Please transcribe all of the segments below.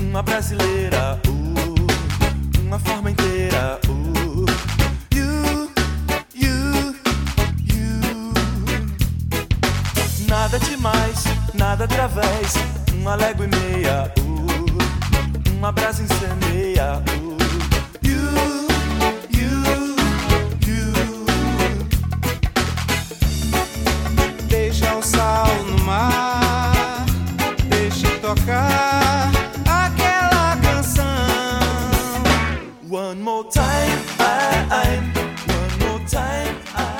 Uma brasileira, uh, uma forma inteira, uh. You, you, you. Nada demais, nada através. Uma légua e meia, uh, uma brasa incendeia, uh. You, you, you. Deixa o sal no mar, deixa tocar aquela canção. One more time, I, I. One more time,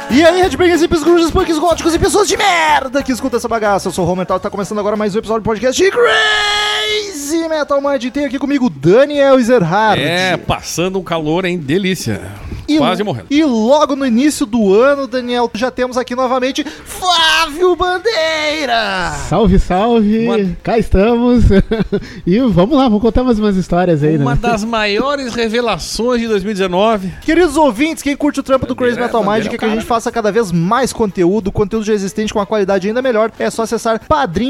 I. E aí, Redbangers, hippies, grunges, punks, góticos e pessoas de merda que escuta essa bagaça. Eu sou o Romental e tá começando agora mais um episódio do podcast de Crazy Metal Mind. E Tem aqui comigo Daniel Ezerhard. É, passando um calor, hein? Delícia. E, Quase morrendo. E logo no início do ano, Daniel, já temos aqui novamente Flávio Bandeira. Salve, salve! Uma- Cá estamos! e vamos lá, vamos contar mais umas histórias aí, Uma né? das maiores revelações de 2019. Queridos ouvintes, quem curte o trampo do Crazy Metal Mind Bandeira é quer o que a gente cara. faça cada vez mais conteúdo, conteúdo já existente com uma qualidade ainda melhor, é só acessar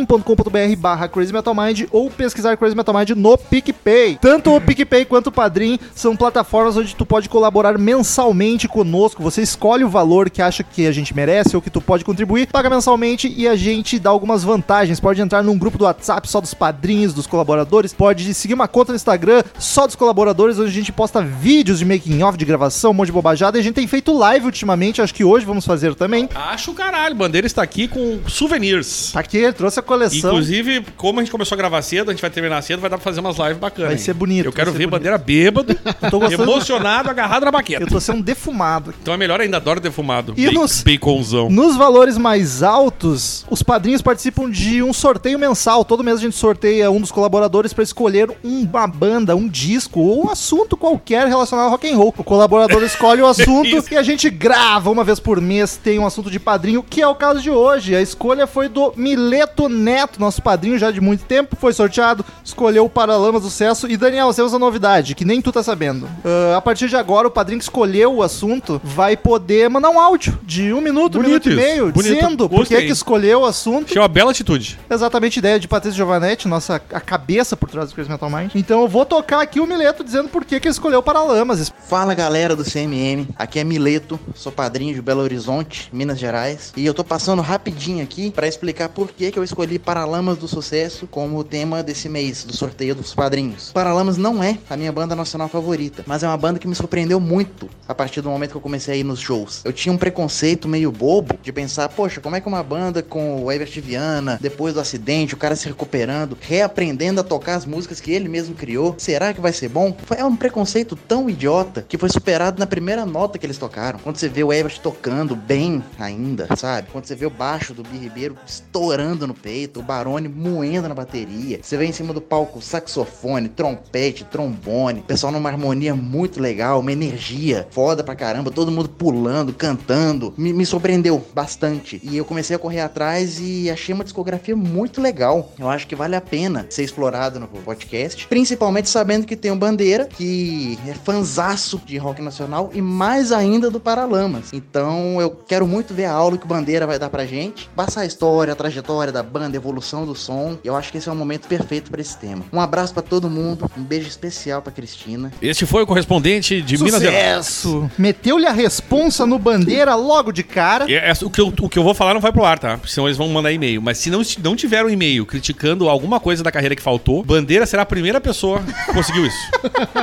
padrim.com.br barra Crazy Metal Mind ou pesquisar Crazy Metal Mind no PicPay. Tanto o PicPay quanto o Padrim são plataformas onde tu pode colaborar mensalmente conosco. Você escolhe o valor que acha que a gente merece ou que tu pode contribuir, paga mensalmente e a gente dá algumas vantagens. Pode entrar num grupo do WhatsApp só dos padrinhos, dos colaboradores, pode seguir uma conta no Instagram só dos colaboradores, onde a gente posta vídeos de making off, de gravação, um monte de bobajada. E a gente tem feito live ultimamente, acho que hoje vamos fazer também. Acho o caralho. Bandeira está aqui com souvenirs. Tá aqui, trouxe a coleção. Inclusive, como a gente começou a gravar cedo, a gente vai terminar cedo, vai dar pra fazer umas lives bacanas. Vai hein? ser bonito, Eu vai quero ser ver bonito. bandeira bêbado, tô gostando. é emocionado, agarrado na Eu baqueta. tô sendo defumado. Então é melhor ainda, adoro defumado. E Ba- nos- Baconzão. Nos valores mais altos, os padrinhos participam de um sorteio mensal. Todo mês a gente sorteia um dos colaboradores para escolher uma banda, um disco ou um assunto qualquer relacionado ao rock and roll. O colaborador escolhe o assunto Isso. e a gente grava uma vez por mês. Tem um assunto de padrinho, que é o caso de hoje. A escolha foi do Mileto Neto, nosso padrinho já de muito tempo. Foi sorteado, escolheu o Paralamas do Sucesso. E Daniel, temos uma novidade que nem tu tá sabendo. Ah, a partir de agora, o padrinho que escolheu o assunto vai poder mandar um áudio de um minuto minuto, minuto e Bonito isso, meio, bonito. dizendo por que Gostei. que escolheu o assunto. Achei é uma bela atitude. Exatamente a ideia de Patrícia Giovanetti, nossa a cabeça por trás do Crazy Metal Mind. Então eu vou tocar aqui o Mileto dizendo por que que ele escolheu o Paralamas. Fala galera do CMM, aqui é Mileto, sou padrinho de Belo Horizonte, Minas Gerais, e eu tô passando rapidinho aqui pra explicar por que, que eu escolhi Paralamas do Sucesso como tema desse mês, do sorteio dos padrinhos. Paralamas não é a minha banda nacional favorita, mas é uma banda que me surpreendeu muito a partir do momento que eu comecei a ir nos shows. Eu tinha um preconceito meio bobo de pensar, poxa, como é que uma banda com o Everett Viana, depois do acidente, o cara se recuperando, reaprendendo a tocar as músicas que ele mesmo criou, será que vai ser bom? Foi é um preconceito tão idiota que foi superado na primeira nota que eles tocaram. Quando você vê o Everett tocando bem ainda, sabe? Quando você vê o baixo do Bi Ribeiro estourando no peito, o Barone moendo na bateria, você vê em cima do palco saxofone, trompete, trombone, o pessoal numa harmonia muito legal, uma energia foda pra caramba, todo mundo pulando, cantando, me, me surpreendeu bastante. E eu comecei a correr atrás e achei uma discografia muito legal. Eu acho que vale a pena ser explorado no podcast, principalmente sabendo que tem o Bandeira, que é fanzaço de rock nacional e mais ainda do Paralamas. Então eu quero muito ver a aula que o Bandeira vai dar pra gente, passar a história, a trajetória da banda, a evolução do som. Eu acho que esse é o momento perfeito pra esse tema. Um abraço pra todo mundo, um beijo especial pra Cristina. Este foi o correspondente de Minas Gerais. Sucesso! Meteu-lhe a responsa no bandeira logo de cara. E essa- o, que eu, o que eu vou falar não vai pro ar, tá? Porque Senão eles vão mandar e-mail. Mas se não, se não tiver um e-mail criticando alguma coisa da carreira que faltou, Bandeira será a primeira pessoa que conseguiu isso.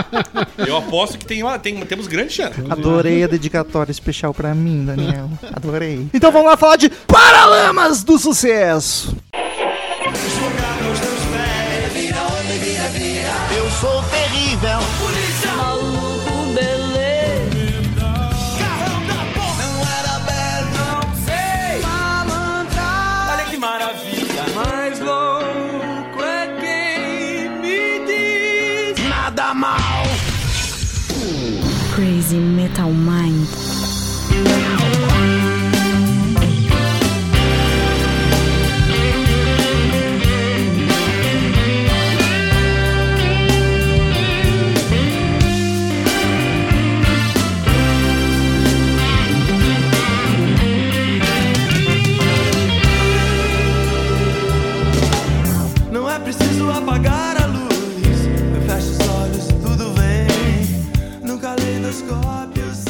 eu aposto que tem, uma- tem- temos grande chance. Adorei a dedicatória especial pra mim, Daniel. Adorei. Então vamos lá falar de Paralamas do Sucesso. Olha que maravilha. Mais louco é quem me diz. Crazy Metal Mind. Não é preciso apagar a luz.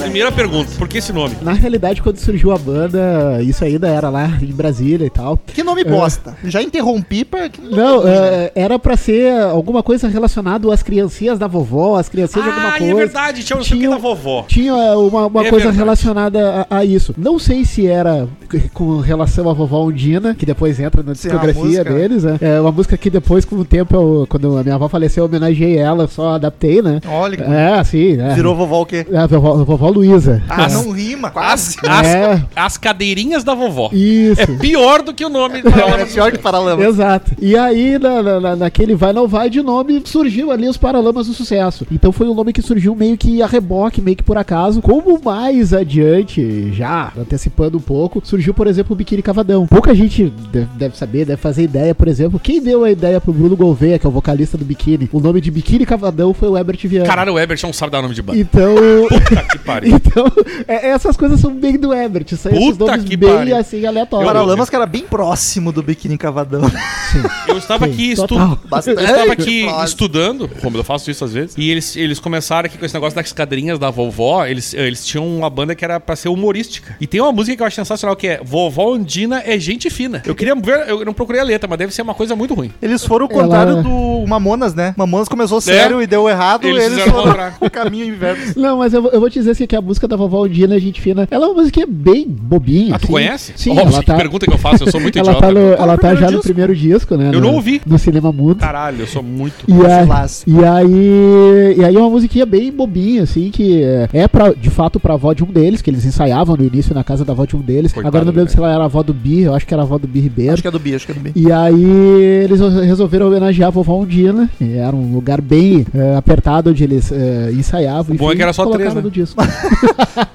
primeira pergunta, por que esse nome? Na realidade, quando surgiu a banda, isso ainda era lá em Brasília e tal. Que É. nome bosta. Já interrompi pra. que- Não, é, era pra ser alguma coisa relacionada às criancinhas da vovó, às criancinhas de alguma Ah, coisa. é verdade, tinha o que Tinha- da vovó. Tinha uma, uma É coisa verdade. relacionada a, a isso. Não sei se era com relação à vovó Undina, que depois entra na Sim, é uma discografia música, né? deles, né? É uma música que depois, com o tempo, eu- quando a minha avó faleceu, eu homenageei ela, só adaptei, né? Olha, que- É, assim, né? virou vovó o quê? É, a vovó, a vovó Luísa. Ah, não rima. Quase. As, É. as cadeirinhas da vovó. Isso. É pior do que o nome dela. É pior que Paralama. Exato. E aí, na, na- na- naquele vai não vai de nome, surgiu ali os Paralamas do Sucesso. Então foi um nome que surgiu meio que a reboque, meio que por acaso. Como mais adiante, já antecipando um pouco, surgiu, por exemplo, o Biquíni Cavadão. Pouca gente deve, deve saber, deve fazer ideia, por exemplo, quem deu a ideia pro Bruno Gouveia, que é o vocalista do Biquíni, o nome de Biquíni Cavadão foi o Herbert Viana. Caralho, o Ebert não sabe dar nome de banda. Então, Puta que pariu. então é- essas coisas são bem do Herbert. São esses Puta nomes que bem pariu. assim aleatórios. Paralamas que era bem próximo do biquíni cavadão. Eu estava aqui Sim, estu... total. Eu Bastante. estava aqui próximo. estudando, como eu faço isso às vezes, e eles, eles começaram aqui com esse negócio das cadeirinhas da vovó. Eles, eh, eles tinham uma banda que era pra ser humorística. E tem uma música que eu acho sensacional que é Vovó Ondina é gente fina. Eu queria ver, eu não procurei a letra, mas deve ser uma coisa muito ruim. Eles foram o contrário Ela- do Mamonas, né? Mamonas começou sério e deu errado, É. Eles eles, fizeram o foram contrário. o caminho inverso. Não, mas eu, vou- eu vou te dizer assim, que a música da vovó Ondina, gente fina, ela é uma música bem bobinha. Ah, tu assim. conhece? Sim, Ó, ela que tá, pergunta que eu faço, eu sou muito ela idiota. tá, no- ela no tá já primeiro no disco. primeiro disco, né? Eu no- não ouvi. Tá. No Cinema Mudo. Caralho, eu sou muito. um E, a- Vacilasse. e aí, e aí é uma musiquinha bem bobinha, assim, que é- é pra, de fato pra avó de um deles, que eles ensaiavam no início na casa da avó de um deles. Coitado Agora eu não do lembro se ela era a avó do Bi, eu acho que era a avó do Bi Ribeiro. Acho que é do Bi, acho que é do Bi. E aí eles resolveram homenagear a vovó Ondina. E era um lugar bem eh, apertado onde eles eh, ensaiavam. O bom é que era só três, colocaram né? no disco.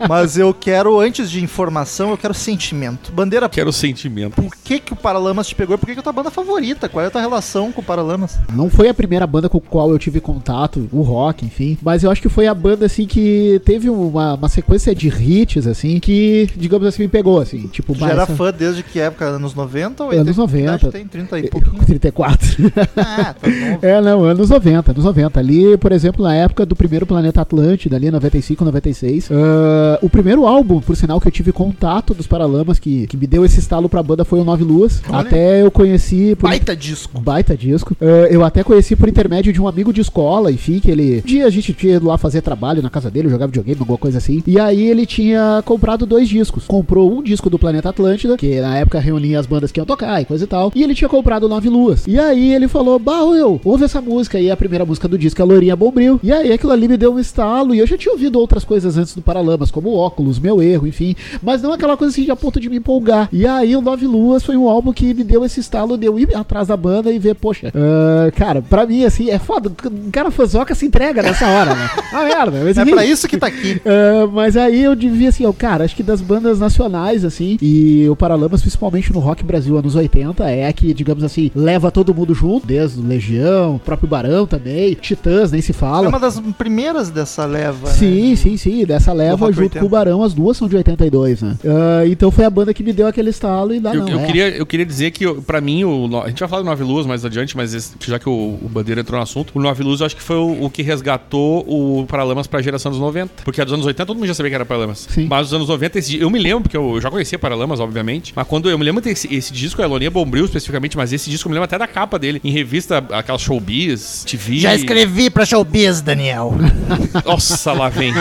Mas eu quero, antes de informação, eu quero sentimento. Bandeira, Quero sentimento. por que, que o Paralamas te pegou e por que, que é a tua banda favorita? Qual é a tua relação com o Paralamas? Não foi a primeira banda com a qual eu tive contato, o rock, enfim. Mas eu acho que foi a banda, assim, que teve uma, uma sequência de hits, assim, que, digamos assim, me pegou, assim. Tipo, Tu bah, já era essa- fã desde que época? Anos 90 ou Anos tem- 90. idade Tem 30 e Eu- pouquinho. 34. Ah, tá novo. É, não, anos 90, anos 90. Ali, por exemplo, na época do primeiro Planeta Atlântida, ali 95, 96. ah, o primeiro álbum, por sinal, que eu tive contato dos Paralamas, que, que me deu esse estalo pra banda, foi o Nove Luas. Olha. Até eu conheci... Por... Baita disco. Um baita disco. Eh, eu até conheci por intermédio de um amigo de escola, enfim, que ele. Um dia a gente tinha ido lá fazer trabalho na casa dele, jogava videogame, alguma coisa assim. E aí ele tinha comprado dois discos. Comprou um disco do Planeta Atlântida, que na época reunia as bandas que iam tocar e coisa e tal. E ele tinha comprado Nove Luas. E aí ele falou: Bah, eu, ouve essa música. E a primeira música do disco é Lourinha Bombril. E aí aquilo ali me deu um estalo. E eu já tinha ouvido outras coisas antes do Paralamas, como óculos, meu erro, enfim. Mas não aquela coisa assim de a ponto de me empolgar. E aí o Nove Luas foi um álbum que me deu esse estalo de eu ir atrás da banda e ver, poxa, ah, cara, pra mim assim, é foda. O cara fãzoca se entrega nessa hora, né? Ah, merda. Mas, É enfim. pra isso que tá aqui. Ah, mas aí eu devia assim, ó, cara, acho que das bandas nacionais, assim, e o Paralamas, principalmente no Rock Brasil anos 80, é a que, digamos assim, leva todo mundo junto, desde o Legião, o próprio Barão também, Titãs, nem se É fala. uma das primeiras dessa leva. né? Sim, sim, sim. Dessa leva, Rock junto 80. com o Barão, as duas são de 82, né? Ah, então foi a banda que me deu aquele estalo e dá Eu, não. eu é. queria, eu queria dizer que, eu- pra mim, o, no- a gente vai falar do Nove Luz mais adiante, mas esse- já que o, o Bandeira entrou no assunto, o Nove Luz eu acho que foi o, o que resgatou o Paralamas pra geração dos 90. Porque dos anos 80 todo mundo já sabia que era Paralamas. Sim. Mas dos anos 90, esse di- eu me lembro, porque eu, eu já conhecia Paralamas, obviamente, mas quando eu me lembro desse esse disco, é Loninha Bombril especificamente, mas esse disco eu me lembro até da capa dele, em revista, aquelas showbiz, TV. Já escrevi pra Showbiz, Daniel. Nossa, lá vem.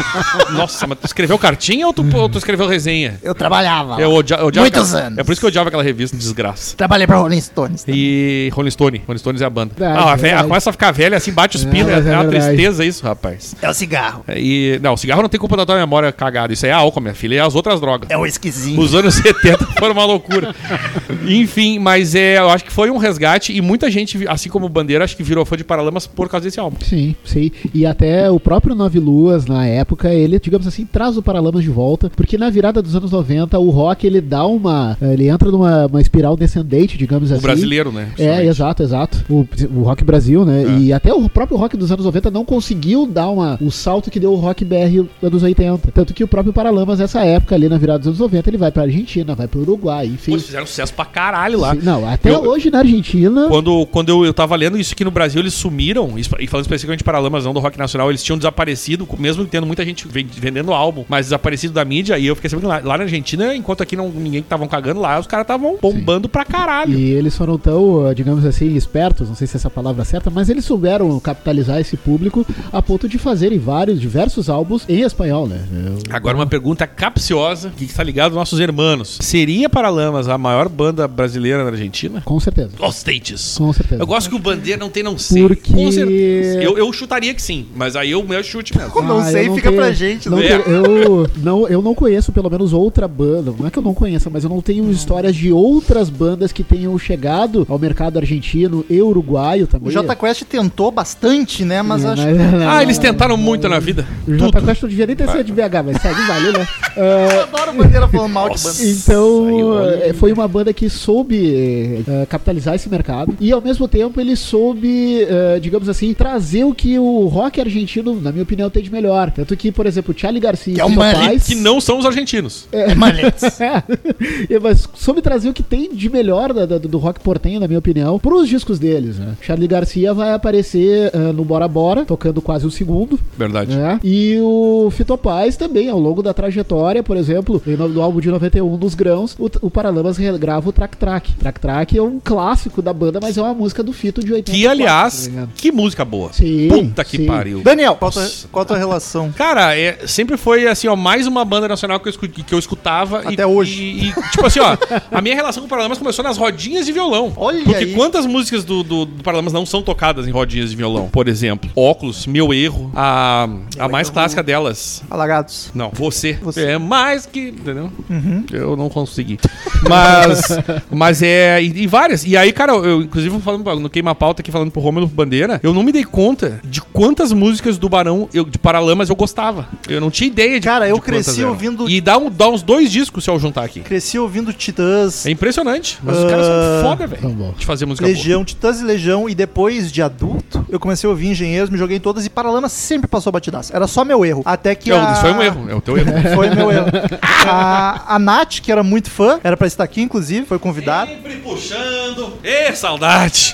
Nossa, mas tu escreveu cartinha ou tu, ou tu escreveu resenha? Eu trabalhava. Eu lá. odia- eu odiava Ah. Muitos aquela- anos. É por isso que eu odiava aquela revista, desgraça. Trabalhei pra Rolling Stones. E Rolling Stone. Rolling Stones é a banda. Verdade, ah, a velha, verdade. começa a ficar velha, assim, bate os pinos. É, mas é uma verdade. tristeza isso, rapaz. É o cigarro. E, não, cigarro não tem culpa da tua memória cagada. Isso aí é álcool, minha filha, e as outras drogas. É o esquisinho. Os anos 70 foram uma loucura. Enfim, mas é, eu acho que foi um resgate e muita gente, vi- assim como o Bandeira, acho que virou fã de Paralamas por causa desse álbum. Sim, sim. E até o próprio Nove Luas, na época, ele, digamos assim, traz o Paralamas de volta, porque na virada dos anos 90, o rock, ele dá uma... Ele entra numa uma espiral descendente, digamos O assim. brasileiro, né? É, principalmente. É. exato, exato. O, o Rock Brasil, né? E até o próprio rock dos anos 90 não conseguiu dar uma, o salto que deu o rock BR anos 80. Tanto que o próprio Paralamas, nessa época, ali na virada dos anos 90, ele vai pra Argentina, vai pro Uruguai, Pô, enfim. eles fizeram sucesso pra caralho lá. Sim, Não, até Eu- hoje na Argentina. Quando, quando eu, eu tava lendo isso aqui no Brasil, eles sumiram, e falando especificamente de Paralamas, não do rock nacional, eles tinham desaparecido, mesmo tendo muita gente ven- vendendo, vendendo álbum, mas desaparecido da mídia. E eu fiquei sabendo lá, lá na Argentina, enquanto aqui não, ninguém que estavam cagando lá, os caras estavam bombando pra caralho. E eles foram tão, ah, digamos assim, espertos, não sei se essa palavra é certa, mas eles souberam capitalizar esse público a ponto de fazerem vários, diversos álbuns em espanhol, né? Eu- Agora uma pergunta capciosa que está ligada aos nossos hermanos. Seria Paralamas a maior banda brasileira na Argentina? Com certeza. Os Dentes. Com certeza. Eu gosto que o Bandeira não tem não sei. Porque- Com certeza. Eu, eu chutaria que sim, mas aí é o meu chute mesmo. Ah, Não eu sei, não fica tenho- pra gente, não né? tenho- eu, não, eu não conheço pelo menos outra banda. Não é que eu não conheça, mas eu não tenho histórias de outras bandas que tenham chegado ao mercado argentino e uruguaio também. O Jota Quest tentou bastante, né? Mas É, acho mas- Ah, eles tentaram muito na vida. O Jota Quest não devia nem ter sido de BH, mas segue valeu, né? Eu adoro bandeira falando mal de banda. Então, Nossa, aí, olha. eh, foi uma banda que soube eh, capitalizar esse mercado e, ao mesmo tempo, ele soube, eh, digamos assim, trazer o que o rock argentino, na minha opinião, tem de melhor. Tanto que, por exemplo, Charlie Garcia Que é um Fito mani- Paz- Que não são os argentinos. É, Manetes. É, mas soube trazer o que tem de melhor da- da- do rock portenho, na minha opinião, pros discos deles, né? Charlie Garcia vai aparecer eh, no Bora Bora, tocando quase um segundo, Verdade. É. né? E o Fito Paz também, ao longo da trajetória, por exemplo, em nome do álbum de 91 dos Grãos, o, o Paralamas regrava o Track Track. Track Track é um clássico da banda, mas é uma música do Fito de 80. Que, Tá aliás, que música boa. Sim, Puta que né? sim. pariu. Daniel, qual a tua, qual a tua relação? Cara, é, sempre foi assim, ó, mais uma banda nacional que eu, escu- que eu escutava. e- Até hoje. E, e, tipo assim, ó, a minha relação com o Paralamas começou nas rodinhas de violão. Olha Porque aí. quantas músicas do, do, do Paralamas não são tocadas em rodinhas de violão? Por exemplo, Óculos, Meu Erro, a, a mais clássica delas. Alagados. Não, você. Você. Uhum. É mais que. Entendeu? Eu não consegui. Mas. mas é. E, e várias. E aí, cara, eu, inclusive, falando pra- no Queima Pauta aqui, falando pro Romulo Bandeira, eu não me dei conta de quantas músicas do Barão, eu, de Paralamas, eu gostava. Eu não tinha ideia de. Cara, eu de quantas cresci eram. ouvindo- E dá, um, dá uns dois discos se eu juntar aqui. Cresci ouvindo Titãs, É impressionante. Mas os Ah, caras são foda, tá velho. bom. De fazer música Legião, Titãs e Legião, e depois de adulto, eu comecei a ouvir Engenheiros, me joguei em todas e Paralama sempre passou batidaço. Era só meu erro. Até que. a- boa. Não, isso foi um erro. É o teu erro. Foi meu erro. A, a Nath, que era muito fã, era pra estar aqui, inclusive, foi convidada. Sempre puxando. Ê, saudade.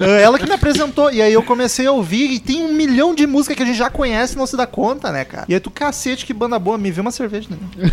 Ah, Ela que me apresentou. E aí eu comecei a ouvir. E tem um milhão de música que a gente já conhece e não se dá conta, né, cara? E aí tu, cacete, que banda boa. Me vê uma cerveja, né?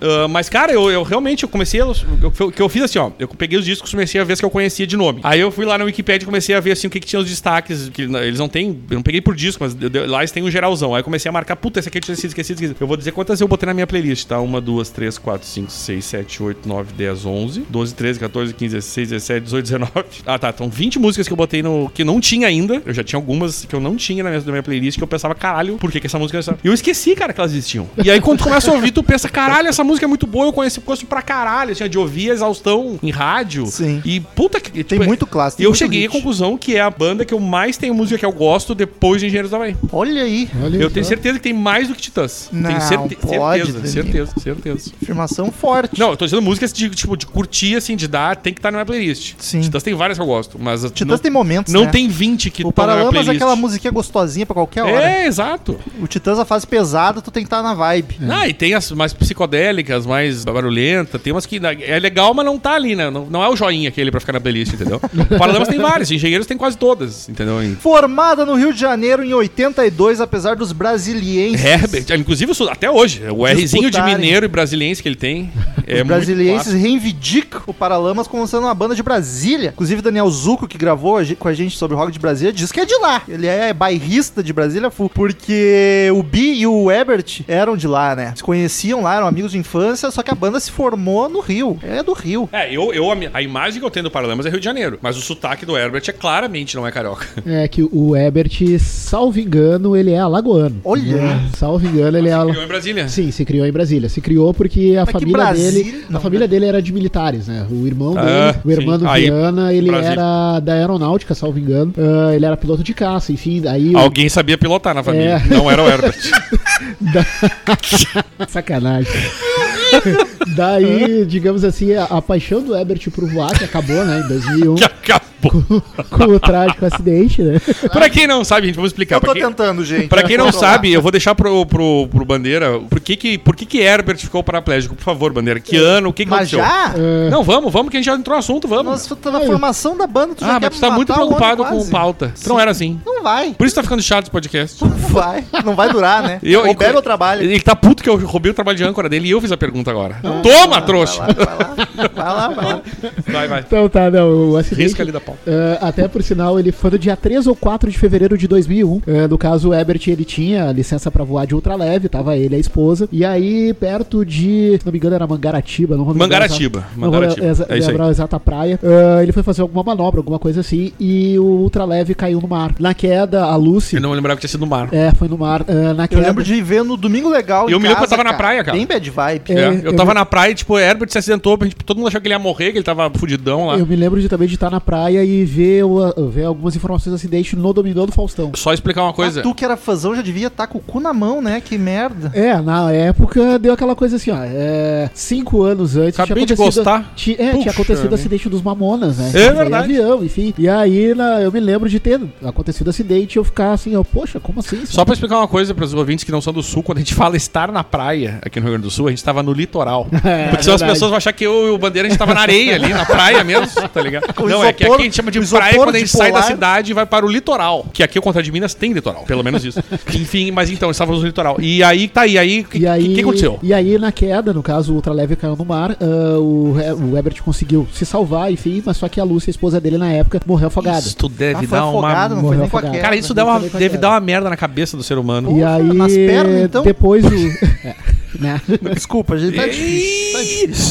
Ah, mas, cara, eu, eu realmente eu comecei a. O que eu fiz assim, ó. Eu peguei os discos, comecei a ver os que eu conhecia de nome. Aí eu fui lá na Wikipedia e comecei a ver assim o que, que tinha os destaques. Que na- eles não têm. Eu não peguei por disco, mas eu- eu- lá eles têm um geralzão. Aí eu comecei a marcar, puta, esse aqui eu tinha esquecido, esquecido, esquecido. Eu vou dizer quantas eu botei na minha playlist, tá? Uma, duas, três, quatro, cinco, seis, sete, oito, nove, dez, onze, doze, treze, 14, 15, 16, 17, 18, 19. Ah, tá. Então 20 músicas que eu botei no. que não tinha ainda. Eu já tinha algumas que eu não tinha na minha, na minha playlist que eu pensava, caralho, por que, que essa música. E eu esqueci, cara, que elas existiam. E aí quando tu começa a ouvir, tu pensa, caralho, essa música é muito boa, eu conheço, conheço pra caralho, assim, ó, de ouvir a exaustão em rádio. Sim. E puta que. Tem muito clássico. tem E Tipo, eu muito cheguei à hit. conclusão que é a banda que eu mais tenho música que eu gosto depois de Engenheiros da Havaí. Olha aí, Olha Eu só. tenho certeza que tem mais do que Titãs. Não, tenho certe- pode, certeza, Danilo. certeza, certeza. afirmação forte. Não, eu tô dizendo músicas de, tipo, de curtir, assim, de dar, tem que estar na minha playlist. Sim. Titãs tem várias que eu gosto, mas uh, Titãs tem momentos, não né? tem 20 que O tão na minha Paralamas é playlist. aquela musiquinha gostosinha pra qualquer hora. É, exato. O Titãs, a fase pesada, tu tem que estar na vibe. Ah, e tem as mais psicodélicas, mais barulhenta, tem umas que é legal, mas não tá ali, né? Não, não é o joinha aquele pra ficar na playlist, entendeu? Paralamas tem várias, engenheiros tem quase todas, entendeu? E Formada no Rio de Janeiro em 82, apesar dos brasilienses. Herbert, ah, inclusive eu sou- até hoje, o Rzinho de Disputarem. mineiro e brasiliense que ele tem. É Os muito né? brasilienses reivindicam o Paralamas como sendo uma banda de Brasília. Inclusive, Daniel Zuco, que gravou a ge- com a gente sobre rock de Brasília, diz que é de lá. Ele é bairrista de Brasília, full, porque o Bi e o Ebert eram de lá, né? Se conheciam lá, eram amigos de infância, só que a banda se formou no Rio. É do Rio. É, eu, eu, a, mi- a imagem que eu tenho do Paralamas é Rio de Janeiro, mas o sotaque do Herbert é claramente não é carioca. É que o Ebert, salvo engano, ele é alagoano. Olha aí. É, salvo engano, ele é alagoano. Criou em Brasília. Sim, se criou em Brasília. Se criou porque a que família Brasília- dele, não, a família dele era de militares, né? O irmão dele, Ah, o irmão sim. do Aí, Viana, ele Brasília. era da aeronáutica, salvo engano. Ah, ele era piloto de caça, enfim, daí o- Alguém sabia pilotar na família. É. Não era o Herbert. sacanagem. daí, digamos assim, a, a paixão do Ebert pro voar que acabou, né, em 2001 que acabou. com o trágico acidente, né? pra quem não sabe, gente, vamos explicar. Pra quem, tentando, gente. pra quem não sabe, eu vou deixar pro, pro, pro Bandeira por que que, por que que Herbert ficou paraplégico. Por favor, Bandeira, que ano, o que, que É. Mas já? Não, vamos, vamos, que a gente já entrou no assunto, vamos. Nossa, tá na formação da banda, tu já ah, quer mas tu tá matar o muito homem preocupado com quase. pauta. Tu não era assim. Não vai. Por isso tá ficando chato esse podcast. Vai. Não vai durar, né? Eu- ou pega ou trabalha. Ele tá puto que eu roubei o trabalho de âncora dele e eu fiz a pergunta agora. Ah, Toma, trouxa! Vai lá, vai lá. Vai, vai. Então tá, não, o acidente... Risca ali da pau. Ah, até por sinal, ele foi no dia 3 ou 4 de fevereiro de 2001. Ah, no caso, o Ebert, ele tinha licença pra voar de ultraleve, tava ele e a esposa. E aí, perto de, se não me engano, era Mangaratiba. Não vou lembrar Mangaratiba, exato- Mangaratiba, Não vou é isso aí. exa- lembrar a exata praia. Ah, ele foi fazer alguma manobra, alguma coisa assim, e o ultraleve caiu no mar. Na queda, a Lucy... Eu não lembrava que tinha sido no mar. É, foi no mar. Ah, na Eu queda... lembro de ver no Domingo Legal. Eu em me lembro que eu casa, tava na praia, cara. Bem bad vibe. É, É, eu eu tava me- na praia e, tipo, o Herbert se acidentou, pra gente- todo mundo achou que ele ia morrer, que ele tava fudidão lá. Eu me lembro de também de estar na praia e ver, o- ver algumas informações do acidente no Domingão do Faustão. Só explicar uma coisa. Ah, tu que era fãzão já devia estar com o cu na mão, né? Que merda. É, na época deu aquela coisa assim, ó. É, cinco anos antes. Acabei de acontecido- gostar. ti- é, Puxa tinha acontecido vida. o acidente dos Mamonas, né? É Que foi verdade. avião, enfim. E aí na- eu me lembro de ter acontecido o acidente e eu ficar assim, ó, poxa, como assim? Só pra explicar uma coisa pros ouvintes que não são do Sul, quando a gente fala estar na praia aqui no Rio Grande do Sul, a gente tava no litoral. É, Porque senão as verdade. pessoas vão achar que eu e o Bandeira a gente tava na areia ali, na praia mesmo, tá ligado? Com não, é que aqui isopor- a gente chama de com praia isopor quando a gente de sai da polar. cidade e vai para o litoral. Que aqui, ao contrário de Minas, tem litoral, pelo menos isso. Enfim, mas então, estávamos no litoral. E aí, tá aí, aí, o que, E aí, que- que aconteceu? E aí, na queda, no caso, o ultraleve caiu no mar. ah, o, He- o Ebert conseguiu se salvar, enfim, mas só que a Lúcia, a esposa dele na época, morreu afogada. Isto deve Ah, foi dar afogado, uma... não foi Morreu nem com a Tá afogado. né? queda. Cara, isso Não dá é. uma- falei qual deve era. dar uma merda na cabeça do ser humano. E aí, nas pernas, então? depois o. é, né? Desculpa, a gente tá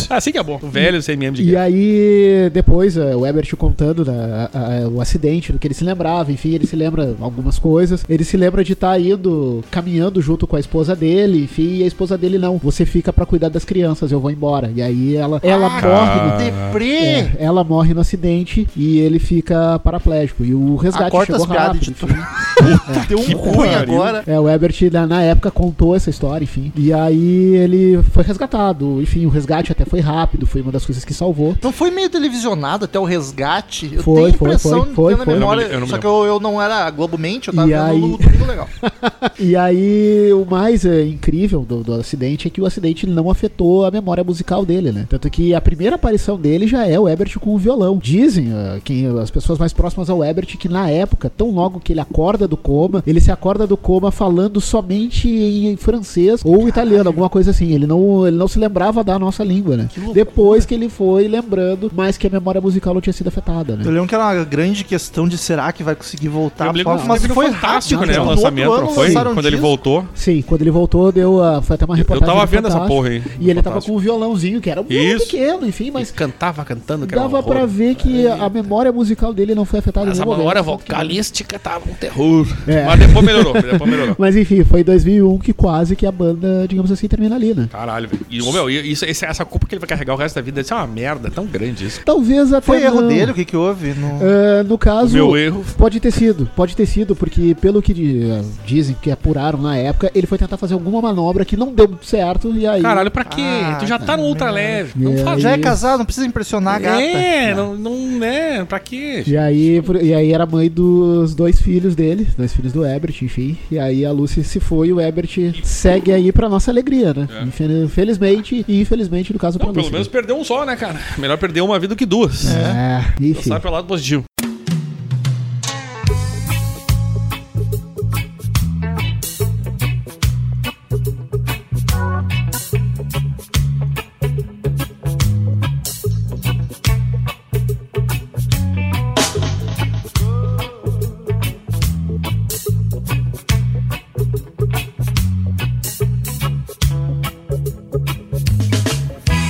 Ah, assim que é bom. O velho CMM de E guerra. aí, depois, eh, o Ebert contando né, a- a- o acidente, do que ele se lembrava, enfim, ele se lembra algumas coisas. Ele se lembra de estar indo, caminhando junto com a esposa dele, enfim, e a esposa dele não. Você fica pra cuidar das crianças, eu vou embora. E aí ela, Ah, ela morre. cara. no- deprê. é, ela morre no acidente e ele fica paraplégico. E o resgate Ah, corta as chegou piadas rápido. de enfim. tudo. Deu um ruim pariu. agora. É, o Ebert na, na época contou essa história, enfim. E aí ele foi resgatado. Enfim, o resgate até foi rápido, foi uma das coisas que salvou. Não foi meio televisionado até o resgate? Eu Foi, tenho a foi, impressão foi, de foi, ter na foi. memória. Eu não me- eu não me só que eu, eu não era globalmente, eu tava E vendo aí- no Domingo Legal. E aí, o mais eh, incrível do, do acidente é que o acidente não afetou a memória musical dele, né? Tanto que a primeira aparição dele já é o Ebert com o violão. Dizem ah, quem, as pessoas mais próximas ao Ebert que na época, tão logo que ele acorda do coma, ele se acorda do coma falando somente em francês ou italiano, alguma coisa assim. Ele não, ele não se lembrava da nossa língua, né? Depois que ele foi lembrando, mas que a memória musical não tinha sido afetada, né? Eu lembro que era uma grande questão de será que vai conseguir voltar. Eu me lembro Mas que foi foi fantástico, rápido, né? tipo, no O lançamento, outro não ano foi? lançaram Quando ele disco. voltou. Sim, quando ele voltou, deu a, foi até uma reportagem. tava no vendo essa Fantástico. porra aí, no E ele tava Fantástico. com um violãozinho, que era muito Isso. pequeno, enfim, Mas mas cantava cantando, que um dava pra ver que a memória musical dele não foi afetada em Essa nenhum memória momento, tanto que- vocalística tava um terror. É. Mas depois melhorou, depois melhorou. Mas enfim, foi em 2001 que quase que a banda, digamos assim, termina ali, né? Caralho, velho. E, ô, meu, e isso, esse- essa culpa que ele vai carregar o resto da vida, isso é uma merda, é tão grande isso. Talvez até. Foi erro não. dele, o que que houve? No... Ah, no caso, meu erro. pode ter sido, pode ter sido, porque pelo que di- dizem que apuraram na época, ele foi tentar fazer alguma manobra que não deu muito certo e aí. Caralho, pra quê? tu já tá no ultra leve. Não É, faz Já é isso. casado, não precisa impressionar a gata. É, não, não né? Pra quê? E aí, por- e aí era mãe dos dois filhos dele, dois filhos do Ebert, enfim. E aí a Lucy se foi e o Ebert segue aí pra nossa alegria, né? É. Infel- Infelizmente, e infelizmente no caso pra Não, pelo Lucy. menos perdeu um só, né, cara? Melhor perder uma vida do que duas. É. É, enfim. Sai pelo lado positivo. É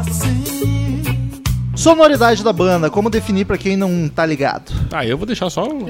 assim. Sonoridade da banda, como definir pra quem não tá ligado? Ah, eu vou deixar só. o-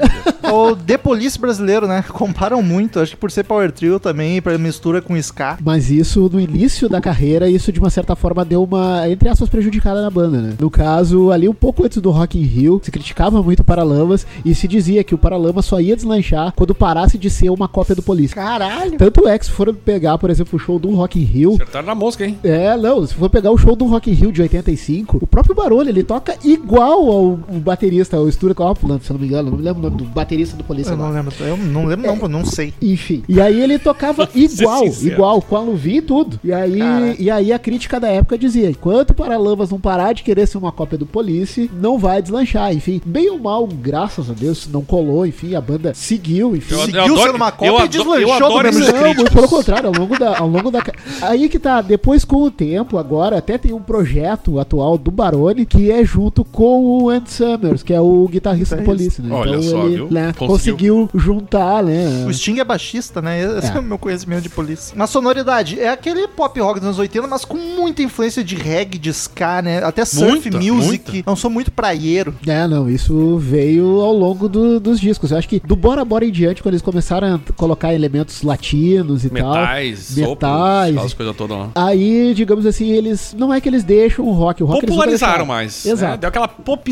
o The Police brasileiro, né? Comparam muito, acho que por ser Power Trio também, pra mistura com Ska. Mas isso, no início da carreira, isso de uma certa forma deu uma, entre aspas, prejudicada na banda, né? No caso, ali um pouco antes do Rock in Rio, se criticava muito o Paralamas e se dizia que o Paralamas só ia deslanchar quando parasse de ser uma cópia do Police. Caralho! Tanto é que se foram pegar, por exemplo, o show do Rock in Rio, Acertaram na mosca, hein? É, não, se for pegar o show do Rock in Rio de 85, o próprio Barulho, ele toca igual ao, ao baterista, o Stuart Copeland, se eu não me engano, não me lembro o nome do ba- baterista do Polícia Eu lá. não lembro, eu não lembro não, pô, não sei. Enfim. E aí ele tocava ser igual, sincero. igual, com a luvinha e tudo. E aí, e aí a crítica da época dizia: enquanto o Paralamas não parar de querer ser uma cópia do Police, não vai deslanchar. Enfim, bem ou mal, graças a Deus, isso não colou. Enfim, a banda seguiu. Enfim. Eu- Seguiu sendo uma cópia eu e adoro- deslanchou eu do adoro mesmo esses jeito. Não, muito críticos. pelo contrário, ao longo da. Ao longo da... ca- Aí que tá, depois com o tempo, agora até tem um projeto atual do Barone que é junto com o Andy Summers, que é o guitarrista do Police, né? Olha só, viu? né, Conseguiu. conseguiu juntar, né? O Sting é baixista, né? Esse é. É. o meu conhecimento de polícia. Na sonoridade, é aquele pop rock dos anos 80, mas com muita influência de reggae, de ska, né? Até surf Muita, music. muita. É um som muito praieiro. É, não, isso veio ao longo do- dos discos. Eu acho que do Bora Bora em diante, quando eles começaram a colocar elementos latinos e Metais, tal. Metais. sopros, aquelas coisas todas lá. Aí, digamos assim, eles. Não é que eles deixam o rock, o rock eles nunca Popularizaram deixaram. mais. Exato. né? Deu aquela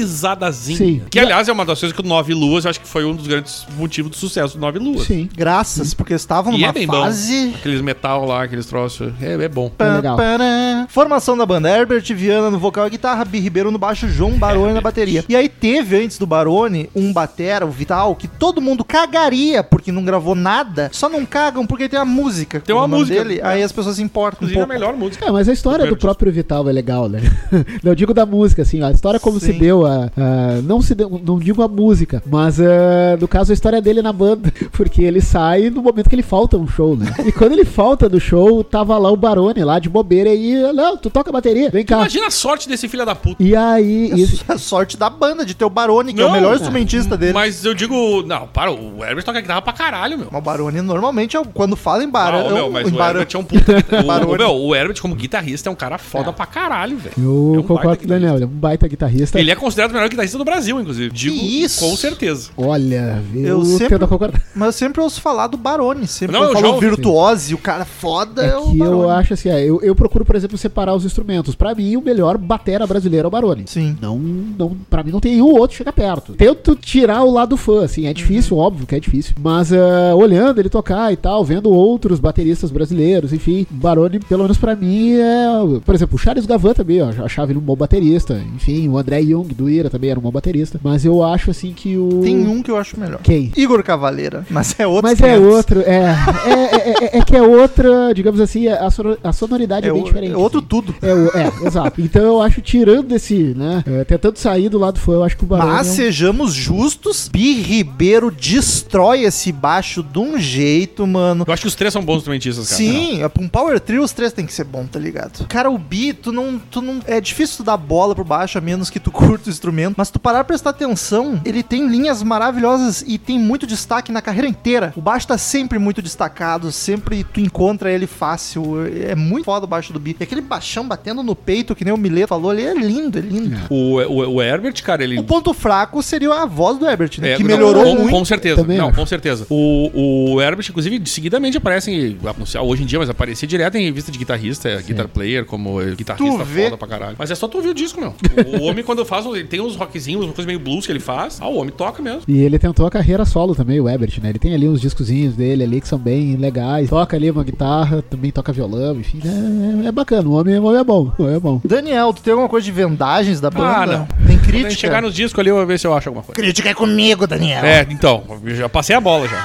popizadazinha. Sim. Que, aliás, é uma das coisas que o Nove Luas, eu acho que foi um dos grandes motivos do sucesso do Nove Luas. Sim. Graças, porque estavam E numa é bem bom. fase. Aqueles metal lá, aqueles troços. É, é bom. É legal. Pará. Formação da banda: Herbert Viana no vocal e guitarra, Bi Ribeiro no baixo, João Barone na bateria. E aí teve antes do Barone um batera, o Vital, que todo mundo cagaria porque não gravou nada. Só não cagam porque tem a música. Tem com uma o nome música. Dele, aí as pessoas se importam um Inclusive, a pouco. melhor música. É, mas a história do Roberto. próprio Vital é legal, né? Não, eu digo da música, assim, ó, a história como se Sim. deu a, a- não se deu, não digo a música, mas ah, no caso a história dele na banda, porque ele sai no momento que ele falta um show, né? E quando ele falta do show, tava lá o Barone lá de bobeira e, não, tu toca a bateria, vem cá. Imagina a sorte desse filho da puta. E aí, isso, A sorte da banda de ter o Barone, que é o Não, melhor cara. instrumentista dele. Mas eu digo, não, para, o Herbert toca guitarra pra caralho, meu. Mas o Barone normalmente é o- quando fala em bar, Ah, ô, é meu, o- mas em o bar- Herbert é um puta. o, Barone. o, meu, o Herbert, como guitarrista, é um cara Tá. foda pra caralho, velho. eu É um concordo baita com o Daniel, ele é um baita guitarrista. Ele é considerado o melhor guitarrista do Brasil, inclusive. Digo, isso? com certeza. Olha, eu, Eu sempre- tento concordar. Mas eu sempre ouço falar do Barone, sempre Não, eu eu falo já ouvi. virtuose, o cara foda É é, o um que eu Barone. acho assim, é, eu, eu procuro, por exemplo, separar os instrumentos. Pra mim, o melhor batera brasileiro é o Barone. Sim. Não, não, pra mim não tem um outro chega perto. Tento tirar o lado fã, assim, é Uhum. difícil, óbvio que é difícil. Mas ah, olhando ele tocar e tal, vendo outros bateristas brasileiros, enfim, Barone, pelo menos pra mim, é. Por exemplo, o Charles Gavan também, ó, achava ele um bom baterista. Enfim, o André Young do Ira também era um bom baterista. Mas eu acho assim que o. Tem um que eu acho melhor. Quem? Igor Cavaleira, mas é outro. Mas é outro, é é, é, é- é que é outra, digamos assim, a, sonor- a sonoridade é, É, bem o- diferente. é outro assim. tudo. É, o- é, exato. Então eu acho, tirando esse, né, é, tentando sair do lado fã, eu acho que o Barone Mas é um- sejamos justos, Bi Ribeiro destrói esse baixo de um jeito, mano. Eu acho que os três são bons instrumentistas, cara. Sim, é pra um power trio os três tem que ser bom, tá ligado? Cara, o bi, tu não, tu não... É difícil tu dar bola pro baixo, a menos que tu curta o instrumento. Mas se tu parar pra prestar atenção, ele tem linhas maravilhosas e tem muito destaque na carreira inteira. O baixo tá sempre muito destacado, sempre tu encontra ele fácil. É muito foda o baixo do bi. E aquele baixão batendo no peito, que nem o Mileto falou, ele é lindo, é lindo. O, o, o Herbert, cara, ele. O ponto fraco seria a voz do Herbert, né? É, que não, melhorou com, muito. Com certeza, Também não, acho. com certeza. O, o Herbert, inclusive, seguidamente aparece, em, não sei, hoje em dia, mas aparecia direto em revista de guitarrista, é, guitar player, como eh, guitarrista Tu vê. foda pra caralho. Mas é só tu ouvir o disco, meu. O, o homem, quando faz, ele tem uns rockzinhos, umas coisas meio blues que ele faz. Ah, o homem toca mesmo. E ele tentou a carreira solo também, o Ebert, né? Ele tem ali uns discozinhos dele ali que são bem legais. Toca ali uma guitarra, também toca violão, enfim. né? É, é bacana, o homem, o homem é bom, o homem é bom. Daniel, tu tem alguma coisa de vendagens da banda? Ah, não. Tem Quando a gente chegar crítica? nos discos ali, eu vou ver se eu acho alguma coisa. Crítica é comigo, Daniel. É, então, eu já passei a bola já.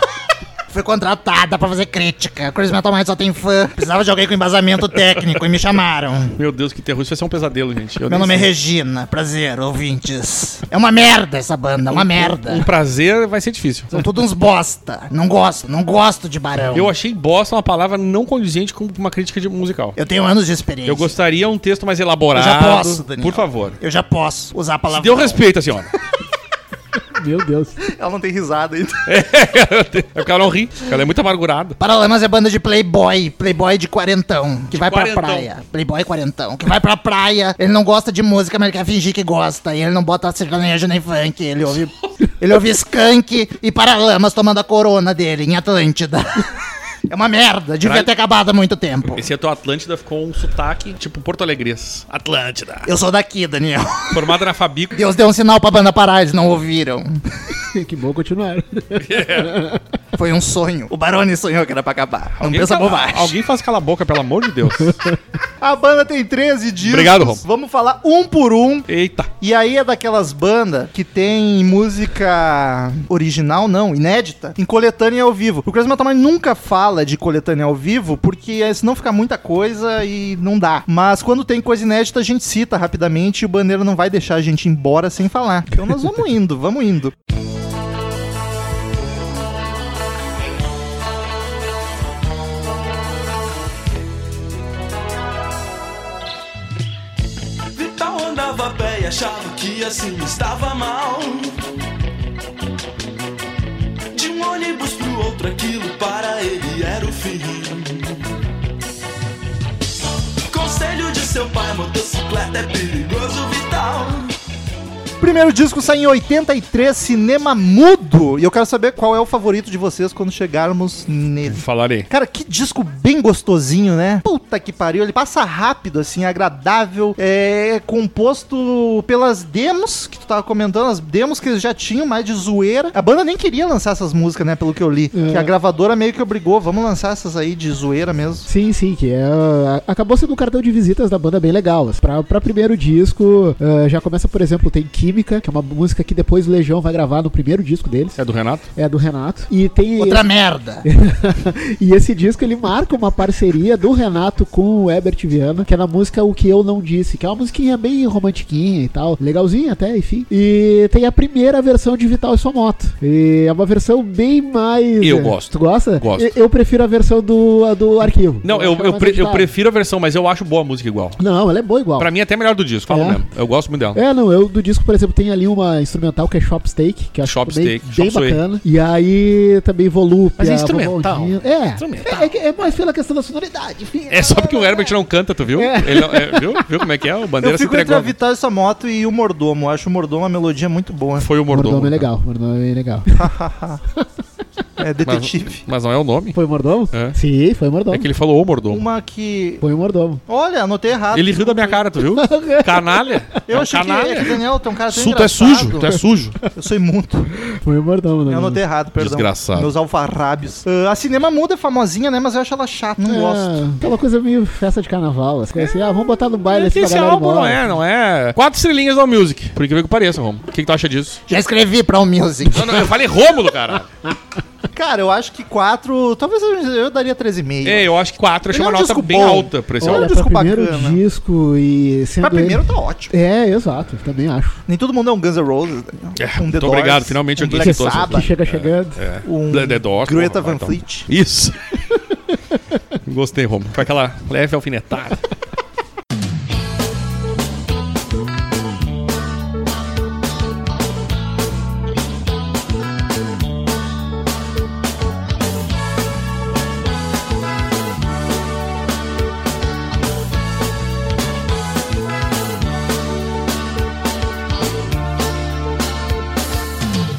Fui contratada pra fazer crítica. O Crazy Metal Mind só tem fã. Precisava de alguém com embasamento técnico e me chamaram. Meu Deus, que terror, isso vai ser um pesadelo, gente. Eu Meu nem nome é sei. Regina. Prazer, ouvintes. É uma merda essa banda, é uma Um merda. prazer vai ser difícil. Então São todos uns bosta. Não gosto, não gosto de tá barão. Eu achei bosta uma palavra não condizente com uma crítica de musical. Eu tenho anos de experiência. Eu gostaria um texto mais elaborado. Eu já posso, Daniel. Por favor. Eu já posso usar a palavra. Deu respeito assim, à senhora. Meu Deus. Ela não tem risada ainda. É porque ela não ri, porque ela é muito amargurada. Paralamas é banda de playboy, playboy de quarentão, que vai quarentão. pra praia. Playboy quarentão, que vai pra praia. Ele não gosta de música, mas ele quer fingir que gosta. E ele não bota sertanejo nem funk. Ele ouve, ele ouve skunk e Paralamas tomando a corona dele em Atlântida. É uma merda, devia Caralho. ter acabado há muito tempo. Esse ator Atlântida ficou um sotaque tipo Porto Alegrês. Atlântida. Eu sou daqui, Daniel. Formada na Fabico. Deus deu um sinal pra banda parar, eles não ouviram. Que bom continuar. Foi um sonho. O Barone sonhou que era pra acabar. um Não pensa cala- bobagem. Alguém faz cala a boca, pelo amor de Deus. A banda tem 13 discos. Obrigado, Rom. Vamos falar um por um. Eita. E aí é daquelas bandas que tem música original, não, inédita, em coletânea ao vivo. O Crazy Metal Mind nunca fala de coletânea ao vivo, porque eh, senão fica muita coisa e não dá. Mas quando tem coisa inédita, a gente cita rapidamente e o Bandeira não vai deixar a gente ir embora sem falar. Então nós vamos indo, vamos indo. Vital Então andava a pé e achava que assim estava mal. De um ônibus pro outro, aquilo para ele era o fim. Conselho de seu pai, motocicleta é perigoso, Vital. Primeiro disco sai em 83, Cinema Mudo. E eu quero saber qual é o favorito de vocês quando chegarmos nele. Falarei. Cara, que disco bem gostosinho, né? Puta que pariu, ele passa rápido, assim, agradável. É composto pelas demos que tu tava comentando, as demos que eles já tinham, mais de zoeira. A banda nem queria lançar essas músicas, né? Pelo que eu li. É. Que a gravadora meio que obrigou, vamos lançar essas aí de zoeira mesmo. Sim, sim, que é. a- Acabou sendo um cartão de visitas da banda bem legal. Mas Pra, pra primeiro disco, ah, já começa, por exemplo, tem Química, que é uma música que depois o Legião vai gravar no primeiro disco deles. É do Renato? É do Renato. E tem. Outra merda. e esse disco ele marca uma parceria do Renato com o Herbert Viana, que é na música O Que Eu Não Disse, que é uma musiquinha bem romantiquinha e tal, legalzinha até, enfim. E tem a primeira versão de Vital e Sua Moto. E é uma versão bem mais. Eu é, gosto. Tu gosta? Gosto. E- Eu, prefiro a versão do, a do arquivo. Não, acho eu, que é eu, mais pre- eu agitada. prefiro a versão, mas eu acho boa a música igual. Não, ela é boa igual. Pra mim é até melhor do disco, falo É. mesmo. Eu gosto muito dela. É, não, eu do disco, por exemplo, tem ali uma instrumental que é Shop Steak, que eu acho Shop bem, Steak, bem Shop Suey. bacana. E aí também Volúpia, Mas é instrumental. Vovoldinha. É, Instrumental. É, é que- é mais pela questão da sonoridade, enfim. É só porque o Herbert não canta, tu viu? É. Ele não- é, viu? Viu como é que é? O Bandeira Eu se fico entre entregou. a Vital e sua moto e o Mordomo. Eu acho o Mordomo uma melodia muito boa. Foi o Mordomo, mordomo. é legal, Mordomo é bem legal. É detetive. Mas não é o nome. Foi o Mordomo? É. Sim, foi o Mordomo. É que ele falou o mordomo. Uma que. Foi o Mordomo. Olha, anotei errado. Ele riu da minha cara, tu viu? Canalha. É Eu um achei que, é que canalha. Daniel, tem um cara tão Su, tu é engraçado. sujo, tu é sujo. Eu sou imundo. Foi o Mordomo, não. Eu anotei errado, perdão. Hum. Desgraçado. Meus alfarrábios. Ah, a cinema muda é famosinha, né? Mas eu acho ela chata, não gosto. É, aquela coisa meio festa de carnaval, as coisas assim, ah, vamos botar no baile É que assim pra esse galera ir álbum não embora. é, não é. Quatro estrelinhas ao Music. Por incrível que pareça, Romulo. O que, que tu acha disso? Já escrevi pra um music. Não, não, eu falei Rômulo, cara. Cara, eu acho que quatro. Talvez eu, eu daria 13,5. É, eu acho que quatro. Eu achei Ele é uma um nota disco bem bom. alta pra esse Olha, álbum. é um Olha, disco pra primeiro bacana. disco e sendo Mas ele- primeiro tá ótimo. É, exato, também acho. Nem todo mundo é um Guns N' Roses. Daniel. É, um muito Doors, obrigado, finalmente um alguém Black citou esse Que Sabbath, chega chegando. é. um The- The Doors, Greta porra, Van então. vai, Fleet. Isso. Gostei, Romulo. Foi aquela leve alfinetada.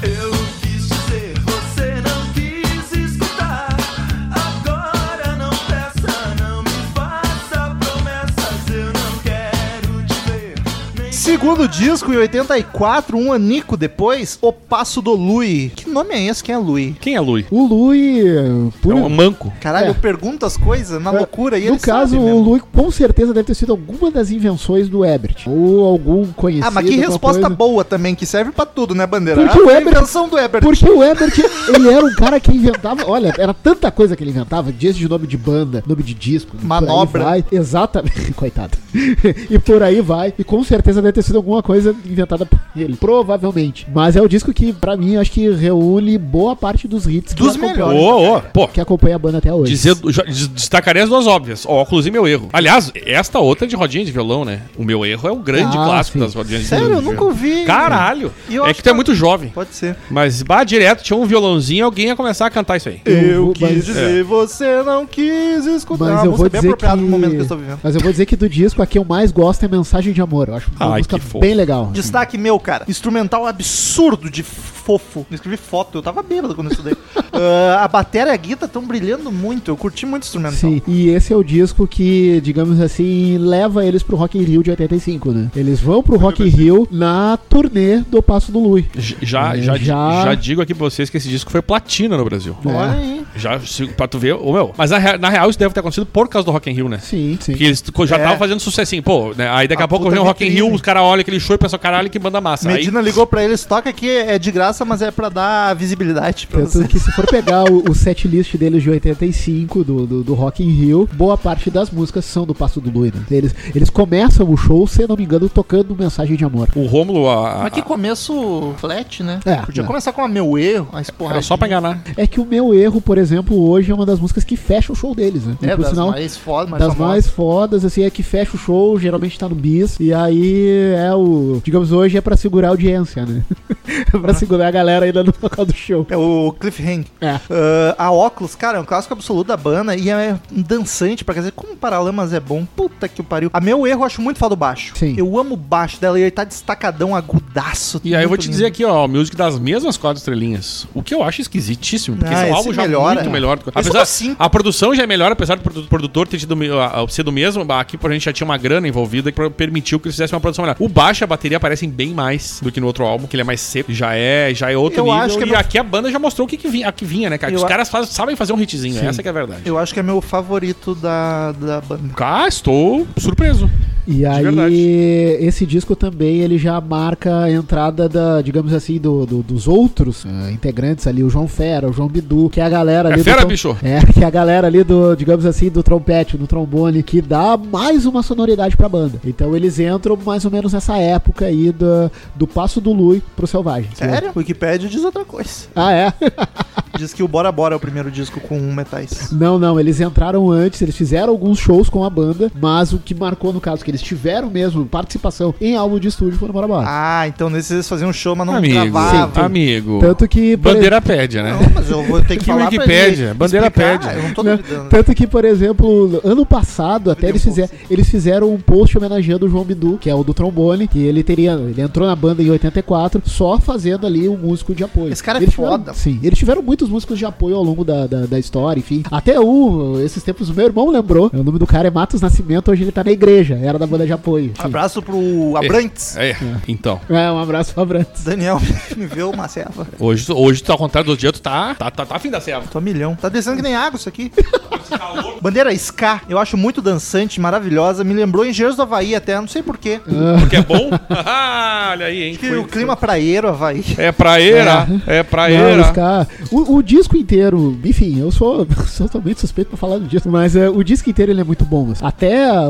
Eu quis dizer, você não quis escutar. Agora não peça, não me faça promessas. Eu não quero te ver. Nem Segundo disco, em 84, um anico depois, O Passo do Lui. Que nome é esse? Quem é Lui? Quem é Lui? O Lui, É por, um manco. Caralho, É. eu pergunto as coisas na É, loucura e no ele caso, sabe o mesmo. Lui com certeza deve ter sido alguma das invenções do Ebert. Ou algum conhecido. Ah, mas que alguma resposta coisa. boa também, que serve pra tudo, né, Bandeira? Porque Ah, o foi a Ebert- invenção do Ebert. Porque o Ebert, ele era um cara que inventava. Olha, era tanta coisa que ele inventava, desde de nome de banda, nome de disco. e Manobra. por aí vai. Exatamente. Coitado. e por aí vai. E com certeza deve ter sido alguma coisa inventada por ele. Provavelmente. Mas é o disco que, pra mim, acho que reúne boa parte dos hits que Dos Ô, melhores. acompanham- ô, pô. que acompanha a banda até hoje. Dizer, já- des- destacaria as duas óbvias, óculos e meu erro. Aliás, esta outra é de rodinha de violão, né? O meu erro é o grande Ah, clássico sim. das rodinhas de Sério, eu violão. nunca ouvi. Caralho! E eu é acho que tu é que- muito jovem. Pode ser. Mas, bah, direto, tinha um violãozinho e alguém ia começar a cantar isso aí. Eu Eu, vou- quis mas- é. dizer, você não quis escutar. Ah, Mas é Uma eu música vou bem dizer que... apropriada pro momento que eu estou vivendo. Mas eu vou dizer que do disco a que eu mais gosto é Mensagem de Amor. Eu acho uma Ai, música que fofo. bem legal. Destaque meu, cara. Instrumental absurdo de fofo. Não escrevi foto, eu tava bêbado quando eu estudei. Ah, a bateria e a guitarra estão brilhando muito, eu curti muito o instrumental. Sim, então. e esse é o disco que, digamos assim, leva eles pro Rock in Rio de 85, né? Eles vão pro Rock in Rio na turnê do Passo do Lui. J- Já, É, já, já- já digo aqui pra vocês que esse disco foi platina no Brasil. É. Olha aí. Já, se- pra tu ver, ô meu. Mas na, rea- na real isso deve ter acontecido por causa do Rock in Rio, né? Sim, sim. Porque eles co- já estavam fazendo sucessinho. Pô, né? aí daqui a, pouco vem o Rock in Rio, os caras olham aquele show e pensam, caralho, que banda massa. Aí- Medina ligou pra eles, toca aqui, é de graça, mas é pra dar visibilidade pra Tanto você. que se for pegar o, o set list deles de 85, do, do, do Rock in Rio, boa parte das músicas são do Passo do Lui, né? Eles, eles começam o show, se eu não me engano, tocando Mensagem de Amor. o Rômulo, a- a- Mas que começo flat, né? É, Podia né? começar com a meu erro, a esporra. era só pra enganar. é que o meu erro, por exemplo, hoje é uma das músicas que fecha o show deles, né? E, É, por das sinal, mais fodas, mais das famosas. mais fodas, assim, é que fecha o show, geralmente tá no bis, e aí é o. Digamos, hoje é pra segurar a audiência, né? é Ah. pra segurar a galera ainda no local do show. É o Cliffhanger. É. Ah, a Óculos, cara, é um clássico absoluto da banda e é dançante pra dizer como o Paralamas é bom. Puta que o pariu. A meu erro, eu acho muito foda o baixo. Sim. Eu amo o baixo dela e ele tá destacadão, agudaço. E aí eu vou muito te lindo. dizer aqui, ó, o music das mesmas quatro estrelinhas. O que eu acho esquisitíssimo, porque Ah, esse é um esse álbum já melhora. muito melhor. do que- Esse Apesar, tá cinco. a produção já é melhor, apesar do produ- produtor ter sido ser do mesmo, aqui por a gente já tinha uma grana envolvida que pro- permitiu que eles fizessem uma produção melhor. O baixo e a bateria aparecem bem mais do que no outro álbum, que ele é mais seco, já é, já é outro Eu nível. acho que é e meu- aqui a banda já mostrou o que, que vinha, a que vinha, né, cara? Que Eu os a- caras faz- sabem fazer um hitzinho, essa que é a verdade. Eu acho que é meu favorito da, da banda. Cá, estou surpreso. E aí, verdade. esse disco também ele já marca a entrada da, digamos assim, do, do- dos outros eh, integrantes ali, o João Fera, o João Bidu, que é a galera É ali. do fera, trom- bicho. É, que é a galera ali do, digamos assim, do trompete, do trombone, que dá mais uma sonoridade pra banda. Então eles entram mais ou menos nessa época aí do, do Passo do Lui pro Selvagem. Sério? Wikipedia diz outra coisa. Ah, é? Diz que o Bora Bora é o primeiro disco com metais. Não, não, eles entraram antes, eles fizeram alguns shows com a banda, mas o que marcou no caso que eles tiveram mesmo participação em álbum de estúdio foi no Bora Bora. Ah, então nesses eles faziam um show, mas não amigo, gravava. amigo. Tanto que. por Bandeira pede, né? Não, mas eu vou ter que Que falar Wikipédia, pra ele bandeira explicar, pede. Eu não tô Né? duvidando. Tanto que, por exemplo, ano passado, até eles, fizer, eles fizeram um post homenageando o João Bidu, que é o do trombone, que ele teria. Ele entrou na banda em 84, só fazendo ali um músico de apoio. Esse cara é Eles tiveram- foda. sim, eles tiveram muitos músicos de apoio ao longo da, da, da história, enfim. Até o, esses tempos, o meu irmão lembrou. O nome do cara é Matos Nascimento, hoje ele tá na igreja, era da banda de apoio. enfim. Abraço pro Abrantes. É, então. É, um abraço pra Brantes. Daniel me vê uma serva. Hoje, tu- hoje tu, ao contrário do dia, tu tá, tá, tá, tá afim da serva. Tô a milhão. Tá descendo que nem água isso aqui. Bandeira Ska, eu acho muito dançante, maravilhosa. Me lembrou Engenheiros do Havaí até, não sei porquê. Porque é bom? Ah, Olha aí, hein? Acho que Foi- o clima praieiro, Havaí. É praeira, é, praeira. Não, os cara- o, o disco inteiro, enfim, eu sou, sou totalmente suspeito pra falar do disco, mas é, o disco inteiro ele é muito bom. assim. Até, ah,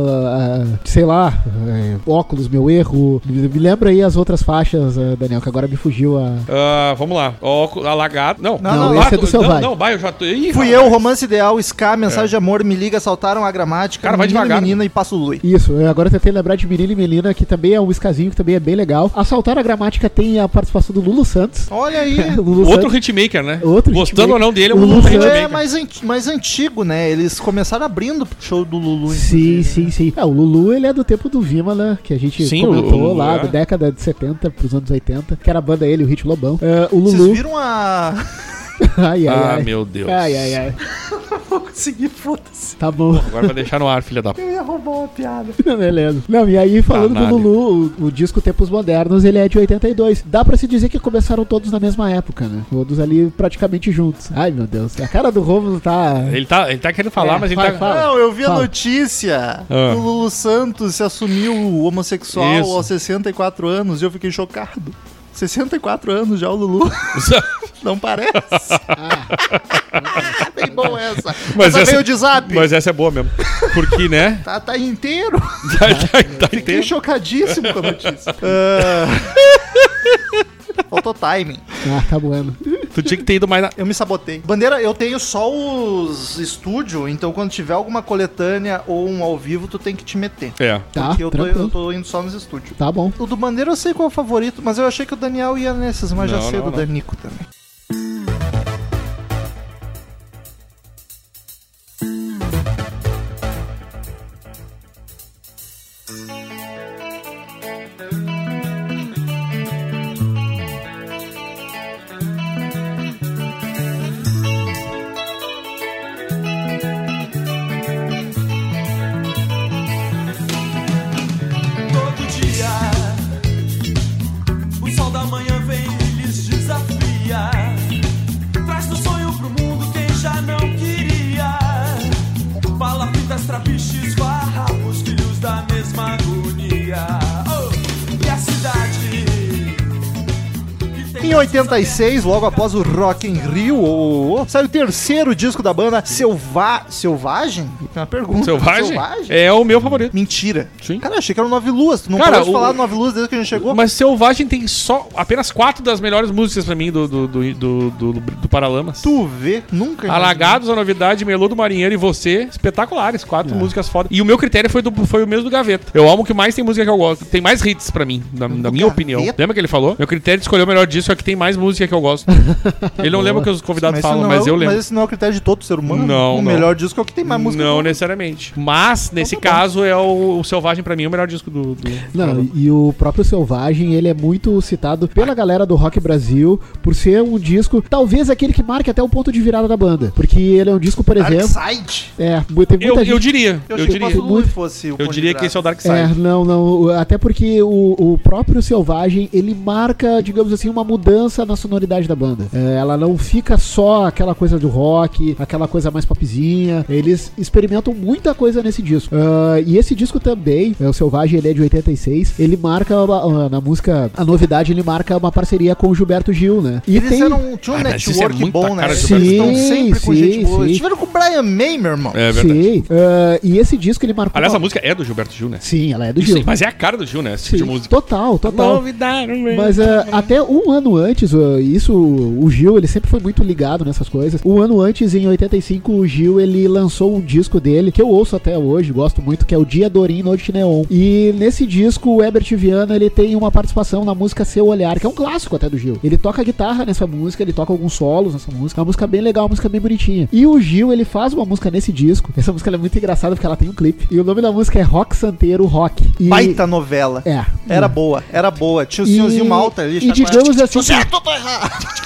ah, sei lá, é, óculos, meu erro. Me, me lembra aí as outras faixas, ah, Daniel, que agora me fugiu a. Ah, vamos lá. Ó, alagado. Não, Não, não, esse é do tu- Selvagem. Não, não, vai, eu já tô. Ih, Fui rapaz. eu, romance ideal, Ska, mensagem de amor, me liga, saltaram a gramática. É. Cara, vai menino, devagar. né? Menina e passo Lui. Isso, eu agora tentei lembrar de Menina e Menina, que também é um escasinho, que também é bem legal. Assaltar a gramática tem a participação do Lulu Santos. Olha aí. Lulu Outro hitmaker, né? Outro Gostando hitmaker. ou não dele, é O um Lulu hitmaker. É mais, anti- mais antigo, né? Eles começaram abrindo pro show do Lulu. né? Sim, sim, sim. Ah, o Lulu, ele é do tempo do Vima, né? Que a gente Sim, comentou o Lulu, lá, é. da década de 70 pros anos 80, que era a banda ele, o Hit Lobão. É, o Vocês Lulu. viram a. ai, ai, Ah, ai. meu Deus. Ai, ai, ai. Consegui, foda-se. Tá bom. Agora vai deixar no ar, filha da p. Eu ia roubar uma piada. Beleza. Não, e aí, falando Canalha. do Lulu, o, o disco Tempos Modernos, ele é de 82. Dá pra se dizer que começaram todos na mesma época, né? Todos ali praticamente juntos. Ai, meu Deus. A cara do Romulo tá. Ele tá, ele tá querendo falar, É, mas ele vai, tá. fala. Não, eu vi a Fala. notícia Ah. que o Lulu Santos se assumiu homossexual Isso. aos 64 anos e eu fiquei chocado. 64 anos já o Lulu. Não parece. Ah, bem bom essa. Mas Mas essa- veio Tá de zap. Mas essa é boa mesmo. Porque, né? Tá, tá inteiro. Tá, tá, tá Fiquei inteiro. chocadíssimo com a notícia. Ah. Faltou timing. Ah, tá bueno. Tu tinha que ter ido mais na. Eu me sabotei. Bandeira, eu tenho só os estúdio, então quando tiver alguma coletânea ou um ao vivo, tu tem que te meter. É. Tá, Porque eu tô, eu tranquilo. tô indo só nos estúdios. Tá bom. O do Bandeira eu sei qual é o favorito, mas eu achei que o Daniel ia nesses, mas Não, já sei do não, não. Danico também. Oh, Em 86, logo após o Rock in Rio, ô, ô, ô, sai o terceiro disco da banda, Selva... Selvagem? É uma pergunta. Selvagem? É o meu favorito. Mentira. Sim. Cara, eu achei que era o Nove Luas. Tu não Cara, parou de o- falar do Nove Luas desde que a gente chegou? Mas Selvagem tem só apenas quatro das melhores músicas pra mim do, do, do, do, do, do Paralamas. Tu vê, nunca. Alagados, a novidade, Melô do Marinheiro e você, espetaculares, É. quatro músicas foda. E o meu critério foi, do- foi o mesmo do Gaveta. Eu amo que mais tem música que eu gosto, tem mais hits pra mim, na, na minha opinião. Lembra que ele falou? Meu critério de escolher o melhor disco é que tem mais música que eu gosto. ele não lembra o que os convidados esse falam, não mas é o- eu lembro. Mas esse não é o critério de todo ser humano. Não, O não. melhor disco é o que tem mais música. Então tá Não né? necessariamente. Mas, nesse caso, é o, o Selvagem pra mim é o melhor disco do. do- Não, e o próprio Selvagem, ele é muito citado pela galera do Rock Brasil por ser um disco, talvez aquele que marque até o ponto de virada da banda. Porque ele é um disco, por exemplo. Side? É, mu- tem Eu, muita eu gente. diria. Eu, Eu, achei que o diria. Passo Lula fosse o Eu ponto diria de que esse é o Dark Side. É, não, não. o- Até porque o, o próprio Selvagem, ele marca, digamos assim, uma mudança na sonoridade da banda. É, ela não fica só aquela coisa do rock, aquela coisa mais popzinha. Eles experimentam muita coisa nesse disco. Ah, e esse disco também, é, o Selvagem, ele é de 86. Ele marca, uma- ah, na música, a novidade, ele marca uma parceria com o Gilberto Gil, né? E Eles eram, tinham um Ah, mas isso é network muita bom, né? cara de Eles Gilberto Gil. estão sempre com Sim, gente boa. sim. Eles tiveram com o Brian May, meu irmão. É verdade. Sim. ah, e esse disco, ele marcou. Aliás, uma- a música é do Gilberto Gil, né? Sim, ela é do Isso, Gil. mas é a cara do Gil, né? Esse tipo de Sim, música. Total, total. Novidade, Mas é, até um ano antes, ó, isso, o Gil, ele sempre foi muito ligado nessas coisas. Um ano antes, em 85, o Gil, ele lançou um disco dele, que eu ouço até hoje, gosto muito, que é o Dia Dorim Noite Neon. E nesse disco, o Herbert Viana, ele tem uma participação na música Seu Olhar, que é um clássico até do Gil. Ele toca guitarra nessa música, ele toca alguns solos nessa música. É uma música bem legal, uma música bem bonitinha. E o Gil, ele faz uma música nesse disco. Essa música ela é muito engraçada, porque ela tem um clipe. E o nome da música é Rock Santeiro Rock. E... Baita novela. É. Era boa, era boa. Tinha o senhorzinho Malta ali. tá E chacoalhando. digamos assim.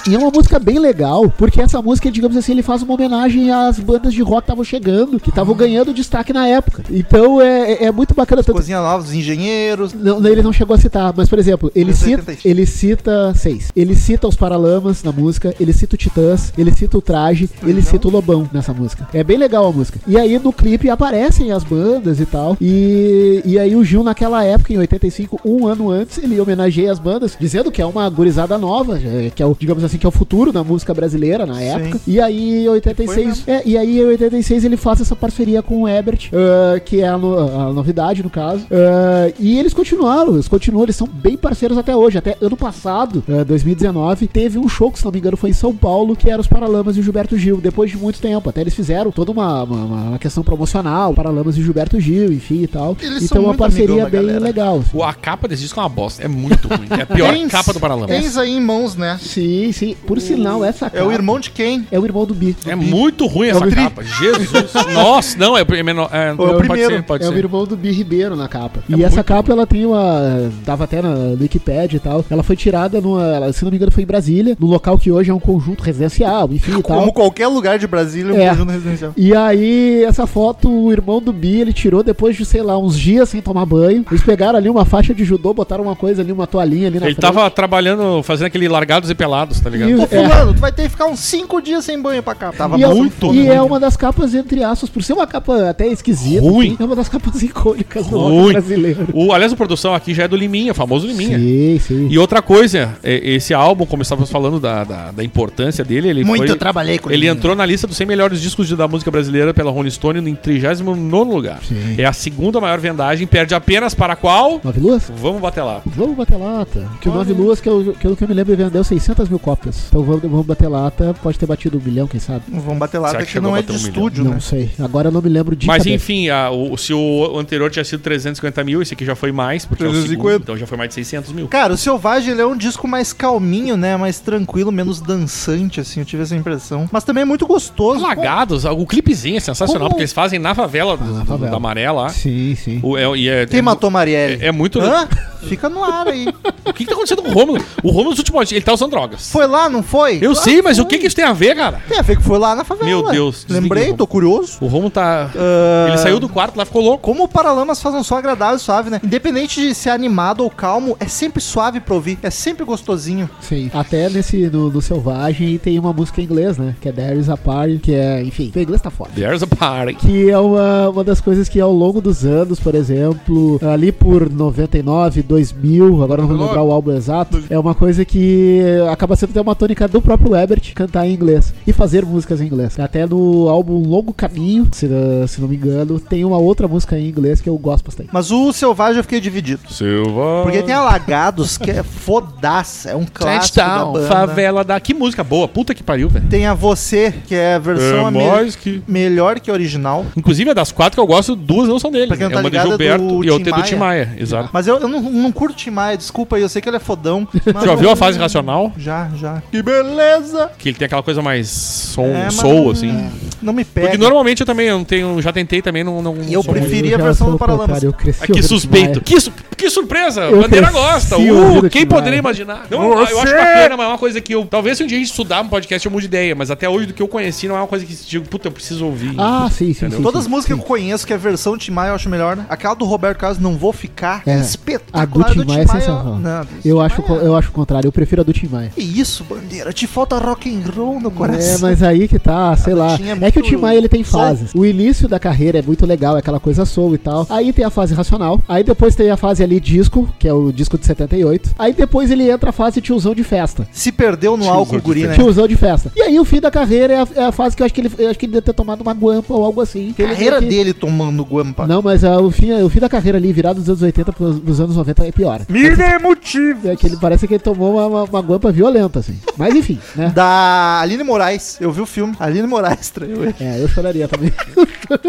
E é uma música bem legal, porque essa música, digamos assim, ele faz uma homenagem às bandas de rock que estavam chegando, que estavam ganhando destaque na época. Então é, é- é muito bacana. Tanto, Cozinha Nova, os engenheiros. não, não, ele não chegou a citar, mas por exemplo, ele Mas cita, 86. ele cita seis. Ele cita os Paralamas na música, ele cita o Titãs, ele cita o Traje, ele cita o Lobão nessa música. É bem legal a música. E aí no clipe aparecem as bandas e tal. E, e aí o Gil naquela época, em 85, um ano antes, ele homenageia as bandas, dizendo que é uma gurizada nova, é, que é o, digamos assim, que é o futuro da música brasileira na época. E aí em 86, é, e aí em 86 ele faz essa parceria com o Ebert, ah, que é a, no- a novidade no caso. Ah, e eles continuaram, eles continuam, eles são bem parceiros até hoje. Até ano passado, ah, 2019, teve um show, que se não me engano, foi em São Paulo, que era os Paralamas e o Gilberto Gil, depois de muito tempo. Até eles fizeram toda uma, uma- uma- uma questão promocional, Paralamas e o Gilberto Gil, enfim e tal. Eles então são uma muito parceria amigão da bem galera. legal. assim. O- A capa desse disco é uma bosta. É muito ruim. É a pior Tens- capa do Paralamas. Tens aí em mãos, né? Sim, sim. Por sinal, essa É o irmão de quem? É o irmão do Bi. É muito ruim essa o tri- capa. Jesus. Nossa, não, é, é menor. É, o pode primeiro. ser, É pode é o ser. irmão do Bi Ribeiro na capa. e essa capa, ela tem uma. Tava até na no Wikipedia e tal. Ela foi tirada numa. ela, se não me engano, foi em Brasília, no local que hoje é um conjunto residencial, enfim e Como tal. qualquer lugar de Brasília, um É. conjunto residencial. E aí, essa foto, o irmão do Bi, ele tirou depois de, sei lá, uns dias sem tomar banho. Eles pegaram ali uma faixa de judô, botaram uma coisa ali, uma toalhinha ali na Ele frente. tava trabalhando, fazendo aquele largados e pelados, tá ligado? E- Ô, é. fulano, tu vai ter que ficar uns 5 dias sem banho pra cá. Tava e é, muito e é uma das capas, entre aspas, por ser uma capa até esquisita, Ruim. assim, é uma das capas icônicas do Ruim. rock brasileiro. O, aliás, a produção aqui já é do Liminha, famoso Liminha. Sim, sim. E outra coisa, é- esse álbum, como estávamos falando da, da, da importância dele, ele Muito foi... trabalhei com Ele entrou na lista dos 100 melhores discos de- da música brasileira pela Rolling Stone em 39 lugar. É a segunda maior vendagem, perde apenas para qual? Nove luas? Vamos bater lá. Vamos bater lata. Que o Nove Luas, que eu, que eu, que eu me lembro, vendeu 600 mil cópias. Então vamos, vamos bater lata. Pode ter batido um milhão, quem sabe? Vamos bater lá, Será até que que chegou não a é bater de um milhão? estúdio, Não né? sei. Agora eu não me lembro de Mas cabeça. enfim, a- o, se o anterior tinha sido 350 mil, esse aqui já foi mais, porque é o segundo, 350. então já foi mais de 600 mil. Cara, o Selvagem ele é um disco mais calminho, né? Mais tranquilo, menos dançante, assim. Eu tive essa impressão. Mas também é muito gostoso. Lagados, o clipezinho é sensacional, Como- porque eles fazem na favela, do- na do- favela. da Maré lá. Sim, sim. O, é, e é, Quem é- matou Marielle? É, é muito. Hã? Fica no ar aí. O que, que tá acontecendo com o Romulo? O Romulo nos últimos dias, ele tá usando drogas. Foi lá, não foi? Eu sei, mas o que, que isso tem a ver, cara? Tem a ver que foi lá na favela. Meu Deus, desliga o Lembrei, Romulo. tô curioso. O Romulo tá. Ah, Ele saiu do quarto lá, ficou louco. Como o Paralamas faz um som agradável e suave, né? Independente de ser animado ou calmo, é sempre suave pra ouvir. É sempre gostosinho. Sim. Até nesse no, no Selvagem tem uma música em inglês, né? Que é There is a Party, que é, enfim, o inglês tá foda. There's a party. Que é uma, uma das coisas que ao longo dos anos, por exemplo, ali por 99, 2000, agora não vou lembrar o álbum exato, é uma coisa que acaba sendo até uma tônica do próprio Ebert cantar em inglês e fazer músicas em inglês. Até no álbum Longo Caminho, se, se não me engano, tem uma outra música em inglês que eu gosto bastante. Mas o Selvagem eu fiquei dividido. Silva. Porque tem Alagados, que é fodaça, é um clássico da banda. favela da. Que música boa, puta que pariu, velho. Tem a Você, que é a versão ame- que. melhor que a original. Inclusive, é das quatro que eu gosto, duas não são dele. Pra quem É não tá uma do ligado, é Gilberto do e outra Tim é do Tim Maia. Exato. Mas eu, eu não, não curto o Tim Maia, desculpa aí, eu sei que ele é fodão. mas Já eu- ouviu a fase racional? Já, já. Que beleza! Que ele tem aquela coisa mais som, É, mas soul, não- assim. Não me pega. Porque normalmente eu também eu não um tenho. Já tentei também, não. não E eu sou muito- prefiro- preferia Eu já a versão sou do o Paralamas. contrário, eu cresci Ah, que ouvindo surpeito! Maia. Que, su- que surpresa! Eu Bandeira cresci gosta! ouvindo Uh, Tim quem poderia Maia. imaginar? Não, eu acho bacana, mas é uma coisa que eu. Talvez se um dia a gente estudar um podcast eu mude ideia, mas até hoje do que eu conheci não é uma coisa que eu digo, puta, eu preciso ouvir. Ah, sim, sim, Entendeu? sim. Todas as sim, músicas sim. que eu conheço, que é a versão Tim Maia, eu acho melhor. né? Aquela do Roberto Carlos, Não Vou Ficar, é, É. espetacular. A do Tim Maia é sensacional. Não, Eu acho, co- eu acho o contrário, eu prefiro a do Tim Maia. Que isso, bandeira, te falta rock and roll no É, coração. mas aí que tá, sei lá. tinha É que o muito Tim Maia ele tem soul. fases. O início da carreira é muito legal, é aquela coisa soul e tal. Aí tem a fase racional. Aí depois tem a fase ali disco, que é o disco de 78. Aí depois ele entra a fase tiozão de festa. Se perdeu no álcool, guri, né? Tiozão de festa. E aí o fim da carreira é a, é a fase que eu acho que ele eu acho que ele deve ter tomado uma guampa ou algo assim. Que ele Carreira meio que- dele tomando guampa. Não, mas ah, o, fim, o fim da carreira ali, virado dos anos 80 pros, dos anos 90, é pior. Me dê motivo. É que ele parece que ele tomou uma, uma, uma guampa violenta, assim. Mas enfim, né? Da Aline Moraes. Eu vi o filme. Aline Moraes traiu ele. É, eu choraria também.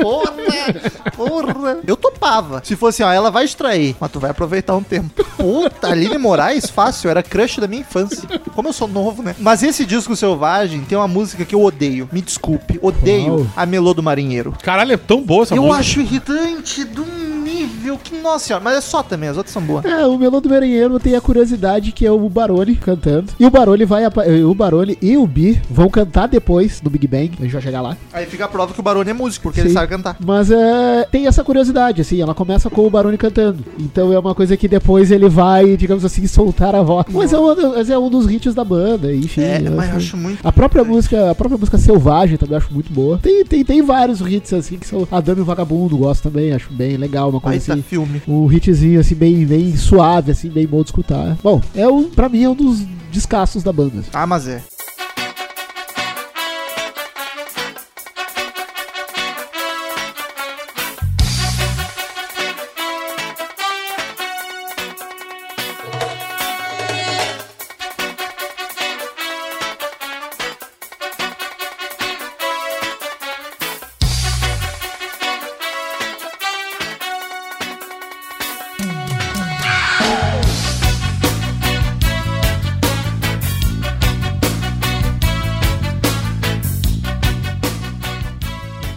Porra! Porra! Eu topava. Se fosse, ó, ela vai te trair, mas tu vai aproveitar um tempo. Puta, Aline Moraes, fácil. Era crush da minha infância. Como eu sou novo, né? Mas esse disco Selvagem tem uma música que eu odeio. Me desculpe. Odeio Qual? a Melô do Marinheiro. Caralho, é tão boa essa eu música. acho irritante de um nível que, nossa senhora, mas é só também, as outras são boas. É, o Melão do Maranheiro tem a curiosidade que é o Barone cantando. E o Barone vai. apa- eh, O Barone e o Bi vão cantar depois do Big Bang. A gente vai chegar lá. Aí fica a prova que o Barone é músico, porque ele Sim. sabe cantar. Mas é, tem essa curiosidade, assim. Ela começa com o Barone cantando. Então é uma coisa que depois ele vai, digamos assim, soltar a voz. Mas é, um, mas é um dos hits da banda, enfim. É, eu mas eu acho- acho muito. A própria música, a própria música Selvagem também eu acho muito boa. Tem, tem, tem vários hits assim que são a Dame e o Vagabundo, gosto também, acho bem legal, uma coisa Aí tá assim. filme. Um hitzinho assim, bem, bem suave, assim, bem bom de escutar. Bom, é um, pra mim é um dos descassos da banda. Ah, mas é.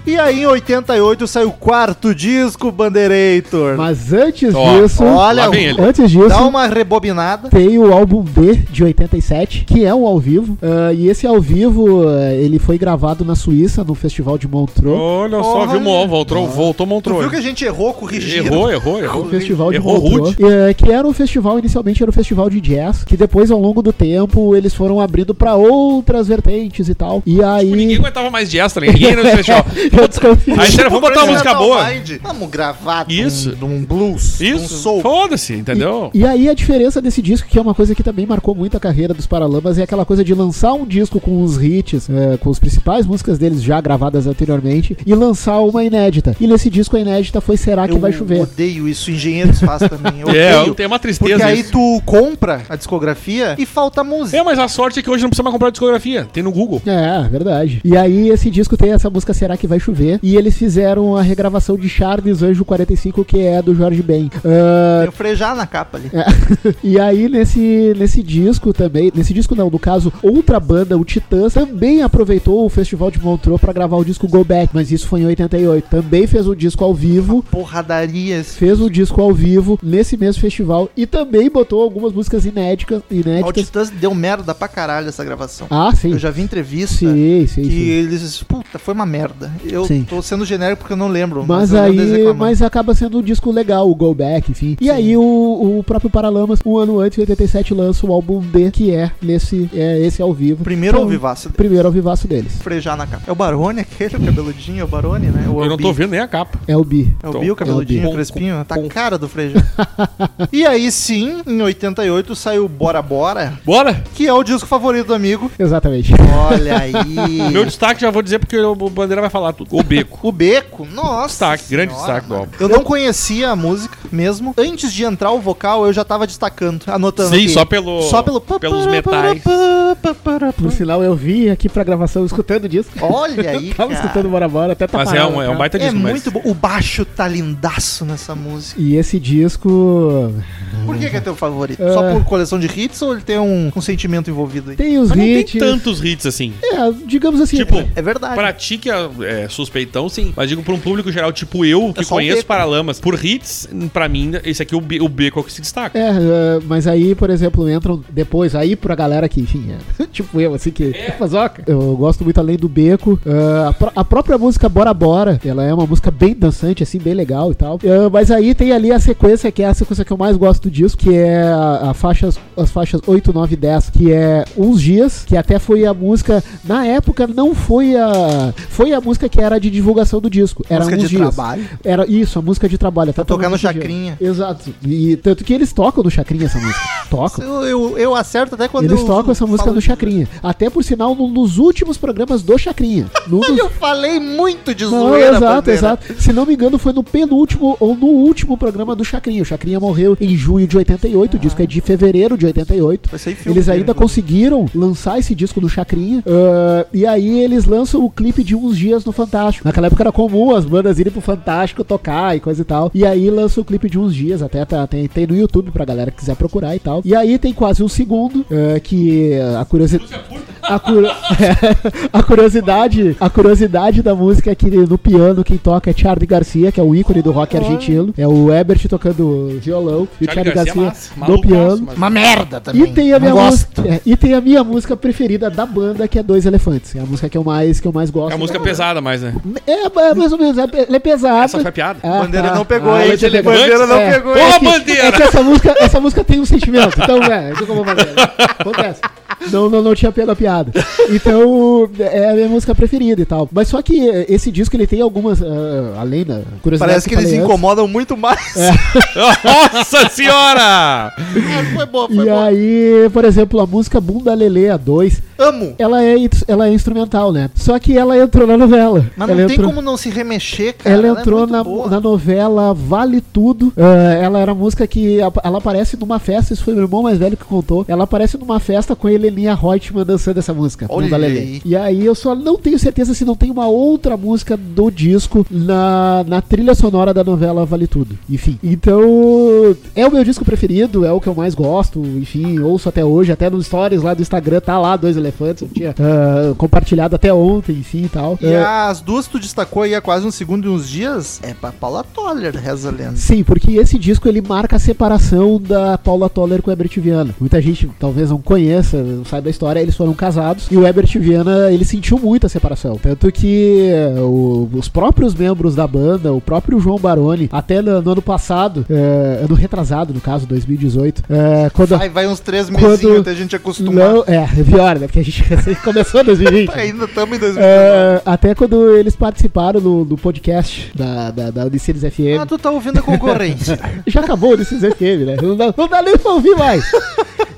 E aí, em 88, saiu o quarto disco, Bandeirator. Mas um- antes Ó, disso, Olha, um Lá vem ele. um- antes disso, dá uma rebobinada. Tem o álbum D de 87, que é um ao vivo. Ah, e esse ao vivo, ah, ele foi gravado na Suíça, no festival de Montreux. Olha só, Olha. viu, Mon, voltou, voltou Tu Montreux. viu que é a gente errou, corrigiu. Errou, errou, errou. O festival de Errou Montreux, eh, que era um festival, inicialmente era um festival de jazz, que depois, ao longo do tempo, eles foram abrindo pra outras vertentes e tal. E Tipo, Ninguém aí. aguentava mais de extra, ninguém no festival. Eu desconfio. Aí disseram, vamos botar uma Metal música boa. Mind, Vamos gravar de Isso. um, um blues, de um Isso, soul. foda-se, entendeu? E aí a diferença desse disco, que é uma coisa que também marcou muito a carreira dos Paralamas, é aquela coisa de lançar um disco com os hits, eh, com as principais músicas deles já gravadas anteriormente, e lançar uma inédita. E nesse disco a inédita foi Será É um que vai chover? odeio isso, engenheiros faz também. Eu É, odeio. tem uma porque tristeza aí isso. tu compra a discografia e falta música. É, mas a sorte é que hoje não precisa mais comprar discografia, tem no Google. É, verdade. E aí esse disco tem essa música Será que vai chover? E eles fizeram a regravação de Charles Anjo 45, que é do Jorge Ben. Ah, Tem o frejar na capa ali. É. e aí nesse, nesse disco também, nesse disco não, no caso, outra banda, o Titãs, também aproveitou o Festival de Montreux pra gravar o disco Go Back, mas isso foi em 88. Também fez um disco ao vivo. Porradaria. esse- Fez o disco ao vivo nesse mesmo festival e também botou algumas músicas inédicas. O inéditas. Titãs deu merda pra caralho essa gravação. Ah, sim. Eu já vi entrevista Sim, sim, É. que sim. eles. Puta, Puta, foi uma merda. Eu Sim. tô sendo genérico porque eu não lembro. Mas eu não desejo aí, reclamar. mas acaba sendo um disco legal, o Go Back, enfim. E aí o, o próprio Paralamas, um ano antes, em 87, lança o álbum D, que é nesse é esse ao vivo. Primeiro Então, ao vivaço, Primeiro ao vivaço deles. frejar na cara. É o Barone aquele, o cabeludinho, é o Barone, né? O Eu não tô Albi. vendo nem a capa. É o Bi. É o Bill, cabeludinho, Albi. crespinho, tá a cara do Frejá. e aí sim, em 88 saiu Bora Bora, Bora! que é o disco favorito do amigo. Exatamente. Olha aí. Meu destaque já vou dizer porque o Bandeira vai falar tudo. O Beco. O Beco, nossa. Destaque, grande senhora, destaque do mano. álbum. Eu não conhecia a música mesmo. Antes de entrar o vocal, eu já tava destacando, Tá anotando. Sim, aqui. só pelo- Só pelo. pelos metais. Por sinal, eu é vim aqui pra gravação escutando o disco. Olha aí. Eu tava cara. escutando Bora Bora, até tá Mas é parado, um, é cara. um baita É disco, mas... muito bom. O baixo tá lindaço nessa música. E esse disco Por que, que é teu favorito? É. Só por coleção de hits ou ele tem um, um sentimento envolvido aí? tem os Mas não hits. tem tantos hits assim. É, digamos assim. Tipo, É verdade. pra ti que é, é suspeitão, sim. Mas digo pra um público geral, tipo eu, que só o conheço Beco. Paralamas, por hits, pra mim, esse aqui, o, Be o Beco é o que se destaca. É, é, mas aí, por exemplo, entram depois, aí pra galera que, enfim, é, tipo eu, assim, que é fazoca. Eu gosto muito além do beco. é, a, pró- a própria música Bora Bora, ela é uma música bem dançante, assim, bem legal e tal. É, mas aí tem ali a sequência, que é a sequência que eu mais gosto do disco, que é a, a faixas, as faixas 8, 9 e 10, que é Uns Dias, que até foi a música, na época não foi a. Foi a música que era de divulgação do disco. Era um música Uns de Dias. trabalho. Era isso, a música de trabalho. Tá tocar no Chacrinha. Chacrinha. Exato. E tanto que eles tocam no Chacrinha essa música. Tocam. Eu, eu, eu acerto até quando Eles eu tocam essa música falo no de- Chacrinha. Até por sinal, num dos últimos programas do Chacrinha. Num dos- Eu falei muito de Não, zoeira, exato, Bandeira. exato. Se não me engano, foi no penúltimo ou no último programa do Chacrinha. O Chacrinha morreu em junho de 88, o disco é de fevereiro de 88. Vai sair filme né? Eles dele, ainda inclusive. conseguiram lançar esse disco do Chacrinha. ah, e aí eles lançam o clipe de uns dias no Fantástico. Naquela época era comum as bandas irem pro Fantástico tocar e coisa e tal. E aí lança o clipe de uns dias, até tá- tem, tem no YouTube pra galera que quiser procurar e tal. E aí tem quase um segundo, ah, que a curiosidade. é A, curi- a curiosidade a curiosidade da música é que no piano quem toca é Charlie Garcia, que é o ícone do rock argentino. É o Ebert tocando violão e o Charlie Garcia, é massa, no malucaço, piano. mas- Uma merda também. E tem, a minha Não gosto. música, é, e tem a minha música preferida da banda, que é Dois Elefantes. É a música que eu mais, que eu mais gosto. É a música pesada mais, né? É, é mais ou menos, é, ela é pesada. Essa foi a piada. Ah, Bandeira tá. não pegou, Ah, hein? ela é Bandeira não É. pegou, É hein? que- Boa, Bandeira! É que essa música, essa música tem um sentimento. Então, é, o que eu vou fazer? Acontece. Não, não, não tinha pego a piada. Então, é a minha música preferida e tal. Mas só que eh, esse disco, ele tem algumas, ah, além da curiosidade Parece que eu eles falei antes, incomodam muito mais. Nossa senhora! Foi boa, foi E boa. aí, por exemplo, a música Bunda Lelê, a 2, Amo. ela é, ela é instrumental, né? Só que ela entrou na novela. Mas ela não tem entrou, como não se remexer, cara. ela é entrou muito na, boa. na novela Vale Tudo. Ah, ela era a música que. ap- Ela aparece numa festa, isso foi meu irmão mais velho que contou. Ela aparece numa festa com a Heleninha Reutemann dançando essa música. Olha Bunda Lelê. aí. E aí eu só não tenho certeza se não tem uma outra música do disco na, na trilha sonora da novela Vale Tudo. Enfim. Então, é o meu disco preferido, é o que eu mais gosto. Enfim, ouço até hoje, até nos stories lá do Instagram, tá lá, dois elefantes. Eu tinha ah, compartilhado até ontem, enfim e tal. E Ah, as duas que tu destacou aí há quase um segundo e uns dias é pra Paula Toller, reza a lenda. Sim, porque esse disco ele marca a separação da Paula Toller com o Herbert Viana. Muita gente talvez não conheça, não saiba a história, eles foram casados e o Herbert Viana ele sentiu muito a separação. Tanto que eh, o- os próprios membros da banda, o próprio João Baroni, até no, no ano passado, eh, ano retrasado, no caso, 2018, eh, quando. Vai, vai uns três Quando- mesinhos até a gente acostumar. Não, é, pior, né? Porque a gente recém começou em 2020. Ainda estamos em 2019. Eh, até quando eles participaram do, do podcast da, da, da Unicinos FM. Ah, tu tá ouvindo a concorrência. Já acabou o Decision FM, né? Não dá, não dá nem pra ouvir mais.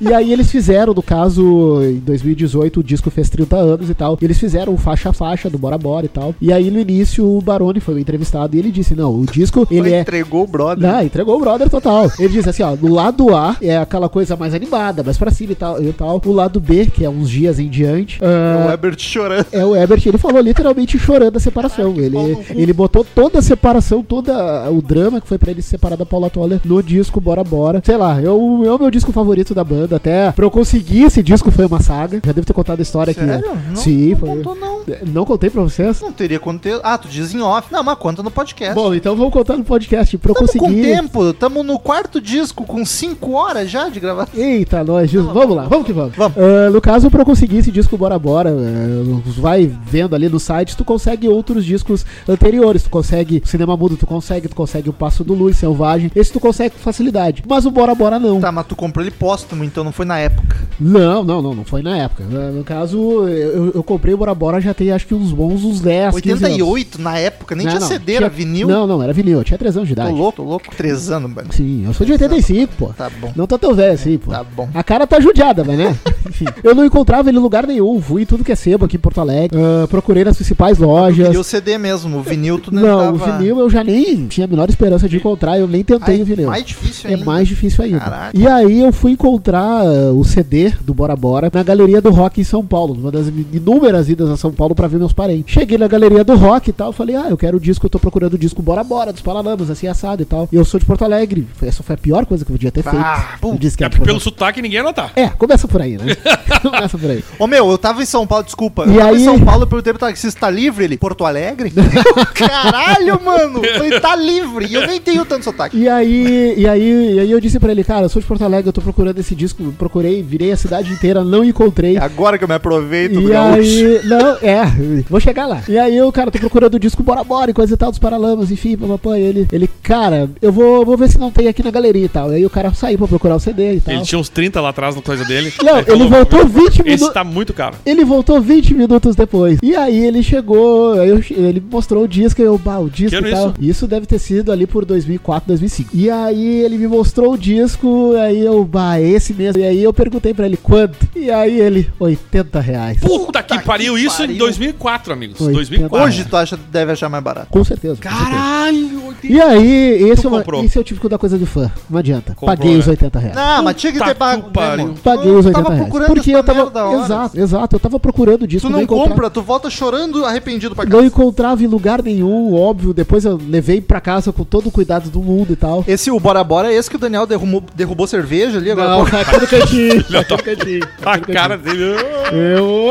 E aí eles fizeram, no caso, em 2018, o disco fez 30 anos e tal. Eles fizeram o faixa a faixa do Bora Bora e tal. E aí no início o Barone foi entrevistado e ele disse: Não, o disco ele é. Entregou o brother. Ah, entregou o brother total. Ele diz assim, ó, no lado A é aquela coisa mais animada, mais pra cima e tal, e tal. O lado B, que é uns dias em diante, O ah, Herbert chorando. é o Ebert, ele falou literalmente chorando a separação. Ele, ele botou toda a separação, todo o drama que foi pra ele se separar da é Paula Toller no disco Bora Bora. Sei lá, eu, é o meu disco favorito da banda. Até pra eu conseguir esse disco disco foi uma saga. Já devo ter contado a história aqui. Sério? Não, Sim, não foi. contou, não. Não contei pra vocês? Não teria contexto. Ah, tu diz em off. Não, mas conta no podcast. Bom, então vamos contar no podcast pra eu Tamo com conseguir. tempo, tamo no quarto disco, com 5 horas já de gravar. Eita, nós, Jesus. vamos lá, vamos que vamos. Vamos. Ah, no caso, pra eu conseguir esse disco Bora Bora, ah, vai vendo ali no site, tu consegue outros discos anteriores, tu consegue Cinema Mudo, tu consegue, tu consegue O Passo do Luz, Selvagem, esse tu consegue com facilidade. Mas o Bora Bora não. Tá, mas tu comprou ele póstumo, então não foi na época. Não, não, não, não foi na época. Ah, No caso, eu, eu comprei o Bora Bora já tem acho que uns bons, uns 10, 15 anos. 88, na época, nem Não, tinha não, CD, era vinil. Não, não, era vinil, eu tinha 3 anos de Tô idade. louco, tô louco. Três anos, mano. Sim, eu sou de 85, pô. Tá bom. Não tá tão velho assim, pô. Tá bom. A cara tá judiada, mas né? Enfim. Eu não encontrava ele em lugar nenhum. Fui em tudo que é sebo aqui em Porto Alegre. Ah, procurei nas principais E lojas. o CD mesmo, o vinil tu não, Não, o tava- vinil eu já nem tinha a menor esperança de encontrar. Eu nem tentei Ai, o vinil. Mais difícil É ainda. mais difícil ainda. Caraca. E aí eu fui encontrar ah, o CD do Bora Bora na Galeria do Rock em São Paulo, numa das inúmeras idas a São Paulo pra ver meus parentes. Cheguei na Galeria do Rock e tal, falei, ah, eu quero o disco, eu tô procurando o disco Bora Bora, dos Paralamas, assim, assado e tal. E eu sou de Porto Alegre, Foi- essa foi a pior coisa que eu podia ter feito. Ah, Eu disse que É era porque de pelo Porto sotaque ninguém ia notar. é, começa por aí, né? começa por aí. Ô meu, eu tava em São Paulo, desculpa. E eu tava aí? em São Paulo pelo tempo taxista tá livre, ele. Porto Alegre? Caralho, mano! Eu Falei, tá livre. E eu nem tenho tanto sotaque. E aí, e aí, e aí eu disse pra ele, cara, eu sou de Porto Alegre, eu tô procurando esse disco, procurei, virei a cidade inteira, não encontrei. É agora que eu me aproveito do E gaúcho. aí, não, é, vou chegar lá. E aí eu, cara, tô procurando o disco Bora Bora e coisa e tal, dos Paralamas, enfim, papai, ele, ele, cara, eu vou, vou ver se não tem aqui na galeria e tal. E aí o cara saiu pra procurar o CD e tal. Ele tinha uns 30 lá atrás na coisa dele. Tá. Não, Aí falou, ele voltou 20 minutos. Esse tá muito caro. Ele voltou 20 minutos depois. E aí ele chegou, aí eu che- ele mostrou o disco, eu, bah, o disco ano e tal. isso? Isso deve ter sido ali por 2004, 2005. E aí ele me mostrou o disco, aí eu, bah, é esse mesmo. E aí eu perguntei pra ele quanto. E aí ele, 80 reais. Puta que pariu, isso em pariu. 2004, amigos. Oitenta. 2004. Hoje tu acha deve achar mais barato. Com certeza. com certeza. Caralho! E aí, esse Tu é, uma, comprou. esse é o típico da coisa do fã. Não adianta. Comprou, Paguei os né? 80 reais. Não, mas tinha que Puta ter que pago. né, pariu. Paguei os 80 tava reais. procurando Porque essa eu tava. merda há horas. Exato, exato. Eu tava procurando o disco. Tu não encontrava- compra, tu volta chorando arrependido pra Não casa. encontrava em lugar nenhum, óbvio. Depois eu levei pra casa com todo o cuidado do mundo e tal. Esse, o Bora Bora, é esse que o Daniel derrumou, derrubou cerveja ali agora. Não, tá tudo cantinho. Tá tô- tudo cantinho. A cara dele. né? Eu.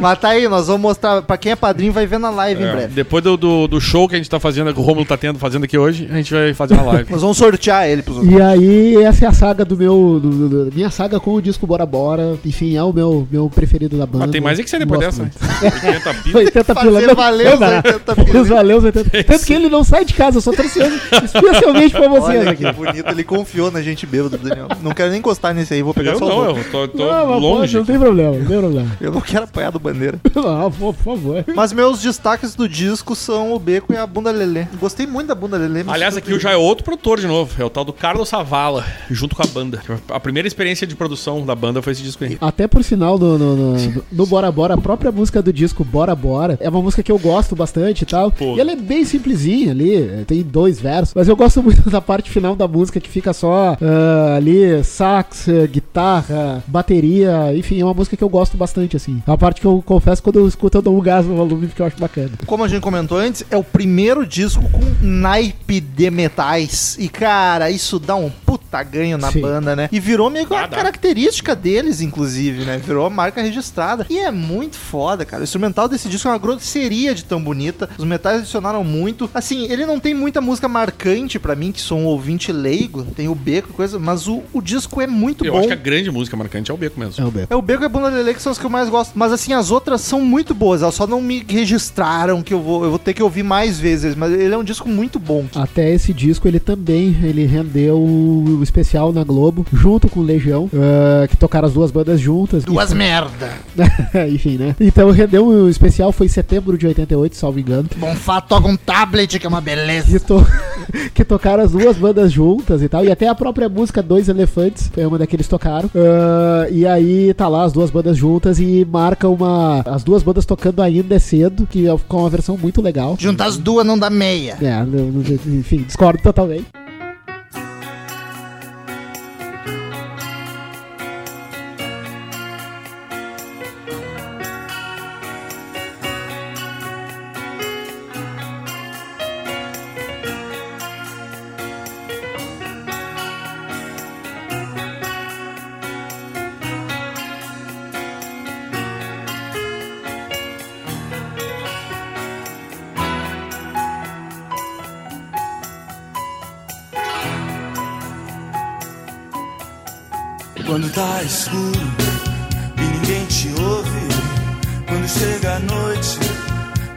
Mas tá aí, nós vamos mostrar. Pra quem é padrinho, vai ver na live em É, breve. depois do, do, do show que a gente tá fazendo, que o Romulo tá tendo, fazendo aqui hoje, a gente vai fazer uma live. Nós vamos sortear ele pros outros. E aí, essa é a saga do meu. do- do- do- minha saga com o disco Bora Bora. Enfim, é o meu, meu preferido da banda. Mas tem mais é que ser depois dessa, Gosto né? muito. 80 pila. 80 pila. Fazer não- valer não os né? dá. 80 pila. Os valeu os 80 pila. Tanto que ele não sai de casa, eu só trouxe hoje especialmente pra vocês Olha aqui. que bonito, ele confiou na gente bêbado, Daniel. Não quero nem encostar nesse aí, vou pegar Eu só o não, outro. eu tô, tô Não, mas pode, longe. não tem problema, não tem problema. Eu não quero apanhar do bandeira. Não, pô, por favor. Mas meus destaques do disco são o Beco e a Bunda Lelê. Gostei muito da Bunda Lelê. mas Aliás, tudo aqui eu bem. já é outro produtor de novo. É o tal do Carlos Savala, junto com a banda. A primeira experiência de produção da banda foi esse disco aí. Até por sinal, no, no, no- no Bora Bora, a própria música do disco Bora Bora é uma música que eu gosto bastante e tal. Pô. E ela é bem simplesinha ali, eh, tem dois versos. Mas eu gosto muito da parte final da música que fica só ah, ali sax, eh, guitarra, bateria. Enfim, é uma música que eu gosto bastante, assim. É uma parte que eu confesso quando eu escuto eu dou um gás no volume porque eu acho bacana. Como a gente comentou antes, é o primeiro disco com naipe de metais. E, cara, isso dá um puta ganho na Sim. banda, né? E virou meio que uma Ah, dá. característica deles, inclusive, né? Virou a marca registrada. E é muito foda, cara. O instrumental desse disco é uma grosseria de tão bonita. Os metais adicionaram muito. Assim, ele não tem muita música marcante pra mim, que sou um ouvinte leigo. Tem o Beco e coisa, mas o, o disco é muito eu bom. acho que a grande música marcante é o Beco mesmo. É o Beto. É o Beco e a Bunda Lelê que são as que eu mais gosto. Mas assim, as outras são muito boas. Elas só não me registraram que eu vou, eu vou ter que ouvir mais vezes. Mas ele é um disco muito bom. Até esse disco ele também ele rendeu o especial na Globo junto com Legião, ah, que tocaram as duas bandas juntas. Duas merda. Enfim, né? Então rendeu o especial foi em setembro de 88, salvo engano. Bonfá toca um tablet, que é uma beleza. Que, to... que tocaram as duas bandas juntas e tal. E até a própria música Dois Elefantes é uma daqueles tocaram. Ah, e aí tá lá as duas bandas juntas e marca uma. As duas bandas tocando ainda é cedo, que é com uma versão muito legal. Juntar as duas não dá meia. É, não- não- enfim, discordo totalmente. Quando tá escuro e ninguém te ouve, quando chega a noite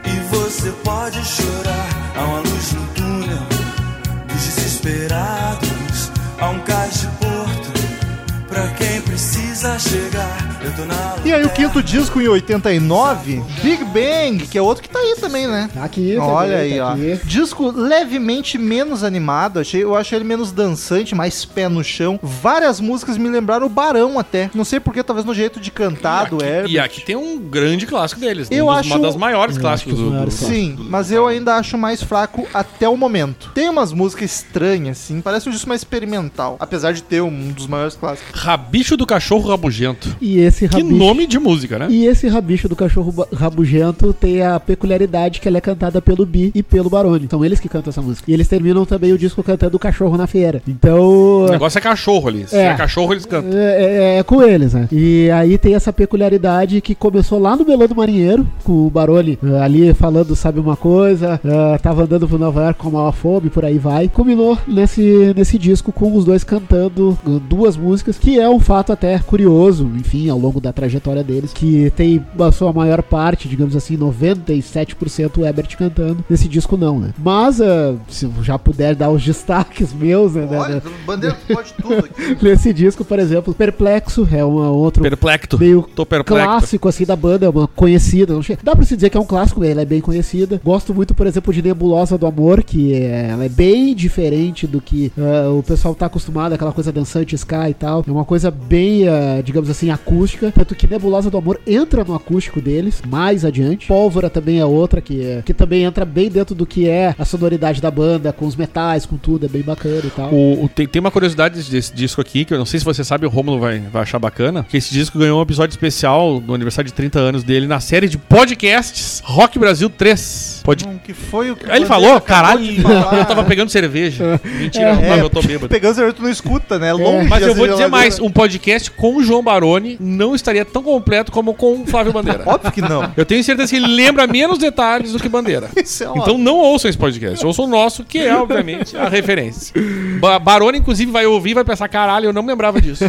e você pode chorar, há uma luz no túnel dos desesperados, há um cais de porto pra quem precisa chegar. Eu tô na E aí o quinto disco em 89, Big Bang, que é outro que tá aí também, né? Tá aqui, tá Olha aqui, aí, tá ó. aqui. Disco levemente menos animado, achei, eu achei ele menos dançante, mais pé no chão. Várias músicas me lembraram o Barão até. Não sei porquê, talvez no jeito de cantar do Herbert. E aqui tem um grande clássico deles. É, Eu um dos- acho- Uma das maiores Eu acho que clássicos os do, do, maiores Sim, mas eu ainda acho mais fraco até o momento. Tem umas músicas estranhas, assim. Parece um disco mais experimental. Apesar de ter um dos maiores clássicos. Rabicho do Cachorro Rabugento. E esse Que rabicho. nome de música, né? E esse rabicho do cachorro ba- rabugento tem a peculiaridade que ela é cantada pelo Bi e pelo Barone. São eles que cantam essa música. E eles terminam também o disco cantando o cachorro na feira. Então. O negócio é cachorro ali. Se É. é cachorro, eles cantam. É, é- é com eles, né? E aí tem essa peculiaridade que começou lá no Melão do Marinheiro, com o Baroni eh, ali falando, sabe uma coisa, eh, tava andando pro Nova York com a maior fome, por aí vai. Combinou nesse, nesse disco com os dois cantando eh, duas músicas, que é um fato até curioso, enfim, ao longo da trajetória deles, que tem a sua maior parte, digamos assim, 97% o Ebert cantando. Nesse disco não, né? Mas, eh, se eu já puder dar os destaques meus, né? né, né, bandeira pode tudo aqui. Nesse disco, por exemplo, Perplexo é um outro Perplecto. meio Tô perplexo. clássico assim da banda, é uma conhecida. não che- Dá pra se dizer que é um clássico, ela é bem conhecida. Gosto muito, por exemplo, de Nebulosa do Amor, que é, ela é bem diferente do que ah, o pessoal tá acostumado, aquela coisa dançante, ska e tal. É uma coisa bem, ah, digamos assim, acústica. Tanto que Nebulosa do Amor entra no acústico deles, mais adiante. Pólvora também é outra, que, é- que também entra bem dentro do que é a sonoridade da banda, com os metais, com tudo, é bem bacana e tal. O, o- tem, tem uma curiosidade desse disco aqui, que eu não sei se você sabe, o Romulo vai, vai achar bacana, que esse disco ganhou um episódio especial do aniversário de 30 anos dele na série de podcasts Rock Brasil 3. Pod... um que foi o que. Aí ele o falou, Bandeira acabou caralho, de falar. eu tava pegando cerveja. Mentira, É. mas eu tô bêbado. Pegando cerveja, tu não escuta, né? É longe. Mas eu assim, vou dizer geladeira. mais, um podcast com o João Baroni não estaria tão completo como com o Flávio Bandeira. Óbvio que não. Eu tenho certeza que ele lembra menos detalhes do que Bandeira. Isso é Então não ouçam esse podcast, ouçam o nosso, que é, obviamente, a referência. Ba Barone, inclusive, vai ouvir e vai pensar, caralho, eu não me lembrava disso.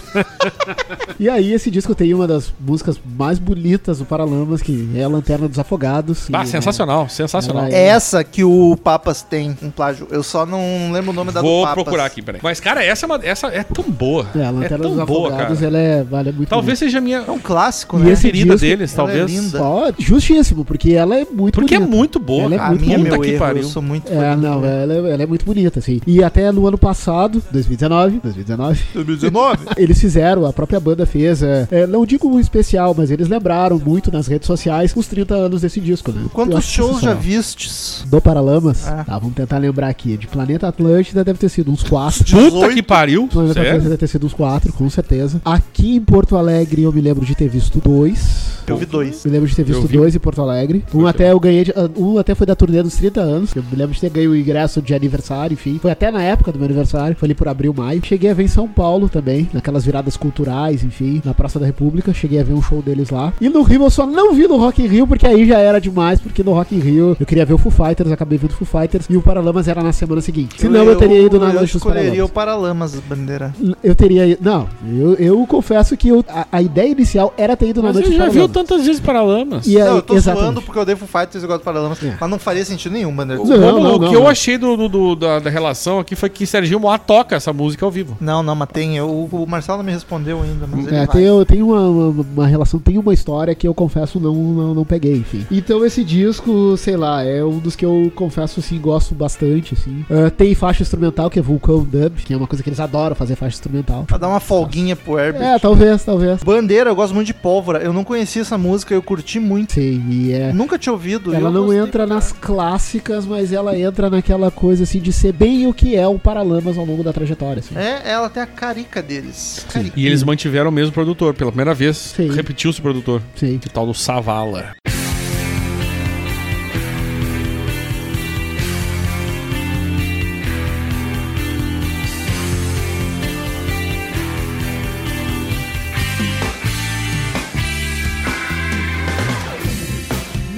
E aí, esse disco tem uma das músicas mais bonitas do Paralamas, que é a Lanterna dos Afogados. Ah, E, sensacional, sensacional. Ela É essa que o Papas tem, um plágio. Eu só não lembro o nome da do Vou Papas. procurar aqui, peraí. Mas, cara, essa é, uma- essa é tão boa. É, a É Lanterna dos tão boa, Afogados, cara. ela é, vale, é muito Talvez seja a minha É um clássico, E né? esse preferida disco, deles, ela é talvez. linda. bonita. Ó, justíssimo, porque ela é muito Porque é bonita. muito boa. Ela é cara. A muito minha, Puta Ah, meu que erro, pariu. né? eu sou muito É, não, ela, é- ela é muito bonita, assim. E até no ano passado, 2019, 2019, 2019? eles fizeram, a própria banda fez, é, é, não digo um especial, mas eles lembraram muito nas redes sociais os 30 anos desse disco, né? Eu Quantos acho shows já sensacional. vistes? Do Paralamas? Ah. Tá, vamos tentar lembrar aqui. De Planeta Atlântida deve ter sido uns quatro. Puta que pariu. Planeta Atlântida Sério? deve ter sido uns quatro, com certeza. Aqui em Porto Alegre eu me lembro de ter visto dois. Eu vi dois. Me lembro de ter visto Eu vi. dois em Porto Alegre. Um até eu ganhei. de- ah, um até foi da turnê dos 30 anos. Eu me lembro de ter ganho o ingresso de aniversário, enfim. Foi até na época do meu aniversário. Foi ali por abril, maio. Cheguei a ver em São Paulo também. Naquelas viradas culturais, enfim. Na Praça da República. Cheguei a ver um show deles lá. E no Rio eu só não vi no Rock in Rio, porque aí já era demais. Porque no Rock in Rio eu queria ver o Foo Fighters. Acabei vendo o Foo Fighters. E o Paralamas era na semana seguinte. Senão eu, teria ido na Eu noite dos Paralamas. escolheria o Paralamas, bandeira. Eu teria ido. Não, eu, eu confesso que eu- a, a ideia inicial era ter ido na Mas noite ele dos já viu Paralamas. tantas vezes Paralamas. E aí, não, eu tô exatamente. É. zoando porque eu odeio Foo Fighters e gosto do Paralamas. Mas não faria sentido nenhum, bandeira. Não, Como- não, o que não, eu não. achei do, do- do- da, da relação aqui foi que Serginho Moá toca essa música ao vivo. Não, não, mas tem. eu- o Marcelo não me respondeu ainda, mas ele É, vai. tem, eu tenho uma, uma- uma relação, tem uma história que eu confesso não, não, não peguei, enfim. Então esse disco, sei lá, é um dos que eu confesso assim, gosto bastante, assim. Ah, tem faixa instrumental, que é Vulcão Dub, que é uma coisa que eles adoram fazer faixa instrumental. Pra dar uma folguinha pro Herbert. É, talvez, talvez. Bandeira, eu gosto muito de Pólvora. Eu não conhecia essa música, eu curti muito. Sei, e é. Nunca tinha ouvido. Ela eu não gostei, entra cara. nas clássicas, mas ela entra naquela coisa assim de ser bem o que é o Paralamas ao longo da trajetória. Assim. É, ela tem a carica deles. Carica. E eles mantiveram o mesmo produtor. Pela primeira vez, Sim. repetiu-se o produtor. Sim. Que tal do Savala.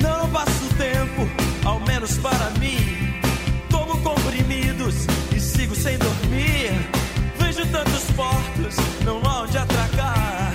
Não passo tempo, ao menos para mim. Tomo comprimidos e sigo sem dormir. Vejo tantos portos, não há onde atracar.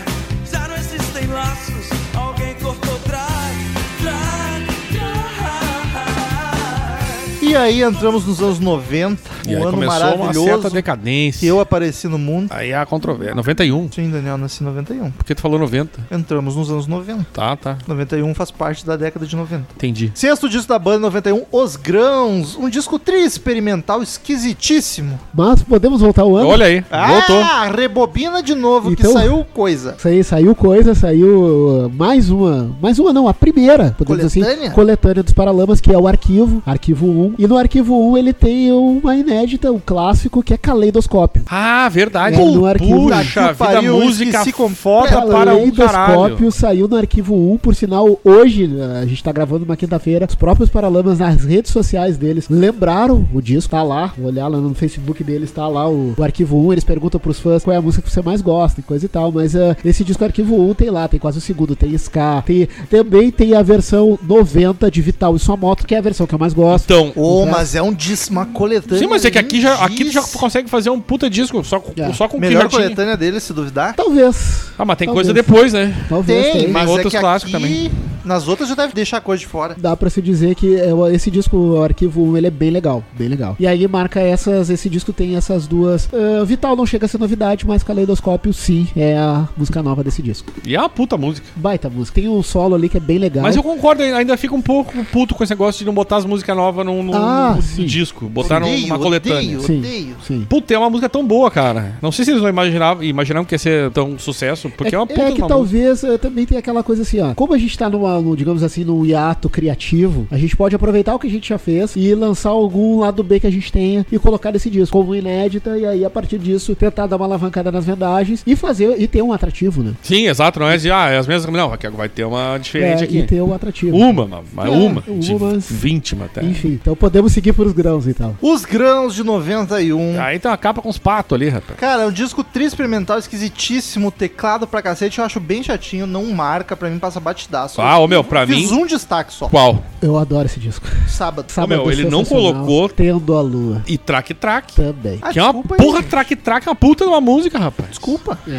E aí entramos nos anos 90, E aí um ano começou uma certa maravilhoso que decadência. eu apareci no mundo. Aí a controvérsia. 91. Sim, Daniel, nasci em 91. Por que tu falou 90? Entramos nos anos 90. Tá, tá. 91 faz parte da década de 90. Entendi. Sexto disco da banda 91, Os Grãos. Um disco tri experimental esquisitíssimo. Mas podemos voltar o ano? Olha aí, voltou. Ah, rebobina de novo, que Então- saiu coisa. Isso aí, saiu coisa, saiu uh, mais uma, mais uma não, a primeira, podemos dizer assim, Coletânea? coletânea dos Paralamas, que é o arquivo, arquivo 1. E no arquivo 1 ele tem uma inédita, um clássico, que é Caleidoscópio. Ah, verdade. É, no arquivo. Puxa, que pariu, vida, eu música esqueci com foda. foda para um caralho. Caleidoscópio saiu no arquivo 1, por sinal, hoje, a gente tá gravando uma quinta-feira, os próprios Paralamas nas redes sociais deles lembraram o disco, tá lá, vou olhar lá no Facebook deles, tá lá o, o arquivo 1, eles perguntam pros fãs qual é a música que você mais gosta e coisa e tal, mas eh, esse disco arquivo 1 tem lá, tem quase o segundo, tem Ska, tem, também tem a versão 90 de Vital e Sua Moto, que é a versão que eu mais gosto. Então, Ô, mas é um disco, uma coletânea. sim, mas é que aqui já, aqui tu já lindíssima. consegue fazer um puta disco só com, É. só com o que já Melhor tinha. coletânea dele, se duvidar. Tá, é Talvez, Ah, mas tem Talvez. coisa depois, né? talvez tenha. mas- outros clássicos também. Nas outras já deve deixar coisa de fora. dá pra se dizer que é, o- esse disco, o arquivo 1, ele é bem legal, bem legal. E aí marca essas, esse disco tem essas duas. ah, Vital não chega a ser novidade, mas Caleidoscópio sim é a música nova desse disco. E é uma puta música. Baita música. Tem um solo ali que é bem legal. Mas eu concordo, ainda fico um pouco puto com esse negócio de não botar as músicas novas num, num- Ah, num sim. disco. Botar num- numa coletânea. Odeio, Sim. odeio. Sim. Puta, é uma música tão boa, cara. Não sei se eles não imaginavam, imaginavam que ia ser tão sucesso, porque é, uma puta é de que uma música. talvez eh, também tem aquela coisa assim, ó. Como a gente tá numa, num, digamos assim, num hiato criativo, a gente pode aproveitar o que a gente já fez e lançar algum lado B que a gente tenha e colocar nesse disco como inédita e aí a partir disso tentar dar uma alavancada nas vendagens e fazer e ter um atrativo, né? Sim, exato, não é de, ah, é as mesmas. Não, aqui vai ter uma diferente É, aqui. Um E ter o atrativo. Uma, mas mas É, uma. De umas- 20, mas até. Enfim, então podemos seguir por os grãos então. e tal. Os Grãos de 91. Aí tem uma capa com os patos ali, rapaz. Cara, é um disco tri-experimental, esquisitíssimo, teclado pra cacete, eu acho bem chatinho, não marca, pra mim passa batidaço. Ah, ô meu, pra Fiz mim. um destaque só, Qual? Eu adoro esse disco. sábado. Sábado meu, ele não sensacional. colocou- Tendo a Lua E track track. também. Ah, que é uma desculpa aí, porra track track, é uma puta de uma música, rapaz. Desculpa. E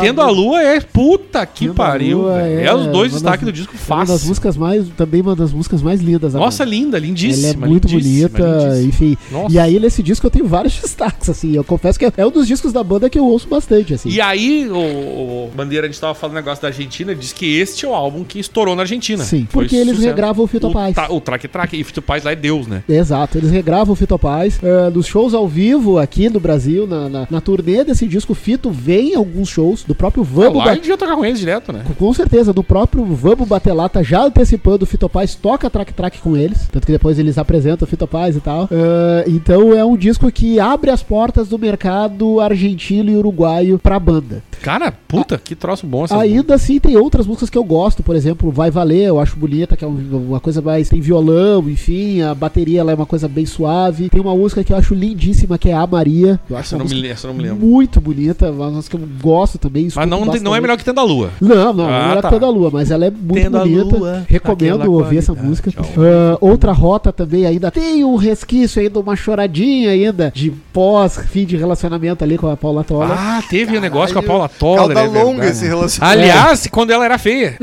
tendo a lua é puta que Tendo a pariu. Lua velho. É, é os dois uma destaques do das- disco Uma das fácil. músicas mais. Também uma das músicas mais lindas da Nossa, banda. linda, Ela lindíssima. é muito lindíssima, bonita, lindíssima. enfim. Nossa. E aí, nesse disco, eu tenho vários destaques, assim. Eu confesso que é um dos discos da banda que eu ouço bastante, assim. E aí, o, o Bandeira, a gente tava falando um negócio da Argentina, ele disse que este é o álbum que estourou na Argentina. Sim, Foi porque eles sucesso. regravam o Fito o, Paz. tra- o Track Track, e Fito Paz lá é Deus, né? Exato, eles regravam o Fito Paz. eh, nos shows ao vivo aqui no Brasil, na, na, na turnê desse disco, o Fito vem em alguns shows do próprio Vamos Lá da, ele devia tocar com eles direto, né? Com certeza, do próprio Vamos Bater Lata, já antecipando, o Fitopaz toca track track com eles. Tanto que depois eles apresentam o Fitopaz e tal. Ah, então é um disco que abre as portas do mercado argentino e uruguaio pra banda. Cara, puta, que troço bom essa Ainda assim, tem outras músicas que eu gosto, por exemplo, Vai Valer, eu acho bonita, que é um- uma coisa mais. Tem violão, enfim, a bateria ela é uma coisa bem suave. Tem uma música que eu acho lindíssima, que é A Maria. Eu acho Essa eu uma não, me, música le- essa eu não me lembro. muito bonita, uma música que eu gosto também. Mas escuto não, tem- não é bastante. melhor que Tenda Lua. Não, não, Ah, não era tá. Tenda Lua, mas ela é muito Tenda bonita. Lua, Recomendo aquela ouvir essa qualidade, música. ó. Ah, outra rota também ainda tem um resquício ainda, uma choradinha ainda de pós-fim de relacionamento ali com a Paula Tola. Ah, teve um negócio com a Paula Calda Toller. é longa verdade. esse relacionamento. É. Aliás, quando ela era feia.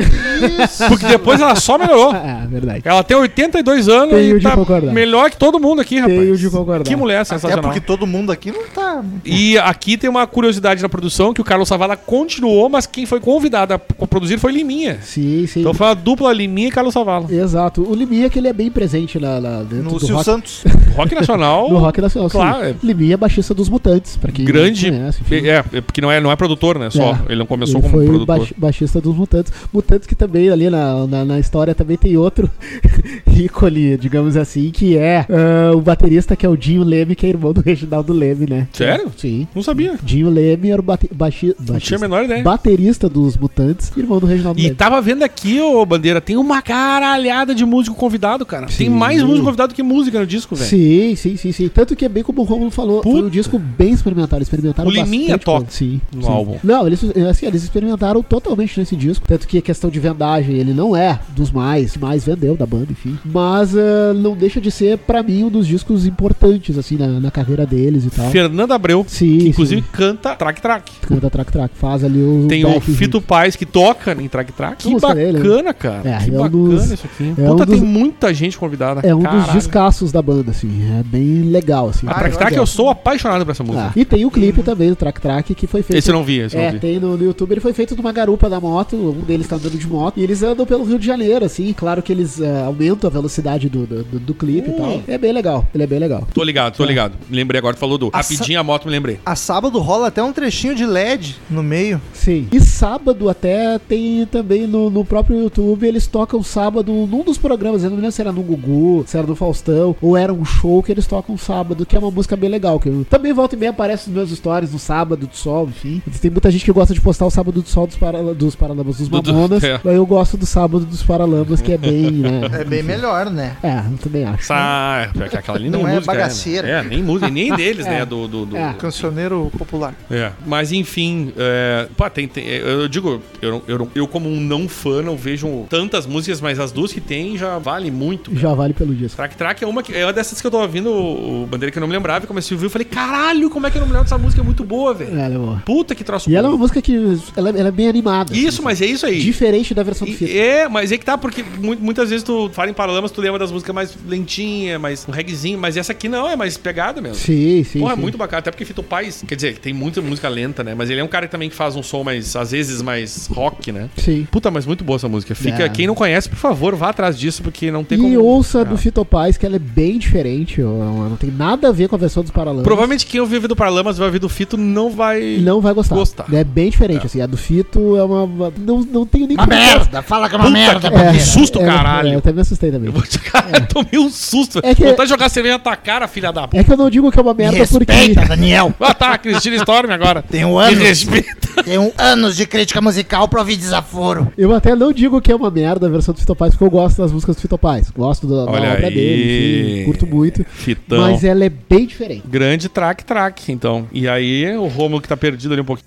Porque depois ela só melhorou. Ah, verdade. Ela tem 82 anos Tenho e de tá concordar. melhor que todo mundo aqui, rapaz. Tenho de concordar. Que mulher Até sensacional. É porque todo mundo aqui não tá... E aqui tem uma curiosidade na produção que o Carlos Savala continuou, mas quem foi convidado a p- produzir foi Liminha. Sim, sim. Então foi uma dupla Liminha e Carlos Savala. Exato. O Liminha que ele é bem presente na, na- dentro No do Silvio rock, Santos. Rock Nacional. no rock nacional. Claro, é. Sim. Liminha é baixista dos Mutantes, pra quem Grande. conhece, enfim. É, é, porque não é, não é produtor, né? Só. É. Ele não começou Ele como foi produtor. baix- baixista dos Mutantes. Mutantes que também ali na, na, na história também tem outro ícone, digamos assim, que é ah, o baterista que é o Dinho Leme, que é irmão do Reginaldo Leme, né? Sério? Sim. Não sabia. Dinho Leme era o bate, baixi, Não tinha a baixista, menor ideia. baterista dos Mutantes, irmão do Reginaldo E Leme. tava vendo aqui, ô Bandeira, tem uma caralhada de músico convidado, cara. Tem Sim. mais músico convidado que música no disco, velho. Sim, sim, sim, sim. Tanto que é bem como o Romulo falou, foi Puta. um disco bem experimentado. Eles experimentaram O Liminha bastante toca coisa. Sim, no sim. álbum. Não, eles, assim, eles experimentaram totalmente nesse disco. Tanto que a questão de vendagem, ele não é dos mais, que mais vendeu da banda, enfim. Mas ah, não deixa de ser, pra mim, um dos discos importantes, assim, na, na carreira deles e tal. Fernanda Abreu, Sim, que sim. inclusive canta Track Track. Canta Track Track, faz ali o. Tem o back Fito Paz que toca em Track Track. Eu Que gostei dele, bacana, cara. É, que é um bacana dos- isso aqui. é Puta, um dos- tem muita gente convidada. É um Caralho. dos descassos da banda, assim. É bem legal, assim. A Track é Track eu sou apaixonado por essa música. Ah, E tem o clipe também do Track Track que foi feito. Esse eu não vi, esse eu é, não vi. tem no, no YouTube, ele foi feito numa garupa da moto, um deles tá andando de moto, e eles andam pelo Rio de Janeiro, assim, claro que eles ah, aumentam a velocidade do, do, do- do clipe e tal. É bem legal, ele é bem legal. Tô ligado, tô ligado. Me lembrei agora, tu falou do Essa- Rapidinho a moto, me lembrei. A sábado rola até um trechinho de LED no meio. Sim. E sábado até tem também no, no próprio YouTube, eles tocam sábado num dos programas, eu não lembro se era no Gugu, se era no Faustão, ou era um show que eles tocam sábado, que é uma música bem legal, que eu- também volta e meia aparece nos meus stories no sábado do sol, enfim. Tem muita gente que gosta de postar o sábado do sol dos, para, dos Paralamas dos Do- do- Mamonas, é. mas eu gosto do sábado dos Paralamas, que é bem, né? É bem melhor, né? É, eu também acho. Essa... pior que Aquela ali nem Não é música, né? bagaceira. É, nem música, nem deles, né? Do, do, do- É. Cancioneiro popular. É, mas enfim, é, pá, tem- tem- eu eu digo, eu, não- eu, não- eu como um não fã não vejo tantas músicas, mas as duas que tem já vale muito. cara. Já vale pelo disco. Track Track é uma, que, é uma dessas que eu tô ouvindo, o o Bandeira que eu não me lembrava, e comecei a ouvir, eu falei, caralho, como é que eu não me lembro dessa música? É muito boa, velho. É, boa. Puta que troço E ela é bom. uma música que ela, ela é bem animada. Isso, assim, mas é isso aí. Diferente da versão do E- fita. É, mas é que tá, porque mu- muitas vezes tu fala em Paralamas, tu lembra das músicas mais lentinha, mais um reggaezinho, mas essa aqui não, é mais pegada mesmo. Sim, sim. Porra, é sim. muito bacana, até porque Fito Paz, quer dizer, tem muita música lenta, né? Mas ele é um cara que também que faz um som mais, às vezes, mais rock, né? Sim. Puta, mas muito boa essa música. Fica, É. quem não conhece, por favor, vá atrás disso, porque não tem E como... ouça Ah. do Fito Paz, que ela é bem diferente. ó, Ela não tem nada a ver com a versão dos Paralamas. Provavelmente quem ouviu do Paralamas vai ouvir do Fito não vai... Não vai gostar. Gostar. É bem diferente, assim. A do Fito é uma... uma- Não, não tenho nem... Uma como- merda, fala que é uma merda, que- Bandeira. Que susto, é, caralho. é, eu até me assustei também. Vou te- Cara, eu tomei um susto. É que- Vontade de jogar cerveja na tua cara, filha da puta. É que eu não digo que é uma Me merda respeita, porque... Daniel. Ah, tá, Cristina Storm agora. um Tenho Me anos, respeita. tenho anos de crítica musical pra ouvir desaforo. Eu até não digo que é uma merda a versão do Fito Paz, porque eu gosto das músicas do Fito Paz. Gosto da, da Olha obra aí. Então. dele, enfim, curto muito. Fitão. Mas ela é bem diferente. Grande track, track, então. E aí, o Romulo que tá perdido ali um pouquinho.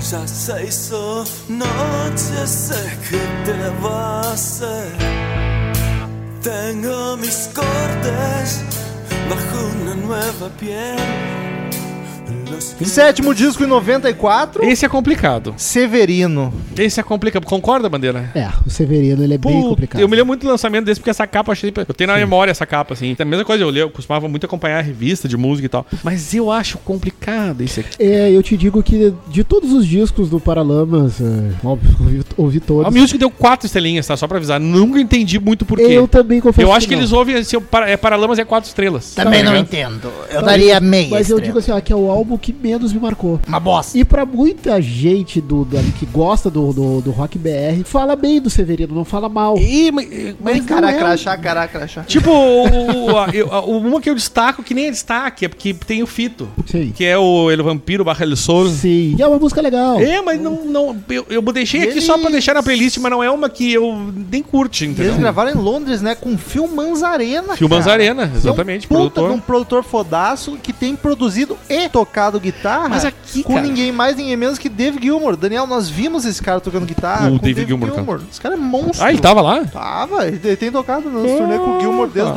Já sei, só noche sé que te vas Tengo mis cortes bajo una nueva piel. Los Sétimo disco em 94. Esse é complicado. Severino. Esse é complicado. Concorda, Bandeira? É, o Severino, ele é bem Puta, complicado. Eu me lembro muito do lançamento desse, porque essa capa eu achei. Eu tenho na memória essa capa, assim. É a mesma coisa, eu, li, eu costumava muito acompanhar a revista de música e tal. Mas eu acho complicado esse aqui. É, eu te digo que de todos os discos do Paralamas, é, óbvio, ouvi, ouvi todos. A Music deu quatro estrelinhas, tá? Só pra avisar. Nunca entendi muito por quê. eu Eu, também confesso acho que não. eles ouvem. assim, o para- é Paralamas é quatro estrelas. Também Tá não ligado? entendo. Eu daria meia Mas eu estrela. digo assim, ó, que é o álbum que menos me marcou. Uma bosta. E pra muita gente do, do- que gosta do, do, do Rock BR, fala bem do Severino, não fala mal. Ih, mas, eh, mas um Mas um Cara, não é- crachá, cara, crachá. Tipo, o, o- a- eu- a- uma que eu destaco, que nem é destaque, é porque tem o Fito. Sim. Que é o El Vampiro Barra del Sol. Sim. E é uma música legal. É, mas não. não eu, eu deixei aqui só pra deixar na playlist, mas não é uma que eu nem curte, E Eles entendeu? gravaram em Londres, né? Com Phil Manzarena. Phil cara. Manzarena, Que é um exatamente, puta produtor. de um produtor fodaço que tem produzido e tocado guitarra Mas aqui, com cara- ninguém mais, ninguém menos que Dave Gilmour. Daniel, nós vimos esse cara tocando guitarra O com Dave Gilmour, cara. Esse cara é monstro. Ah, ele tava lá? Tava, ele tem tocado no turnê com o Gilmour desde Ah.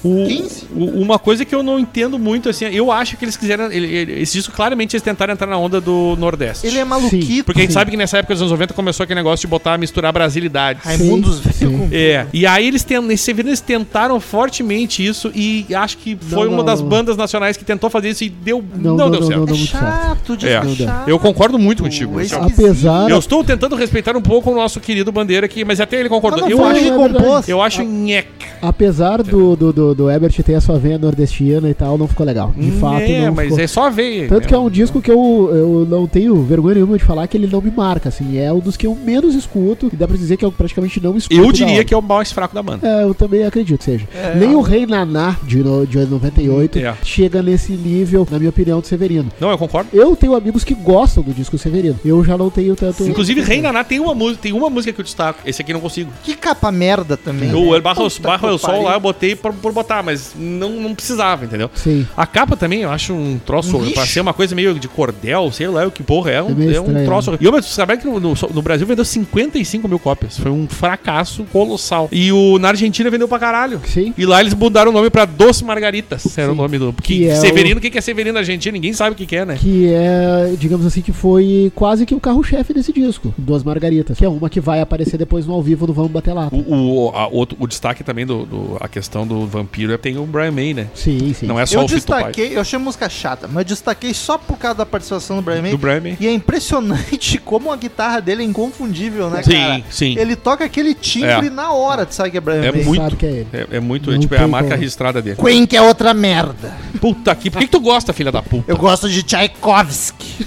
2015. O- o- uma coisa que eu não entendo muito, assim, eu acho que eles quiseram. ele- ele- esse disco, claramente, eles tentaram entrar na onda do Nordeste. Ele é maluquito. Porque a gente Sim. sabe que nessa época dos anos 90 começou aquele negócio de botar, misturar brasilidades. Raimundos veio com É, e aí eles, ten- nesse evento eles tentaram fortemente isso e acho que foi não, uma das não. bandas nacionais que tentou fazer isso e deu. Não, Não, não, deu não, certo. não, É deu muito chato, de É. é. chato. Eu concordo muito contigo. Esse é. Michel. Apesar... Eu estou tentando respeitar um pouco o nosso querido Bandeira aqui, mas até ele concordou. Mas não Eu foi acho, ele que é verdade. compôs. eu acho nhec. Apesar do, do, do, do Ebert ter a sua veia nordestina e tal, não ficou legal. De fato, É, não mas ficou. é né? só ver. Tanto que é um disco que eu, eu não tenho vergonha nenhuma de falar que ele não me marca, assim. É um dos que eu menos escuto, e dá pra dizer que eu praticamente não escuto. Eu da diria obra. que é o mais fraco da banda. É, eu também acredito que seja. Nem o Rei Naná de, no- de 98 um- É. chega nesse nível, na minha opinião, do Severino. Não, eu concordo. Eu tenho amigos que gostam do disco Severino. Eu já não tenho tanto. Inclusive, Rei Naná tem uma música, tem uma música que eu destaco. Esse aqui eu não consigo. Que capa merda também. né? O El Barro, Barro que El Sol pariu. lá eu botei por, por botar, mas não, não precisava, entendeu? Sim. A capa também eu acho um troço, Um lixo. pra ser uma coisa meio de cordel, sei lá o que porra, é um, É meio é um estranho, troço. E eu, mas você sabe que no, no- no Brasil vendeu vendeu 55 mil cópias. Foi um fracasso colossal. E o na Argentina vendeu pra caralho. Sim. E lá eles mudaram o nome pra Doce Margaritas. Era o nome do. Porque Que é Severino, o que que é Severino na Argentina? Ninguém sabe o que que é, né? Que é, digamos assim, que foi quase que o carro-chefe desse disco, Duas Margaritas, que é uma que vai aparecer depois no ao vivo do Vamos Bater Lá. O, o, a- outro- o destaque também do, do- a questão do vampiro é tem o Brian May, né? Sim, sim. Não é só Eu o Fito Pai. destaquei, eu achei a música chata, mas eu destaquei só por causa da participação do Brian May. Do Brian May. E é impressionante como a guitarra dele é inconfundível, né, Sim, cara? sim. Ele toca aquele timbre É. na hora, tu sabe que é Brian É May. muito. sabe que é ele. É, é muito, é, Não tipo, é a tem marca como. registrada dele. Queen que é outra merda. Puta que. Por que, que tu gosta, filha da puta? Eu gosto de Tchaikovsky,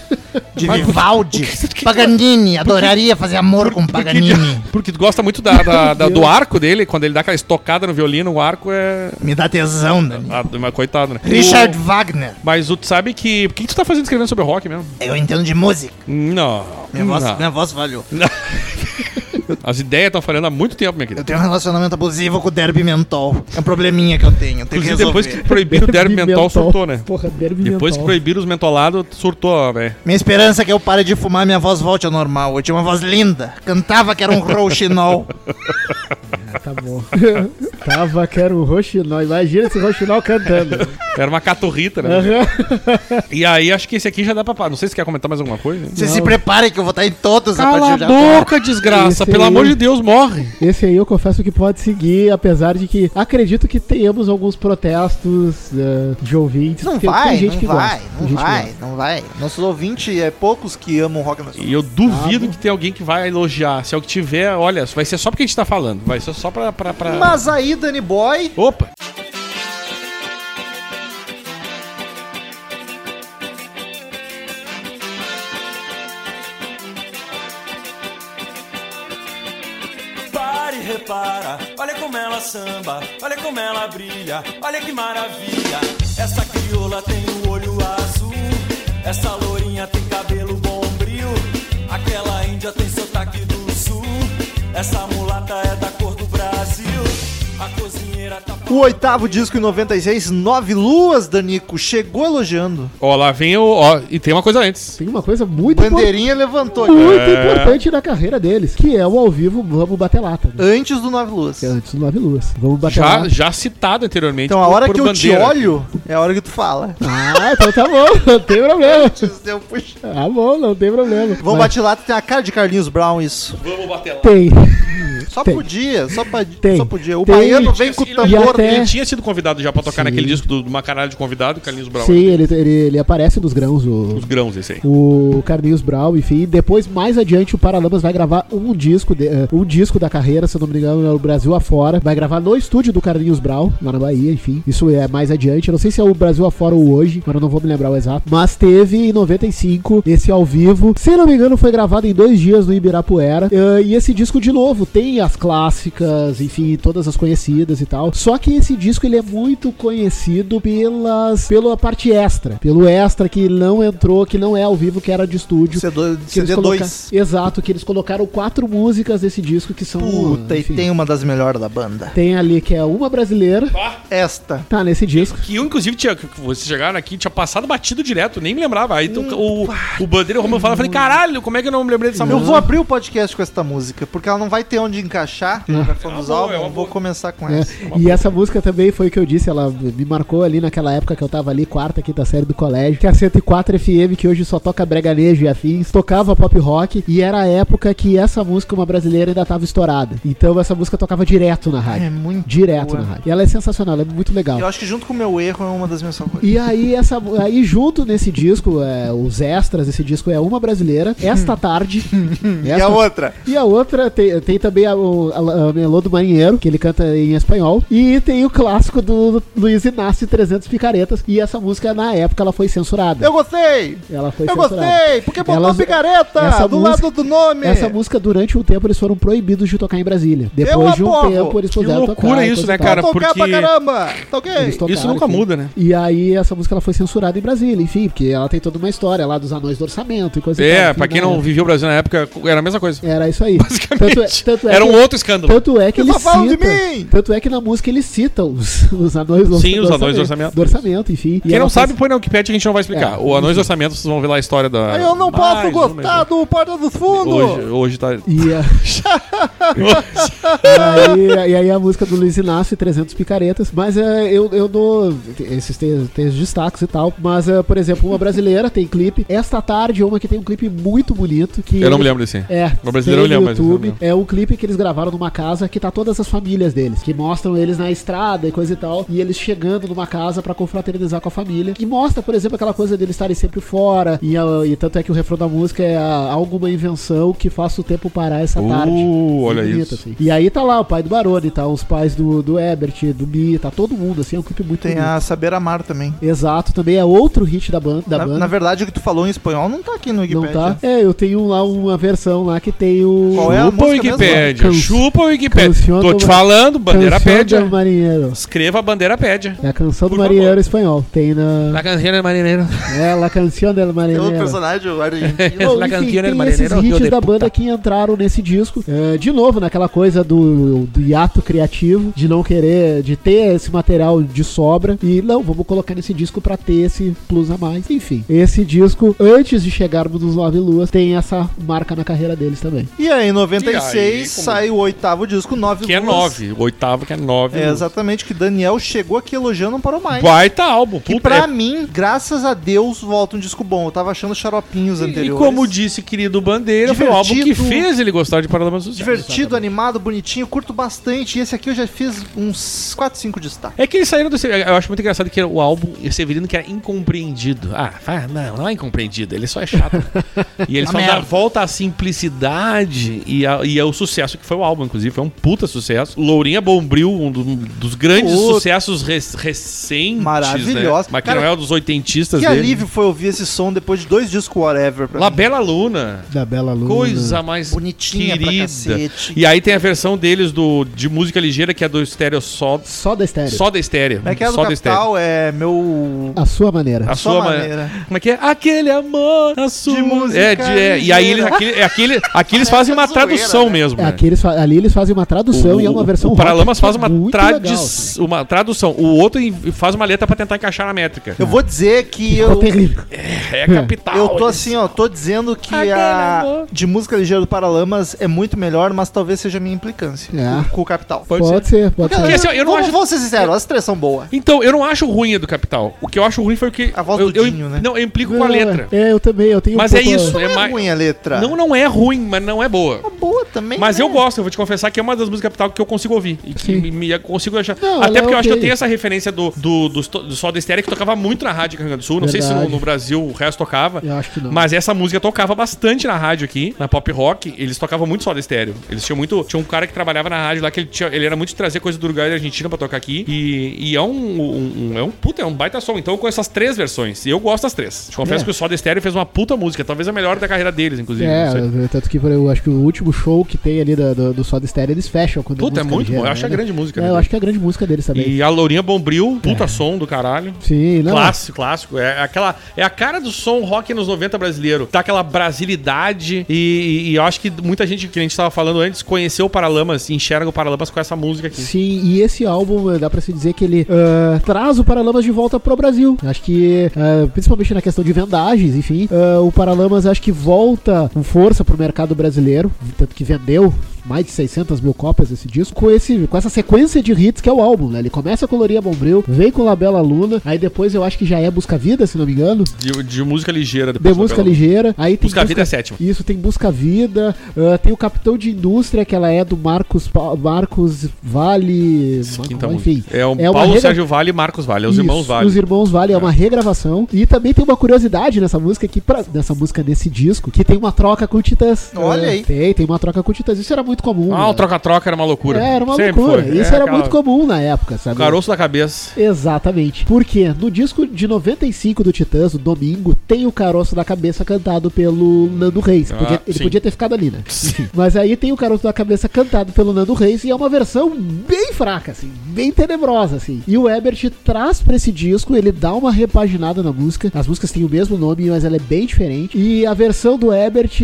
de Vivaldi, Paganini. Adoraria fazer amor com Paganini. Porque tu gosta muito da, da- da- do arco dele, quando ele dá aquela estocada no violino, o arco é. Me dá tesão, Dani. Ah, mas coitado, né? Richard Wagner. O- Mas o- tu sabe que. Por que, que tu tá fazendo escrevendo sobre rock mesmo? Eu entendo de música. Não. É Minha voz, não. minha voz falhou. As ideias estão falhando há muito tempo, minha Eu querida. tenho um relacionamento abusivo com o derby mentol. É um probleminha que eu tenho. Eu tenho que Inclusive, resolver. depois que proibiram o derby mental, surtou, né? Porra, derby Depois que mental. proibiram os mentolados, surtou, né? velho. Minha esperança é que eu pare de fumar minha voz volte ao normal. Eu tinha uma voz linda. Cantava que era um rouxinol. Tá bom. Tava que era um roxinol. Imagina esse roxinol cantando. Era uma caturrita, né? Aham. E aí, acho que esse aqui já dá pra. pa- Não sei se você quer comentar mais alguma coisa. Vocês Não. se preparem que eu vou estar em todos a Cala a partir de agora. boca, desgraça. Esse Pelo aí- amor de Deus, morre. Esse aí eu confesso que pode seguir, apesar de que acredito que tenhamos alguns protestos eh, de ouvintes. Não porque vai, não que vai, gosta, não tem gente que vai, gosta. não vai. Nossos ouvintes é poucos que amam rock nacional. E eu duvido que tenha alguém que vai elogiar. Se é o que tiver, olha, vai ser só porque a gente tá falando. Vai ser só pra. pra, pra... Mas aí, Danny Boy, Opa! Pare e repara, olha como ela samba, olha como ela brilha, olha que maravilha. Essa crioula tem o olho azul, essa lourinha tem cabelo bombril, aquela índia tem sotaque do sul, essa mulata é da cor do Brasil. A cozinheira tá o oitavo disco em 96, Nove Luas, Danico, chegou elogiando. Ó, lá vem o. Ó, e tem uma coisa antes. Tem uma coisa muito, impor- Bandeirinha levantou aqui. muito importante na carreira deles, que é o ao vivo Vamos Bater Lata. Né? Antes do Nove Luas. Que é antes do Nove Luas. Vamos bater Já, lata. já citado anteriormente. Então a por- hora por que eu te Bandeira. olho, é a hora que tu fala. Ah, então tá bom, não tem problema. Eu puxo. Tá bom, não tem problema. Vamos Mas bater lá, tem a cara de Carlinhos Brown isso. Vamos bater lá. Tem. Só Tem. podia, só, pa- Tem. só podia. O Tem. baiano vem com o E tambor. até- Ele tinha sido convidado já pra tocar Sim. naquele disco do, de uma caralho de convidado, é Carlinhos Brown. Sim, ele, ele, ele aparece nos grãos, o, Os grãos, esse aí. o Carlinhos Brown, enfim. Depois, mais adiante, o Paralamas vai gravar um disco, de- eh, um disco da carreira, se eu não me engano, é o Brasil afora. Vai gravar no estúdio do Carlinhos Brown, lá na Bahia, enfim. Isso é mais adiante. Eu não sei se é o Brasil afora ou hoje, agora eu não vou me lembrar o exato. Mas teve em 95 esse ao vivo. Se não me engano, foi gravado em dois dias no Ibirapuera. Eh, e esse disco, de novo, tem as clássicas, enfim, todas as conhecidas e tal. Só que esse disco ele é muito conhecido pelas pela parte extra, pelo extra que não entrou, que não é ao vivo, que era de estúdio. CD2. que eles coloca- Exato, que eles colocaram quatro músicas desse disco que são. Puta, e enfim, tem um uma das melhores da banda. tem ali que é uma brasileira, Esta. tá nesse disco. Que eu, inclusive, tinha. que Vocês chegaram aqui, tinha passado batido direto, nem me lembrava. Aí tu- o, o Bandeira e o Romano falaram, eu falei, caralho, como é que eu não me lembrei dessa Eu Uhum. música? vou abrir o podcast com esta música, porque ela não vai ter onde encaixar. Uhum. Já É uma fomos boa, álbuns, é uma eu vou boa. começar com né? essa. E essa música também foi o que eu disse, ela me marcou ali naquela época que eu tava ali, quarta, quinta série do colégio, que é a 104 FM, que hoje só toca breganejo e afins, tocava pop rock, e era a época que essa música, uma brasileira, ainda tava estourada. Então essa música tocava direto na rádio. É muito direto boa. na rádio. E ela é sensacional, ela é muito legal. Eu acho que junto com o meu erro é uma das minhas favoritas. E aí, essa, aí junto nesse disco, é, os extras desse disco é uma brasileira, Esta Tarde. E a Esta outra? e a outra tem, tem também a, o- a- a Melô do Marinheiro, que ele canta em espanhol. E tem o clássico do Luiz Inácio e 300 Picaretas. E essa música, na época, ela foi censurada. Eu gostei! Ela foi Eu censurada. gostei! Porque botou Elas- picareta essa do música- lado do nome! Essa música, durante um tempo, eles foram proibidos de tocar em Brasília. Depois de um apoio! tempo, eles Que puderam loucura tocar. e isso, coisa né, e tal. cara? Tocar pra porque- caramba! Tá ok? Eles tocaram, Isso nunca enfim. muda, né? E aí, essa música ela foi censurada em Brasília, enfim, porque ela tem toda uma história lá dos anões do orçamento e coisa e tal, É, enfim, pra quem né? não viveu o Brasil na época, era a mesma coisa. Era isso aí. Basicamente. Tanto é, tanto é era que um outro escândalo. Tanto é que Eu ele só falo de cita. mim! Tanto é que na música ele cita os, os anões do Sim, do os anões do orçamento. Do orçamento, enfim. E Quem ela não faz- sabe, põe na Wikipedia que a gente não vai explicar. É, o Anões do Orçamento, vocês vão ver lá a história da. Eu não posso Mais um gostar mês. do Porta dos Hoje, Fundos. hoje tá. E, a- e aí, e aí a música do Luiz Inácio e 300 picaretas. Mas é, eu, eu dou esses tem, tem os destaques e tal. Mas, é, por exemplo, uma brasileira tem clipe. Esta tarde, uma que tem um clipe muito bonito. Que Eu não me lembro desse. aí. É, Uma brasileira tem eu lembro, no mas eu YouTube. não É um clipe que eles gravaram numa casa que tá todas as famílias deles, que mostram eles na estrada e coisa e tal, e eles chegando numa casa pra confraternizar com a família, que mostra, por exemplo, aquela coisa deles estarem sempre fora, e, a- e tanto é que o refrão da música é a- alguma invenção que faça o tempo parar essa Uh, tarde. olha Bonito, isso. assim. E aí tá lá o pai do Barone, tá os pais do, do Ebert, do Mi, tá todo mundo, assim, é um clipe muito Tem bonito. a Saber Amar também. Exato, também é outro hit da, ban da Na, banda. na verdade, o que tu falou em espanhol não tá aqui no não Wikipedia. tá? É, eu tenho lá uma versão lá que tem o. Qual é a Chupa a música Wikipédia. mesmo? né? Chupa a Wikipédia. Canciona Tô te do- falando, bandeira é. Canção pédia. do marinheiro. Escreva a bandeira pédia. É a canção do Por marinheiro favor. espanhol. Tem na. canção do marinheiro. É, La Canción Tem del outro Marinheiro. personagem, o argentino. Bom, La enfim, Canción del tem esses Marinero, Rio hits de da Puta. banda que entraram nesse disco. É, de novo, naquela coisa do, do hiato criativo, de não querer, de ter esse material de sobra. E não, vamos colocar nesse disco pra ter esse plus a mais. Enfim, esse disco, antes de chegarmos nos Nove Luas, tem essa marca na carreira deles também. E aí, em E aí, 96, como- sai o oitavo disco, Nove Que é Luas. nove. O oitavo que é nove. É, exatamente, que Daniel chegou aqui elogiando, não parou mais. Baita álbum. Que Puta, pra é- mim, graças a Deus, volta um disco bom. Eu tava achando xaropinhos E anteriores. como disse querido Bandeira, foi o álbum que Divertido. fez ele gostar de Paralamas do Sucesso. Divertido, animado, bonitinho, curto bastante. E esse aqui eu já fiz uns 4, 5 destaques. É que eles saíram do. Eu acho muito engraçado que o álbum e o Severino que era incompreendido. Ah, vai- não, não é incompreendido, ele só é chato. e eles Uma falam da merda. volta à simplicidade e, a- e é o sucesso que foi o álbum, inclusive, foi um puta sucesso. Lourinha Bombril, um do- dos grandes Puta. sucessos rec- recentes. Maravilhosa. Né? Mas que Cara, não é um dos oitentistas Que dele. alívio foi ouvir esse som depois de dois discos Whatever pra La mim. Bela Luna. Da Bela Hum. Luna. Coisa mais Bonitinha pra querida. cacete. E aí tem a versão deles do, de música ligeira, que é do Stereo só, Só da estéreo. só da estéreo. Como é que é do só da estéreo. Capital? É meu... A sua maneira. A Só sua maneira. maneira. Como é que é? Aquele amor, a sua. música É, de- é, e aí eles, ligeira. aquele, é aquele, aqui eles fazem uma zoeira, tradução né? mesmo. É, né? aqui eles fa- ali eles fazem uma tradução e é uma versão O rock Paralamas que é faz uma, muito tradi- legal, assim. uma tradução. O outro in- faz uma letra pra tentar encaixar na métrica. Eu vou dizer que eu... Ficou terrível. É capital. Eu tô eles- assim, ó, tô dizendo que Aquele a amor. de música ligeira do Paralamas é muito melhor, mas talvez seja a minha implicância É. com, com o Capital. Pode Pode ser, pode Porque ser. assim, ó, eu não Vamos- acho- Vamos ser sinceros, as três são boas. Então, eu não acho ruim a do Capital. O que eu acho ruim foi o que. A voz eu, do eu- Dinho, né? Não, eu implico com a Não, letra. É, eu também, eu tenho Mas é isso. Não é, É mais- ruim a letra. Não, não é ruim, mas não é boa. é boa também. Mas né? eu gosto, eu vou te confessar que é uma das músicas capital que eu consigo ouvir. E que Sim. me, me- eu consigo achar. Não, ela Até é porque eu acho que eu ok. tenho essa referência do, do, do, sto- do Soda Stereo que tocava muito na rádio aqui no Rio Grande do Sul. Não sei se Verdade. no, no Brasil o resto tocava. Eu acho que não. Mas essa música tocava bastante na rádio aqui, na pop rock. Eles tocavam muito Soda Stereo. Eles tinham muito. Tinha um cara que trabalhava na rádio lá que ele, tinha- ele era muito de trazer coisa do Uruguai e da Argentina pra tocar aqui. E, e é um, um- um- É um puta, é um baita som. Então eu conheço essas três versões. E eu gosto das três. Te confesso É. que o Soda Stereo fez uma puta música. Talvez a melhor da carreira deles, inclusive. É, Não sei. tanto que eu acho que o último show que tem ali da- do, do Soda Stereo eles fecham quando Puta, é música muito ligeira, bom. Eu acho né? a grande música. É, né? eu acho que é a grande música deles também. E a Lourinha Bombril, puta som do caralho. Sim, É. não. Clássico, clássico. É aquela. É a cara do som rock nos 90 brasileiro. Tá aquela brasilidade. E, e eu acho que muita gente que a gente tava falando antes conheceu o Paralamas, enxerga o Paralamas com essa música aqui. Sim, e esse álbum eh, dá pra se dizer que ele ah, traz o Paralamas de volta pro Brasil. Acho que, ah, principalmente na questão de vendagens, enfim, ah, o Paralamas acho que volta com força pro mercado brasileiro, tanto que vendeu mais de 600 mil cópias desse disco, com, esse, com essa sequência de hits que é o álbum, né? Ele começa com Loria Bombril, vem com Labela Luna, aí depois eu acho que já é Busca Vida, se não me engano. De, de música ligeira De depois. do música Paralamas. ligeira. Aí É tem Busca Vida é a sétima. Isso, tem Busca Vida. ah, tem o Capitão de Indústria, que ela é do Marcos, Pa- Marcos Vale. Quinta Marco- música. É o uma Paulo regra- Sérgio Vale e Marcos Vale. É os Isso, irmãos Vale. Os Irmãos Vale é uma regravação. E também tem uma curiosidade nessa música que pra, nessa música desse disco, que tem uma troca com o Titãs. Olha É, aí. Tem, tem uma troca com o Titãs. Isso era muito comum. Ah, né? o troca-troca era uma loucura. É, era uma Sempre loucura. foi. Isso É era aquela- muito comum na época, sabe? Caroço da cabeça. Exatamente. Porque no disco de 95 do Titãs, o Domingo, tem o Caroço da Cabeça cantado pelo Nando Reis. Ah, Podia- ele sim. podia ter ficado ali, né? Mas aí tem o Caroço da Cabeça cantado pelo Nando Reis e é uma versão bem fraca, assim, bem tenebrosa, assim. E o Ebert traz pra esse disco, ele dá uma repaginada na música. As músicas têm o mesmo nome, mas ela é bem diferente. E a versão do Ebert,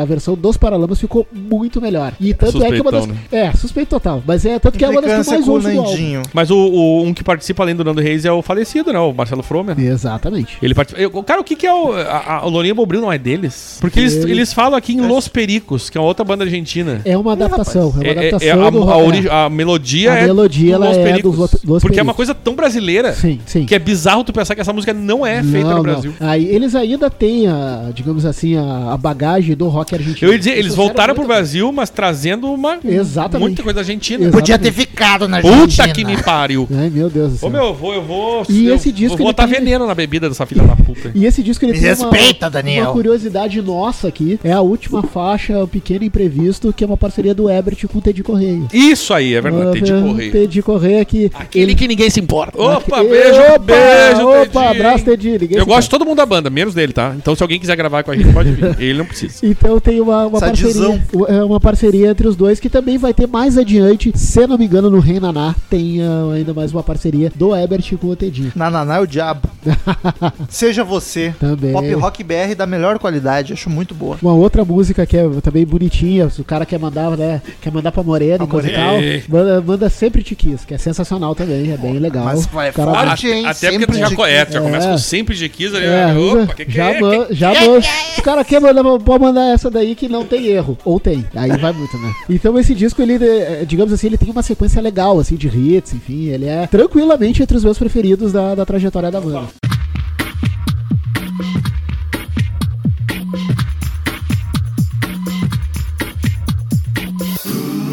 a versão dos Paralamas ficou muito melhor. E tanto é que uma das. Suspeitão, né? É, suspeito total. Mas é tanto que é uma das que eu mais com o ouço do álbum. Nandinho. Mas o, o- um que participa além do Nando Reis é o falecido, né? O Marcelo Fromer. Exatamente. Ele participa. eu- cara, o que, que é o. A, a, o Lourinha Bombril não é deles? Porque eles, Ele- eles falam aqui em Los Pericos, que é uma outra banda argentina. É uma adaptação. É, É, uma é- adaptação. é a, do- a é. ori- a melodia A é melodia, ela Los é dos Pericos. Los- Los Porque é uma Pericos. coisa tão brasileira Sim, sim. que é bizarro tu pensar que essa música não é feita Não, no não. Brasil. Aí, eles ainda têm, a, digamos assim, a, a bagagem do rock argentino. Eu ia dizer, eles Isso era voltaram pro muito- Brasil, mas trazendo uma Exatamente. muita coisa argentina. Exato. Podia ter ficado na Puta Argentina. que me pariu. Ai, meu Deus do céu. Ô meu, eu vou, eu vou. E eu esse disco vou ele botar tem- veneno na bebida dessa filha da puta. E esse disco ele Me tem respeita, uma, Daniel. uma curiosidade nossa aqui. É a última faixa, o Pequeno Imprevisto, que é uma parceria do Ebert com o Teddy Correia. Ah, Isso aí, é verdade. Tem de correr. Teddy Correia que... Aquele que ninguém se importa. Opa, Opa, beijo, beijo, Opa, Tedinho. abraço, Teddy. Ninguém Eu se gosto de todo mundo da banda, menos dele, tá? Então se alguém quiser gravar com a gente, pode vir. Ele não precisa. Então tem uma, uma Sadizão. parceria, é, uma parceria entre os dois que também vai ter mais adiante, se não me engano, no Rei Naná tem ah, ainda mais uma parceria do Ebert com o Tedinho. Nananá é o diabo. Seja você. Também. Pop Rock BR da melhor qualidade, acho muito boa. Uma outra música que é também bonitinha, se o cara quer mandar, né? Quer mandar pra Morena e coisa e tal, manda, manda sempre te quis, que é sensacional também, é bem legal. Mas foi O cara forte. vai- Arte, hein? até até porque Sempre tu já, de co- é, tu já começa É. com sempre de 15 ali. né? É, opa, usa- que que já é? man- já man- O cara quer mandar, pode mandar essa daí que não tem erro. Ou tem. Aí vai muito, né? Então esse disco, ele, eh, digamos assim, ele tem uma sequência legal, assim, de hits, enfim. Ele é tranquilamente entre os meus preferidos da, da trajetória da banda.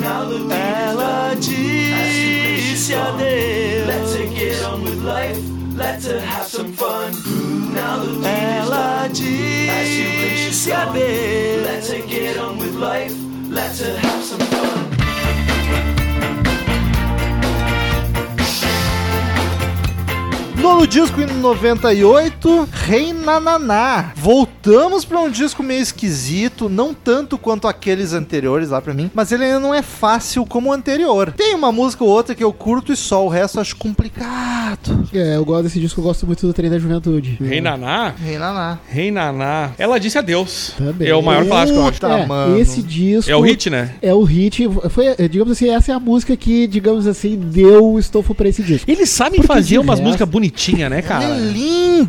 Ela disse adeus. Let's get on with life. Let's have some fun. Ela disse adeus. Let's get on with life. Let's have some fun. Nono disco em 98, Rei Nananá. Voltamos pra um disco meio esquisito, não tanto quanto aqueles anteriores lá pra mim, mas ele ainda não é fácil como o anterior. Tem uma música ou outra que eu curto e só, o resto eu acho complicado. É, eu gosto desse disco, eu gosto muito do Trem da Juventude. é? Rei Naná? Rei Naná. Rei Naná. Ela disse adeus. Também. É o maior clássico, eu acho. Puta, É, mano. Esse disco... É o hit, né? É o hit. Foi, eh, digamos assim, essa é a música que, digamos assim, deu o estofo pra esse disco. Eles sabem Porque fazer de é umas resto- músicas bonitinhas, né, cara?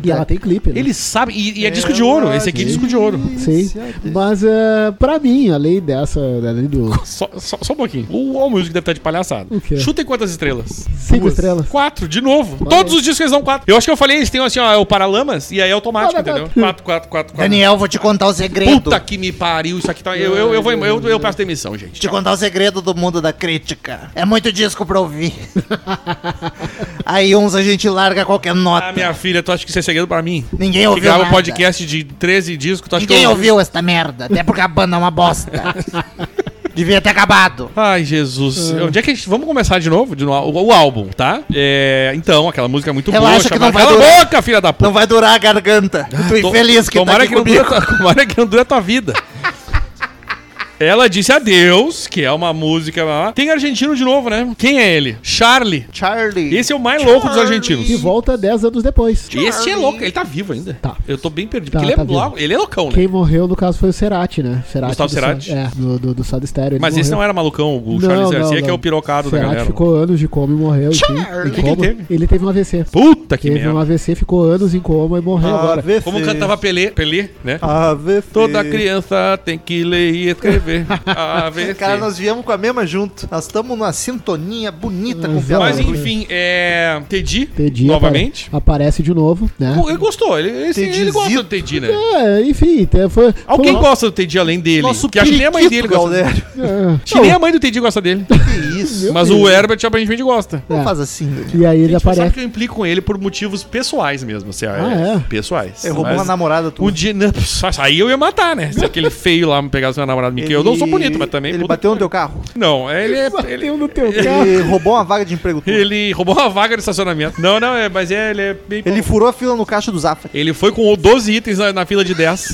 E ela tem clipe, né? Eles sabem. E, e é disco de ouro. Esse aqui é disco de ouro. Sim. Mas, eh, pra mim, além dessa, além do... Só, só, só um pouquinho. O All Music deve estar de palhaçada. O quê? Chutem quantas estrelas? Cinco estrelas. Quatro, de novo. Todos os discos eles dão quatro. Eu acho que eu falei, eles têm assim, ó, é o Paralamas e aí é automático, Olha, entendeu? tá. Quatro, quatro, quatro, quatro. Daniel, vou te contar o segredo. Puta que me pariu, isso aqui tá. Eu, eu, eu, vou, eu, eu peço demissão, gente. Te contar o segredo do mundo da crítica. É muito disco pra ouvir. Aí uns a gente larga qualquer nota. Ah, minha filha, tu acha que isso é segredo pra mim? Ninguém que ouviu grava um nada. podcast de 13 discos, tu acha Ninguém que eu. ouviu esta merda. Até porque a banda é uma bosta. Devia ter acabado. Ai, Jesus. Onde é que a gente. Vamos começar de novo? De novo o, o álbum, tá? É, então, aquela música muito Relaxa que não boa. chamada- vai Cala durar. a boca, filha da puta. Não vai durar a garganta. Ah, Eu tô infeliz que tomara tá aqui que não comigo. dure, a- Tomara que não dure a tua vida. Ela disse adeus, que é uma música. lá. Tem argentino de novo, né? Quem é ele? Charlie. Charlie. Esse é o mais louco dos argentinos. E volta 10 anos depois. Esse é louco, ele tá vivo ainda. Tá. Eu tô bem perdido, Tá, porque ele, tá é louco, ele é loucão, né? Quem morreu, no caso, foi o Cerati, né? Cerati Gustavo do Cerati? Sa- É, do, do, do Sado Estéreo. ele Mas esse morreu. não era malucão, o Charles Garcia, que é o pirocado da Cerati galera. ficou anos de coma e morreu. enfim, O que em que ele coma. teve? Ele teve um AVC. Puta que teve um merda. Ah, AVC, ficou anos em coma e é morreu agora. AVC. Como cantava Pelé, Pelé, né? AVC. Toda criança tem que ler e escrever. A, B, Cara, C. nós viemos com a mesma junto. Nós estamos numa sintonia bonita com o Exato. Mas Pelé. enfim, é. Teddy, Teddy novamente. apare- aparece de novo, né? Pô, Ele gostou, ele, esse- ele Teddyzito. gosta do Teddy, né? É, enfim, até foi. foi- Alguém gosta do Teddy além dele? Nosso que acho que nem a mãe dele periquito, gosta. dele. Galdério. É, Acho que nem a mãe do Teddy gosta dele. Que isso? Mas o Herbert aparentemente gosta. Não É. faz assim, Daniel. E aí ele Gente, mas sabe aparece. que eu implico com ele por motivos pessoais mesmo, assim, Ah, é, é? pessoais. Eu roubou Mas uma namorada tua. Um dia, não, pss, aí eu ia matar, né? Se aquele feio lá me pegasse minha namorada, me que eu não sou bonito, mas também. Ele puta- bateu um no teu carro. Não, ele é. Ele, Bateu um no teu carro. Ele roubou uma vaga de emprego tua. Ele, ele roubou uma vaga de estacionamento. Não, não, é, mas é, ele é bem. furou a fila no caixa do Zafra. Ele foi com 12 itens na, na fila de 10.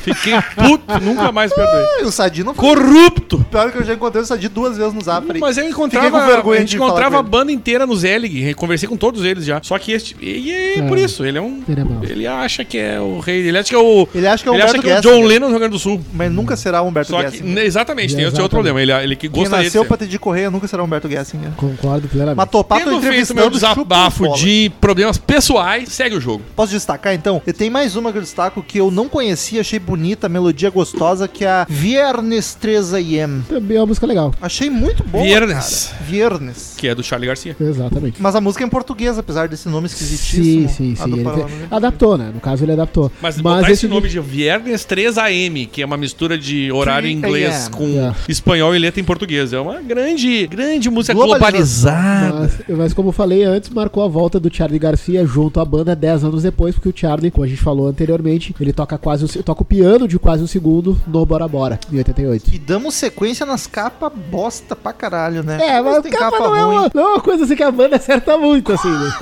Fiquei puto, nunca mais perdoei. E o Sadi não foi. Corrupto! Pior é que eu já encontrei o Sadi duas vezes no Zap. aí. Mas eu Fiquei encontrava, com vergonha a gente de falar encontrava com a ele. banda inteira no Zelig, conversei com todos eles já. Só que este. E é, É. por isso, ele é um. Ele é bom. Ele acha que é o rei. Ele acha que é o. Ele acha que é o Ele acha Humberto que é o Guest. John Lennon do Rio Grande do Sul. Mas nunca será o Humberto Só que. Gessinger. né, Exatamente, tem esse outro Exatamente. problema. Ele, é, ele que Quem gostaria de é nasceu ser. pra ter de correia nunca será o Humberto né? Gessinger. Concordo plenamente. Mas topar tô Tendo feito meu entrevistando desabafo chupa um de problemas pessoais, segue o jogo. Posso destacar então? E tem mais uma que eu destaco que eu não conhecia, achei bonita, melodia gostosa, que é a Viernes 3 AM. Também é uma música legal. Achei muito boa. Viernes. cara. Viernes. Que é do Charlie Garcia. Exatamente. Mas a música é em português, apesar desse nome Sim, esquisitíssimo. sim, A sim. do Ele Paralamas te- é adaptou, né? No caso, ele adaptou. Mas, botar esse esse nome de Viernes 3 AM, que é uma mistura de horário em 3 inglês AM. com Yeah. espanhol e letra em português. É uma grande, grande música Globalização. globalizada. Mas, mas como eu falei antes, marcou a volta do Charlie Garcia junto à banda 10 anos depois, porque o Charlie, como a gente falou anteriormente, ele toca quase um se- toca o piano de quase um segundo no Bora Bora, em 88. E damos sequência nas capas bosta pra caralho, né? É, mas tem capa, não, é uma, não é uma coisa assim que a banda acerta muito, assim, né?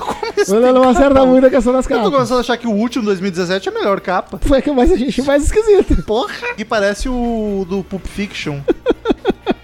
A banda não acerta muito a questão das tá Eu tô capas. começando a achar que o último 2017 é a melhor capa. Foi a que mais a gente mais esquisita. Porra! Que parece o do Pulp Fiction.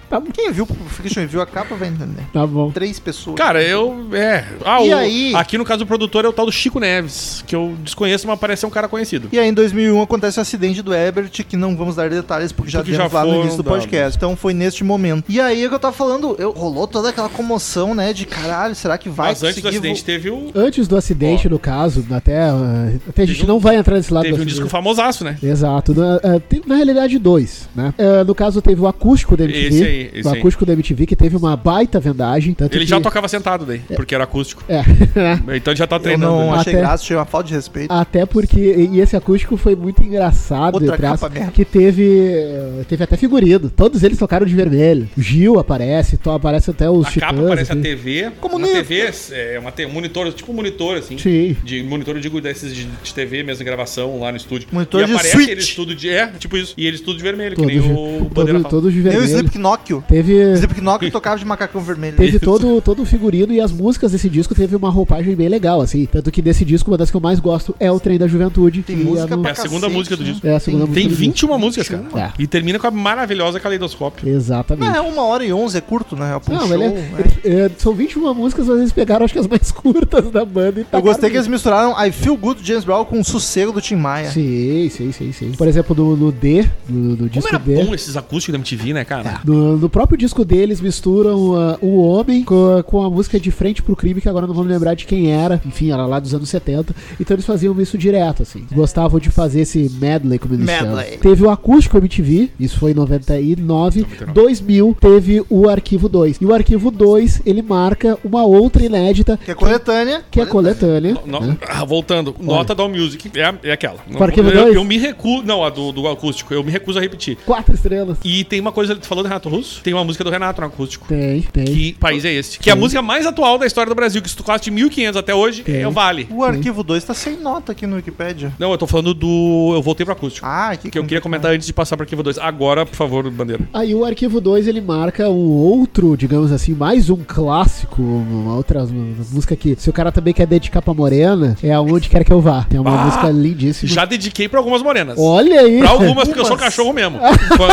Tá Quem viu o Pulp Fiction e viu a capa vai entender. Tá bom. Três pessoas. Cara, eu. É. Ah, E o- aí? Aqui no caso o produtor é o tal do Chico Neves, que eu desconheço, mas parece ser um cara conhecido. E aí, em 2001, acontece o acidente do Ebert, que não vamos dar detalhes, porque já Porque demos já lá no foram início do dados. podcast. Então, foi neste momento. E aí, é que eu tava falando, eu- rolou toda aquela comoção, né, de caralho, será que vai mas antes do conseguir acidente vo- teve um, o. Antes do acidente, no caso, até, ah, até a gente Teve um- não vai entrar nesse lado Teve do um acidente. disco famosaço, né? Exato. Na, eh, tem- na realidade, dois, né? Eh, no caso, teve o acústico da MTV. Esse aí, esse o aí. acústico da MTV, que teve uma baita vendagem. Tanto Ele que- já tá- tocava sentado daí, porque era acústico. É. Então ele já tá Eu treinando. não né? Ah, achei Até- graça, achei uma falta de respeito. Até porque. E esse acústico foi muito engraçado. Outra entre aspas, capa mesmo. que teve. eh, Teve até figurino. Todos eles tocaram de vermelho. O Gil aparece, to, aparece até os A titãs. capa parece a assim. TV. é. Como uma nem- TV, é uma te- um monitor, tipo um monitor, assim. Sim. De monitor, eu digo, desses de, de TV mesmo, gravação lá no estúdio. Monitor e de aparece switch. eles tudo de. É, tipo isso. E eles tudo de vermelho, Todos que de, nem o Bandeira todo, fala. todos de Nem o vermelho. Slipknot. O Teve. Slipknot tocava de macacão vermelho. Teve todo, todo o figurino e as músicas desse disco teve uma roupagem bem legal, assim. Tanto que desse disco, uma das que eu mais gosto é o Trem da Juventude. Tem que é música no- É pra a segunda cacete, música do né? disco. É a segunda Tem música do disco. 21 músicas, cara. É. E termina com a maravilhosa caleidoscópio. Exatamente. Não, é uma hora e onze, é curto, né? É pra um Não, show, ele é- né? ele- é, são 21 músicas, mas eles pegaram acho que as mais curtas da banda e Eu tacaram gostei que eles nisso. misturaram I Feel Good do James Brown com o sossego do Tim Maia. Sim, sim, sim, sim. Por exemplo, no, no D, no, no Como disco era D. bom esses acústicos da MTV, né, cara? No, no próprio disco deles misturam ah, o homem com, a- com a música de frente pro crime, que agora não vou me lembrar de quem era. Enfim, era lá dos anos 70. Então eles faziam isso direto, assim. Gostavam de fazer esse medley, como eles Medley. chamam. Teve o acústico MTV, isso foi em 99. 99. 2000 teve o arquivo 2. E o arquivo 2, ele marca uma outra inédita, Que é coletânea. que é a coletânea. No- né? Ah, voltando, nota da All Music é, a- é aquela. Não- Arquivo eu, dois? eu me recuso. Não, a do, do acústico, eu me recuso a repetir. Quatro estrelas. E tem uma coisa, tu falou do Renato Russo? Tem uma música do Renato no acústico. Tem, tem. Que país é esse? Que é a música mais atual da história do Brasil, que se tu classe de 1500 até hoje, é o Vale. O arquivo 2 tá sem nota aqui no Wikipedia. Não, eu tô falando do. Eu voltei pro acústico. Ah, que, que eu queria comentar antes de passar pro arquivo 2. Agora, por favor, bandeira. Aí o arquivo 2 ele marca um outro, digamos assim, mais um clássico, uma outra música que se o cara também quer dedicar pra Morena, é aonde quer que eu vá. É uma música lindíssima. Já dediquei pra algumas morenas. Olha aí. Pra algumas, porque eu sou cachorro mesmo.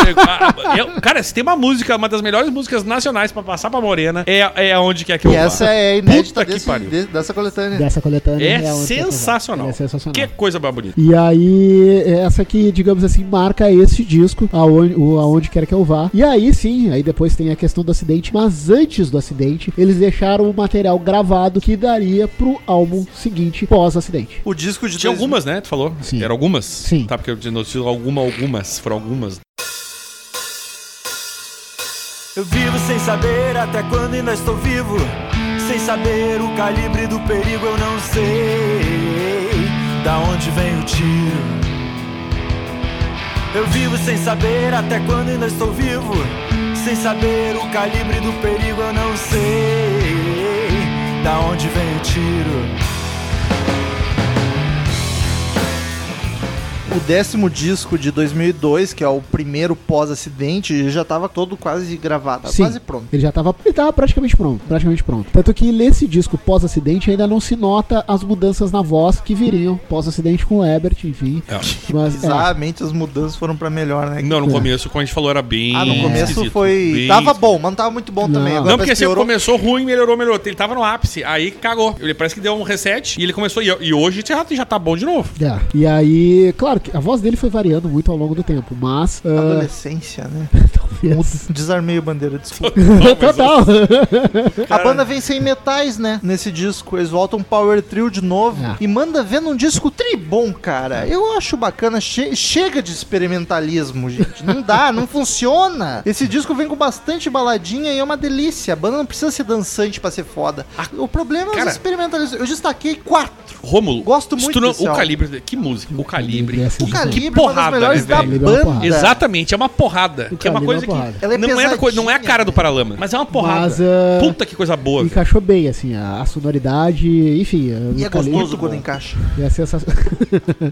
Foi- eu- cara, se tem uma música, uma das melhores músicas nacionais pra passar pra Morena, é, é onde quer que eu E vá. essa é a inédita Puta que desse- pariu. de- dessa coletânea. Dessa coletânea. É Aonde Quer Que Eu Vá. sensacional. É sensacional. Que coisa mais bonita. E aí, essa que, digamos assim, marca esse disco, aonde, o aonde quer que eu vá. E aí sim, aí depois tem a questão do acidente, mas antes do acidente, eles deixaram o material gravado que daria pro álbum seguinte pós-acidente. O disco de Tinha dois- algumas, né? Tu falou? Sim. Era algumas? Sim. Tá, porque eu tinha notícia alguma, algumas. Foram algumas. Eu vivo sem saber até quando ainda estou vivo. Sem saber o calibre do perigo, eu não sei da onde vem o tiro. Eu vivo sem saber até quando ainda estou vivo. Sem saber o calibre do perigo, eu não sei da onde vem o tiro. O décimo disco de 2002, que é o primeiro pós-acidente, já tava todo quase gravado, Sim. Tá quase pronto. Ele já tava, ele tava praticamente pronto, praticamente pronto. Tanto que nesse disco pós-acidente ainda não se nota as mudanças na voz que viriam pós-acidente com o Ebert, enfim. Mas, é, Bizarramente as mudanças foram pra melhor, né? Não, no começo, quando a gente falou, era bem. Ah, no começo esquisito, foi. bem tava esquisito. bom, mas não tava muito bom também. Não. Agora parece Não, porque que assim, piorou. começou ruim, melhorou, melhorou. Ele tava no ápice, aí cagou. Ele parece que deu um reset e ele começou. E, e hoje já, já tá bom de novo. é. E aí, claro que a voz dele foi variando muito ao longo do tempo, mas. Tá ah, Adolescência, né? talvez- Desarmei a bandeira, desculpa. Total. A banda vem sem metais, né? Nesse disco. Eles voltam Power Trio de novo. É. E manda ver num disco tribom, cara. Eu acho bacana. Che- chega de experimentalismo, gente. Não dá, não funciona. Esse disco vem com bastante baladinha e é uma delícia. A banda não precisa ser dançante pra ser foda. O problema é cara. os experimentalismos. Eu destaquei quatro. Rômulo. Gosto se muito tu não- desse O álbum. calibre. Que música. O calibre. Calibre, O calibre é uma porrada, das melhores né, da velho? Ele deu uma porrada. banda. Exatamente, é uma porrada. Que é uma Calibre coisa é uma que. porrada. Ela é não, é da coi- não é a cara do pesadinha, Paralama, mas é uma porrada. Mas, ah, Puta que coisa boa. velho. Encaixou bem, assim, a, a sonoridade, enfim. E é o Calibre- gostoso quando encaixa. E, é sensa-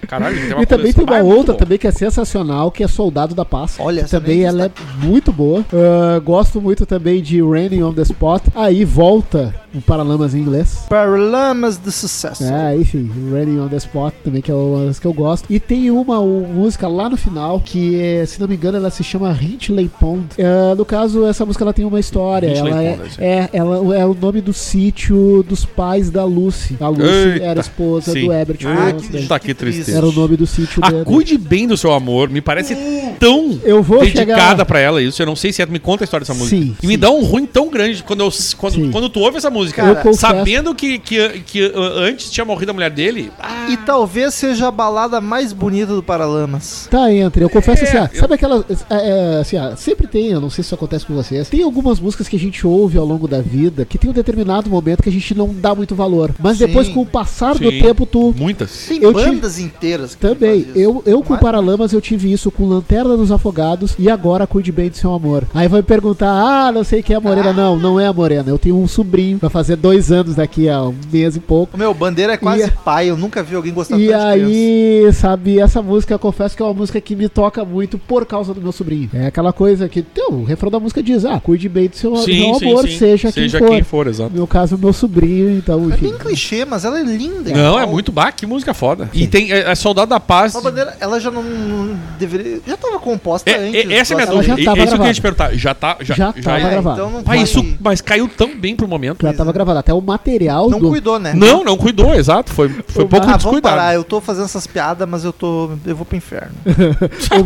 Caralho, tem uma e também coleção- tem uma Ah, é muito outra bom. também que é sensacional, que é Soldado da Paz. Olha, Que essa também nem ela é muito boa. Ah, gosto muito também de Raining on the Spot. Aí volta o Paralamas em inglês. Paralamas do sucesso. É, enfim, Raining on the Spot também, que é uma das que eu gosto. E tem uma o- música lá no final, que é, se não me engano, ela se chama Hintley Pond. Ah, no caso, essa música ela tem uma história. Hintley Ela é, Pond, essa. é, ela é o nome do sítio dos pais da Lucy. A Lucy Eita. era esposa Sim. do Herbert Ah, Wilson. que- Puta que Tá tristeza. Era o nome do sítio Ah, dele. cuide bem do seu amor. Me parece tão É. Eu vou dedicada chegar- pra ela isso. Eu não sei se é. Me conta a história dessa música. Sim, e me sim. dá um ruim tão grande quando, eu, quando, Sim. quando tu ouve essa música. Eu confesso- sabendo que, que, que uh, antes tinha morrido a mulher dele. Ah, E talvez seja a balada mais bonita do Paralamas. Tá, entra. Eu confesso assim, ah, eu- sabe aquela. é, é, assim, ah, sempre tem, eu não sei se isso acontece com vocês. Tem algumas músicas que a gente ouve ao longo da vida que tem um determinado momento que a gente não dá muito valor. Mas depois, Sim. com o passar do Sim. tempo, tu. muitas. Tem Eu tive- bandas inteiras que Também, fazem isso. é? eu, eu com o Mas- Paralamas eu tive isso com Lanterna dos Afogados e agora cuide bem do seu amor. Aí vai me perguntar, ah, não sei quem é a Morena. Não, não é a Morena. Eu tenho um sobrinho, vai fazer dois anos daqui a um mês e pouco. O meu bandeira é quase E- pai, eu nunca vi alguém gostar tanto E de aí, sabe, essa música, eu confesso que é uma música que me toca muito por causa do meu sobrinho. É aquela coisa que, teu, o refrão da música diz, ah, cuide bem do seu, do seu amor, seja, quem for. exato. No meu caso, meu sobrinho, então, criança. É enfim. bem clichê, mas ela é linda. Não, cara. é muito bah, que música foda. E tem é, é Soldado da Paz. Uma bandeira, ela já não, não deveria... Já tava composta É, antes. é- essa é a minha Ela já dúvida. E- tava É isso que eu gravada. queria te perguntar. Já tá. Já, Já tava É, gravada. então não Mas, vai- isso, mas caiu tão bem pro momento. Já tava gravado, até o material Não do... cuidou, né? Não, não cuidou, exato. Foi, foi É, Ô, pouco Ah, vamos parar, descuidado. eu tô fazendo essas piadas, mas eu tô... Eu vou pro inferno.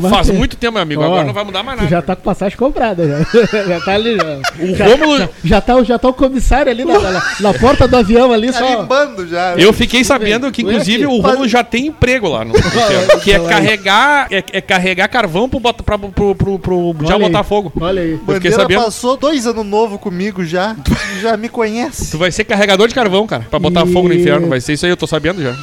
Faz mate- muito tempo, meu amigo. Ó, Agora não vai mudar mais Tu nada. já tá com passagem comprada, já. já tá ali, já. O já, Rômulo- já, já tá, já tá o comissário ali na, na, na porta do avião ali, só... Carimbando Tá já. Eu fiquei sabendo que, Ué, inclusive, aqui. o Romulo já tem emprego lá no no- Que é carregar, é, é carregar carvão pro, bota- pra- pro, pro, pro já Olha aí. botar fogo. Olha aí. Eu fiquei Bandeira sabendo. passou dois anos novo comigo já. já me conhece. Tu vai ser carregador de carvão, cara. Pra botar E- fogo no inferno. Vai ser isso aí, eu tô sabendo já.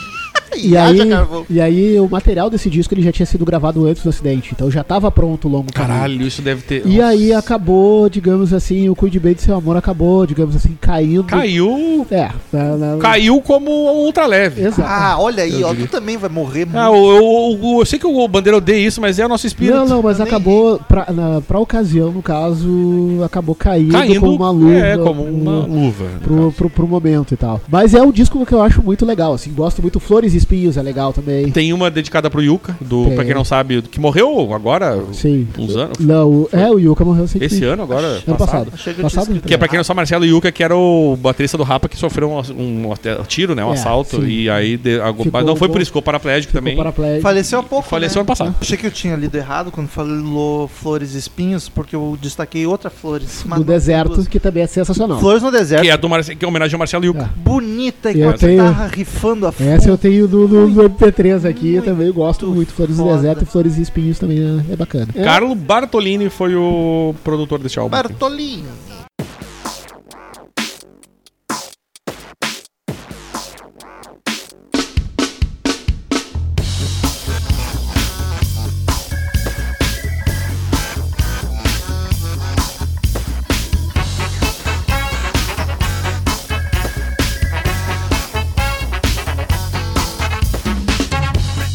E aí, Haja carvão. e aí o material desse disco ele já tinha sido gravado antes do acidente, então já tava pronto o longo caminho. Caralho, isso deve ter. E aí acabou, digamos assim, o Cuide Bem do Seu Amor acabou, digamos assim, caindo. Caiu. É. na- na- Caiu como ultra leve. Exato. Ah, olha aí, ó, tu também vai morrer Ah, eu, eu, eu- eu sei que o Bandeira odeia isso, mas é o nosso espírito. não, não, mas eu nem acabou, pra, na, pra ocasião, no caso, acabou caindo, Caindo como uma luva. É, como uma pro- luva. Pro, pro, pro momento e tal. Mas é um disco que eu acho muito legal, assim, gosto muito. Flores e Espinhos é legal também. Tem uma dedicada pro Yuka, do, Tem. pra quem não sabe, que morreu agora, Sim. uns anos. Não, o- é, o Yuka morreu recentemente. Esse ano agora? Ano passado. Chega de Passado? né? Que é pra quem não sabe, Marcelo Yuka, que era o baterista do Rapa que sofreu um, um até- um tiro, né? Um É, assalto. sim. E aí. de- a- Ficou- mas não foi ficou- por isso, ficou paraplégico Ficou também. paraplégico. Faleceu há pouco. Faleceu né? ano passado. Achei que eu tinha lido errado quando falou Flores e Espinhos, porque eu destaquei outra Flores. mas do não, deserto, duas. que também é sensacional. Flores no deserto. Que é, a do Marce- que é homenagem ao Marcelo Yuka. Bonita e Eu com a tenho- guitarra rifando a fundo. Essa eu tenho do, do, do MP3 aqui, eu Muito também gosto muito. Flores do foda. Deserto e Flores e Espinhos também é, é bacana. É. Carlo Bartolini foi o produtor deste álbum. Bartolinho.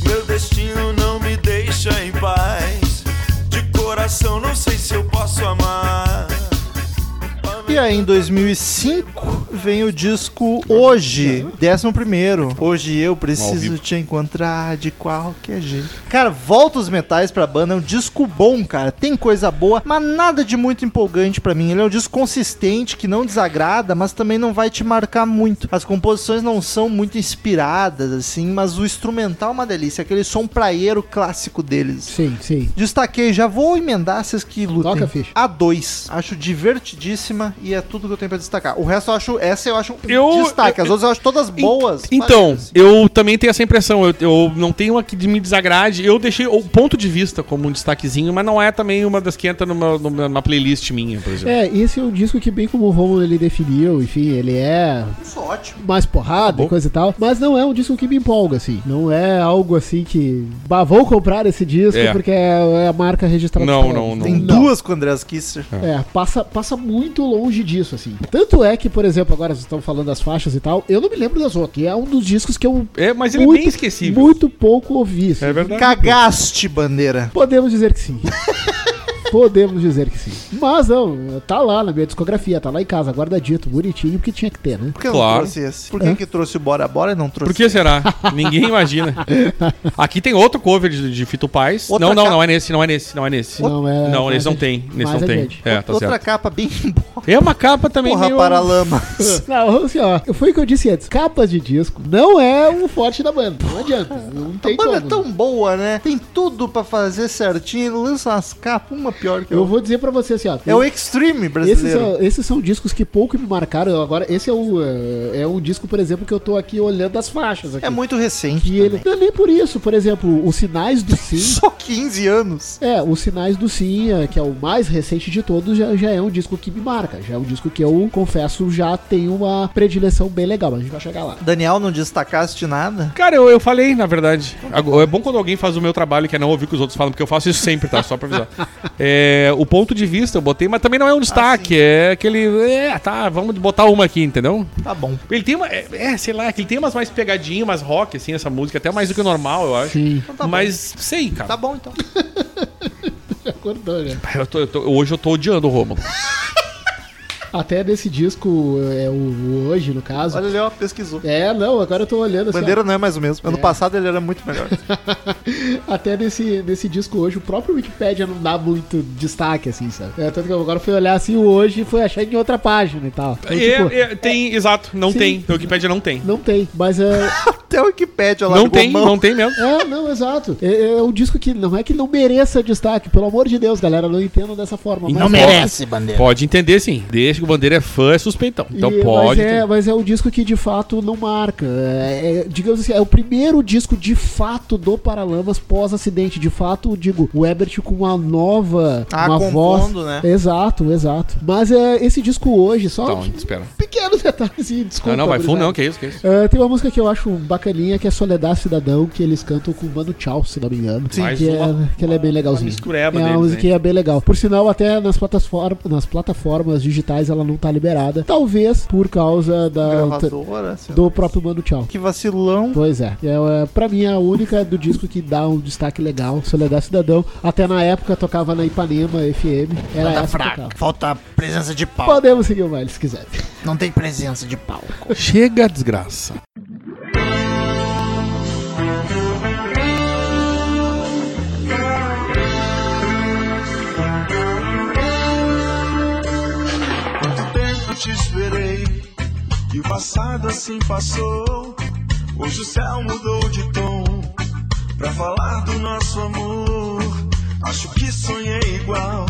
Meu destino não me em 2005 vem o disco Hoje, 11. Hoje eu Ao preciso vivo. te encontrar de qualquer jeito. Cara, volta os metais pra banda, é um disco bom, cara. Tem coisa boa, mas nada de muito empolgante pra mim. Ele é um disco consistente, que não desagrada, mas também não vai te marcar muito. As composições não são muito inspiradas, assim, mas o instrumental é uma delícia. Aquele som praieiro clássico deles. Sim, sim. Destaquei, já vou emendar vocês que lutem. Toca, ficha. A2. Acho divertidíssima e é tudo que eu tenho pra destacar. O resto eu acho. Essa eu acho um Eu- destaque. eu- As outras eu acho todas boas. assim. Então, parecidas. eu também tenho essa impressão. Eu, eu não tenho uma que me desagrade. Eu deixei o ponto de vista como um destaquezinho, mas não é também uma das que entra numa, numa, numa playlist minha, por exemplo. É, esse é um disco que, bem como o Romulo ele definiu, enfim, ele é Isso é ótimo. mais porrada Tá Bom. e coisa e tal, mas não é um disco que me empolga, assim. Não é algo assim que. Bah, vou comprar esse disco É. porque é é a marca registrada. Não, dos não, caras. não. Tem duas com o Andreas Kisser. É, passa, passa muito longe disso, assim. Tanto é que, por exemplo, agora vocês estão falando das faixas e tal, eu não me lembro das outras. E é um dos discos que eu É, mas ele é bem esquecível. muito pouco ouvi. assim. É verdade. Cagaste, bandeira. Podemos dizer que sim. Podemos dizer que sim. Mas não, tá lá na minha discografia, tá lá em casa, guardadito, bonitinho, porque tinha que ter, né? Por que Claro. assim, não trouxe esse? Por que, que trouxe o Bora Bora e não trouxe Por que será? Ninguém imagina. Aqui tem outro cover de, de Fito Paz. Outra não, não, capa. não é nesse, não é nesse, não é nesse. Não, é- Não, nesse não mais tem. adiante. Nesse não Mais tem. adiante. É, tá Outra certo. capa bem boa. É uma capa também Porra, meio... Paralama. Não, assim, ó, foi o que eu disse antes. Capas de disco não é o forte da banda. Não adianta. Não A tem banda é como. tão boa, né? Tem tudo pra fazer certinho. Lança umas capas, uma pior que a Eu outra. vou dizer pra você assim, ó. É o Extreme esses, brasileiro. são, esses são discos que pouco me marcaram. Agora, esse é o é, é um disco, por exemplo, que eu tô aqui olhando as faixas aqui. É muito recente. que ele. é também. Não, é nem por isso, por exemplo, os sinais do sim. Só 15 anos. É, os sinais do sim, é, que é o mais recente de todos, já, já é um disco que me marca. Já é um disco que eu confesso já tem uma predileção bem legal, mas a gente vai chegar lá. Daniel, não destacaste nada? Cara, eu, eu falei, na verdade. Agora, É bom quando alguém faz o meu trabalho que é não ouvir o que os outros falam, porque eu faço isso sempre, tá? Só pra avisar. É, o ponto de vista eu botei, mas também não Ah, é um destaque. é aquele. É, tá, vamos botar uma aqui, entendeu? Tá bom. Ele tem uma. É, é, sei lá, que ele tem umas mais pegadinhas, umas rock, assim, essa música, até mais do que o normal, eu acho. Sim, Então tá mas sei, bom. cara. Tá bom, então. acordou, né? Eu tô- eu tô- hoje eu tô odiando o Romulo. Até nesse disco, é o, o hoje, no caso. Olha ali, ó, pesquisou. É, não, agora eu tô olhando assim. ó. Bandeira não é mais o mesmo. Ano É. passado ele era muito melhor. Até nesse, nesse disco hoje, o próprio Wikipedia não dá muito destaque, assim, sabe? É, tanto que eu agora fui olhar assim o hoje e fui achar em outra página e tal. Então, tipo, É, é, tem, exato, não Sim. tem. No Wikipedia não tem. Não tem, mas é. Até o Wikipedia lá Não tem, não tem mesmo. É, não, exato. É, é um disco que não é que não mereça destaque, pelo amor de Deus, galera, não entendo dessa forma. E mas- não merece, bandeira. Pode entender sim. Deixa que o Bandeira é fã, é suspeitão. Então E- pode. Mas é, entender. mas é um disco que de fato não marca. É, é, digamos assim, é o primeiro disco de fato do Paralamas pós-acidente. De fato, digo, o Ebert com uma nova. Ah, uma compondo, voz. né? Exato, exato. Mas é, esse disco hoje, só Então, um espera. pequeno detalhezinho, desculpa. não, não, vai full gurizada. não, que isso, que isso. Ah, tem uma música que eu acho bacaninha que é Soledad Cidadão, que eles cantam com o Mano Tchau, se não me engano. Sim. Mais que, é, uma- que ela é bem legalzinha. mistureba é uma deles, musiquinha bem legal. Por sinal, até nas plataformas, nas plataformas digitais ela não tá liberada. Talvez por causa da, Gravadora, sei lá. do próprio Mano Tchau. Que vacilão. Pois é. é, é, pra mim é a única do disco que dá um destaque legal, Soledad Cidadão. Até na época tocava na Ipanema FM. Era Tá essa que fraca. tocava. Falta presença de pau. Podemos seguir o baile se quiser. Não tem presença de pau. Chega a desgraça. Quanto tempo te esperei e o passado assim passou. Hoje o céu mudou de tom pra falar do nosso amor. Acho que sonhei igual,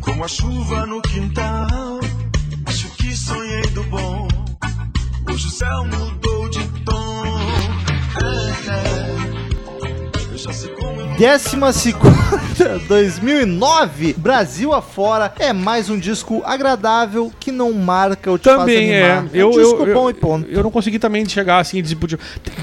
como a chuva no quintal. Acho que sonhei do bom. Hoje o céu mudou de tom. É, é. Eu já sei como eu Décima segunda, 2009. Brasil afora. É mais um disco agradável que não marca ou te faz Também é. animar. Eu, um disco eu, eu- bom e ponto. Eu não consegui também chegar assim e dizer. podia-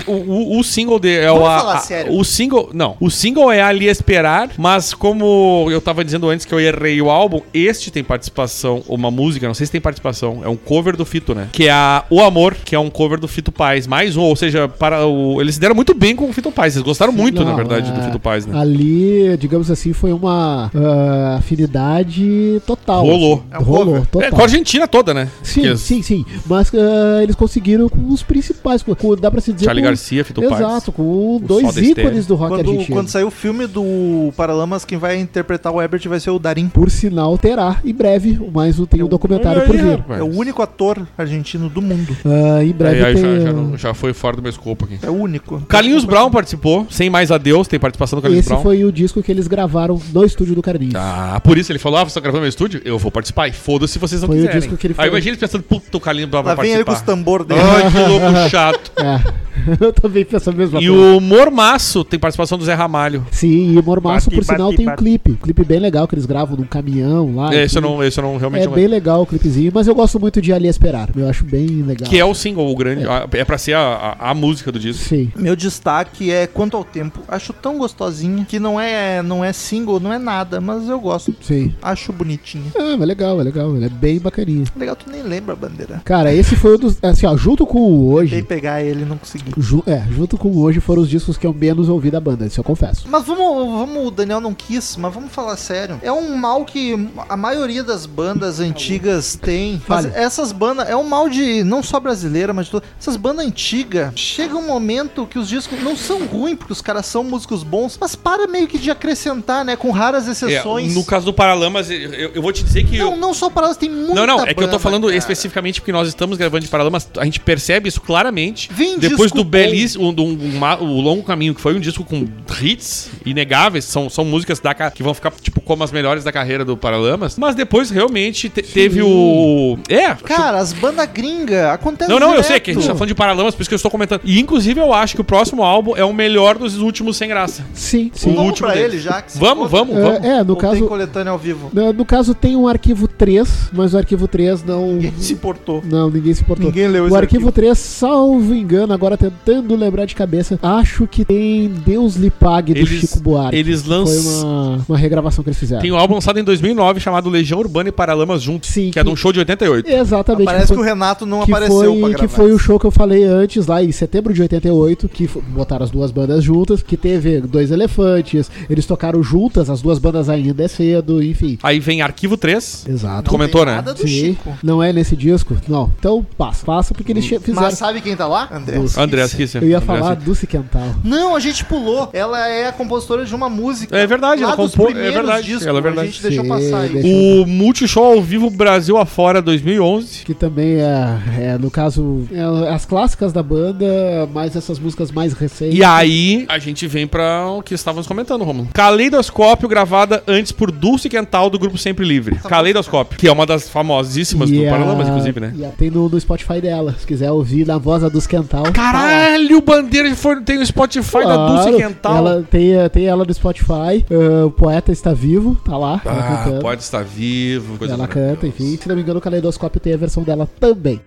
O, o, o single de. É Vamos o, a- falar a- sério. O single. Não. O single é Ali Esperar, mas como eu tava dizendo antes que eu errei o álbum, este tem participação, uma música, não sei se tem participação, é um cover do Fito, né? Que é a O Amor, que é um cover do Fito Paz. Mais um, ou seja, para o, eles se deram muito bem com o Fito Paz. Eles gostaram muito, Não, na verdade, é- do Fito Paz. mais, Ah, né? Ali, digamos assim, foi uma ah, afinidade total. Rolou. um Assim. Rolou, É, com a total. Argentina toda, né? Sim, Porque sim, sim. Mas ah, eles conseguiram com os principais. Com, com- dá pra se dizer. Charlie com- Garcia, Fito Paz. Tipo, Exato, com Sol dois da ícones do rock Quando, argentino. quando sair o filme do Paralamas, quem vai interpretar o Ebert vai ser o Darim. Por sinal, terá em breve mais um, tem um documentário Olha por aí, vir. rapaz. É o único ator argentino do mundo. Ah, em breve Aí, aí tem. um- já, já não- já foi fora do meu escopo aqui. É o único. Carlinhos Brown participou, sem mais adeus, tem participação do Carlinhos Esse Brown. foi o disco que eles gravaram no estúdio do Carlinhos. Ah, por isso ele falou: Ah, vocês estão gravando meu estúdio? Eu vou participar. E foda-se se vocês não Foi o quiserem. disco que ele Aí foi- imagina eles pensando: Puta, o Carlinhos Brown Lá vai vem ele com participar. os tambor dele. Ai, que louco chato. É, eu também penso a mesma E coisa. o Mormaço tem participação do Zé Ramalho. Sim, e o Mormaço, Bate, por bate, sinal, tem um bate. clipe. Um clipe bem legal que eles gravam num caminhão lá. esse, É, eu Enfim, não, esse eu não realmente Ah, É não bem legal o clipezinho, mas eu gosto muito de Ali Esperar. Eu acho bem legal. Que é o single, o grande. a- É, pra ser a, a- a música do disco. Sim. Meu destaque é quanto ao tempo. Acho tão gostosinha que não é, não é single, não é nada, mas eu gosto. Sim. Acho bonitinha. Ah, mas é legal, é legal. Ele é bem bacaninha. Legal, tu nem lembra a bandeira. Cara, esse foi o dos. Assim, ó, junto com o Tentei hoje. pegar ele, não consegui. ju- é, junto com o hoje foram os discos que eu menos ouvi da banda, isso eu confesso. Mas vamos, vamos, o Daniel não quis, mas vamos falar sério. É um mal que a maioria das bandas antigas tem. Mas Tá Fale. essas bandas, é um mal de, não só brasileira, mas de todas. Essas bandas antigas, chega um momento que os discos não são ruins, porque os caras são músicos bons, mas para meio que de acrescentar, né? Com raras É, exceções. no caso do Paralamas, eu, eu- eu vou te dizer que. eu- Não, não só para elas, tem muita Não, não, é que eu tô banda, falando cara. especificamente porque nós estamos gravando de Paralamas, a gente percebe isso claramente. Vem um Depois disco do bom. belíssimo, um, um- uma- o Longo Caminho, que foi um disco com hits inegáveis, são, são músicas da, ca- que vão ficar, tipo, como as melhores da carreira do Paralamas. Mas depois, realmente, te- teve o... É, Cara, as bandas gringas, acontece Não, não, eu sei direto. que a gente tá falando de Paralamas, por isso que eu estou comentando. E, inclusive, eu acho que o próximo álbum é o melhor dos últimos sem graça. Sim, sim. Vamos último pra deles. ele já. Que se Vamos, foda. vamos, É, vamos. é, no Não tem caso. coletânea ao vivo. No, no caso, tem um arquivo 3, mas o arquivo 3 não. Ninguém se importou. Não, ninguém se importou. Ninguém leu O esse arquivo 3, salvo engano, agora tentando lembrar de cabeça, acho que tem Deus lhe pague do Eles- Chico Buarque. Eles Foi lançam... uma, uma regravação que eles fizeram. Tem um álbum lançado em 2009 chamado Legião Urbana e Paralamas Juntos, Sim, que é de um que- show de 88. Exatamente. Parece foi- que o Renato não que apareceu pra foi, gravar. que foi o show que eu falei antes, lá em setembro de 88, que fo- botaram as duas bandas juntas, que teve dois elefantes, eles tocaram juntas, as duas bandas ainda é cedo, enfim. Aí vem Arquivo 3. Exato. Tu comentou, né? Nada do Sim, Chico. não é nesse disco? Não. Então passa, passa porque eles che- fizeram. Mas sabe quem tá lá? André. Os- André Kisser. Eu ia André falar Kisser. Dulce Quental. Não, a gente pulou. Ela é a compositora de uma música. É verdade, lá ela dos compôs- é primeiros verdade, discos. ela é verdade. A gente deixou Sim, passar aí. deixa- O Multishow ao vivo Brasil afora 2011. Que também é, é, no caso, é as clássicas da banda, mais essas músicas mais recentes. E aí, a gente vem pra o que estávamos comentando, Romulo. Caleidoscópio, gravada antes por Dulce Quental, do grupo Sempre Livre. Caleidoscópio, que é uma das famosíssimas Tá E do a- Paralamas, inclusive, né? e a- tem no, no Spotify dela, se quiser ouvir na voz da Dulce Quental. Caralho, bandeira foi, tem no Spotify da Dulce Claro, Quental. Ela tem, eh, tem ela no Spotify. ah, o poeta está vivo, tá lá. ela Ah, cantando. pode estar vivo. Coisa ela maravilhosa. canta, enfim. Se não me engano, o Caleidoscópio tem a versão dela também.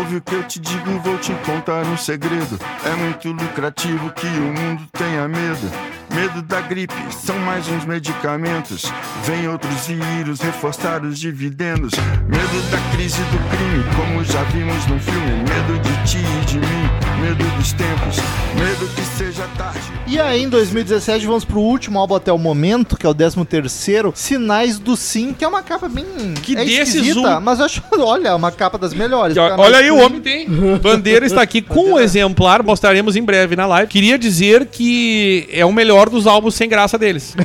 Ouve o que eu te digo, vou te contar um segredo. É muito lucrativo que o mundo tenha medo. Medo da gripe, são mais uns medicamentos. Vem outros vírus reforçar os dividendos. Medo da crise do crime, como já vimos no filme. Medo de ti e de mim, medo dos tempos. Medo que seja tarde. E aí, em 2017, vamos pro último álbum até o momento, que é o 13º, Sinais do Sim, que é uma capa bem. Que é desses esquisita, um- Mas eu acho, olha, é uma capa das melhores. E ó- Olha aí, o homem tem. Bandeira está aqui com o exemplar, mostraremos em breve na live. Queria dizer que é o melhor dos álbuns sem graça deles.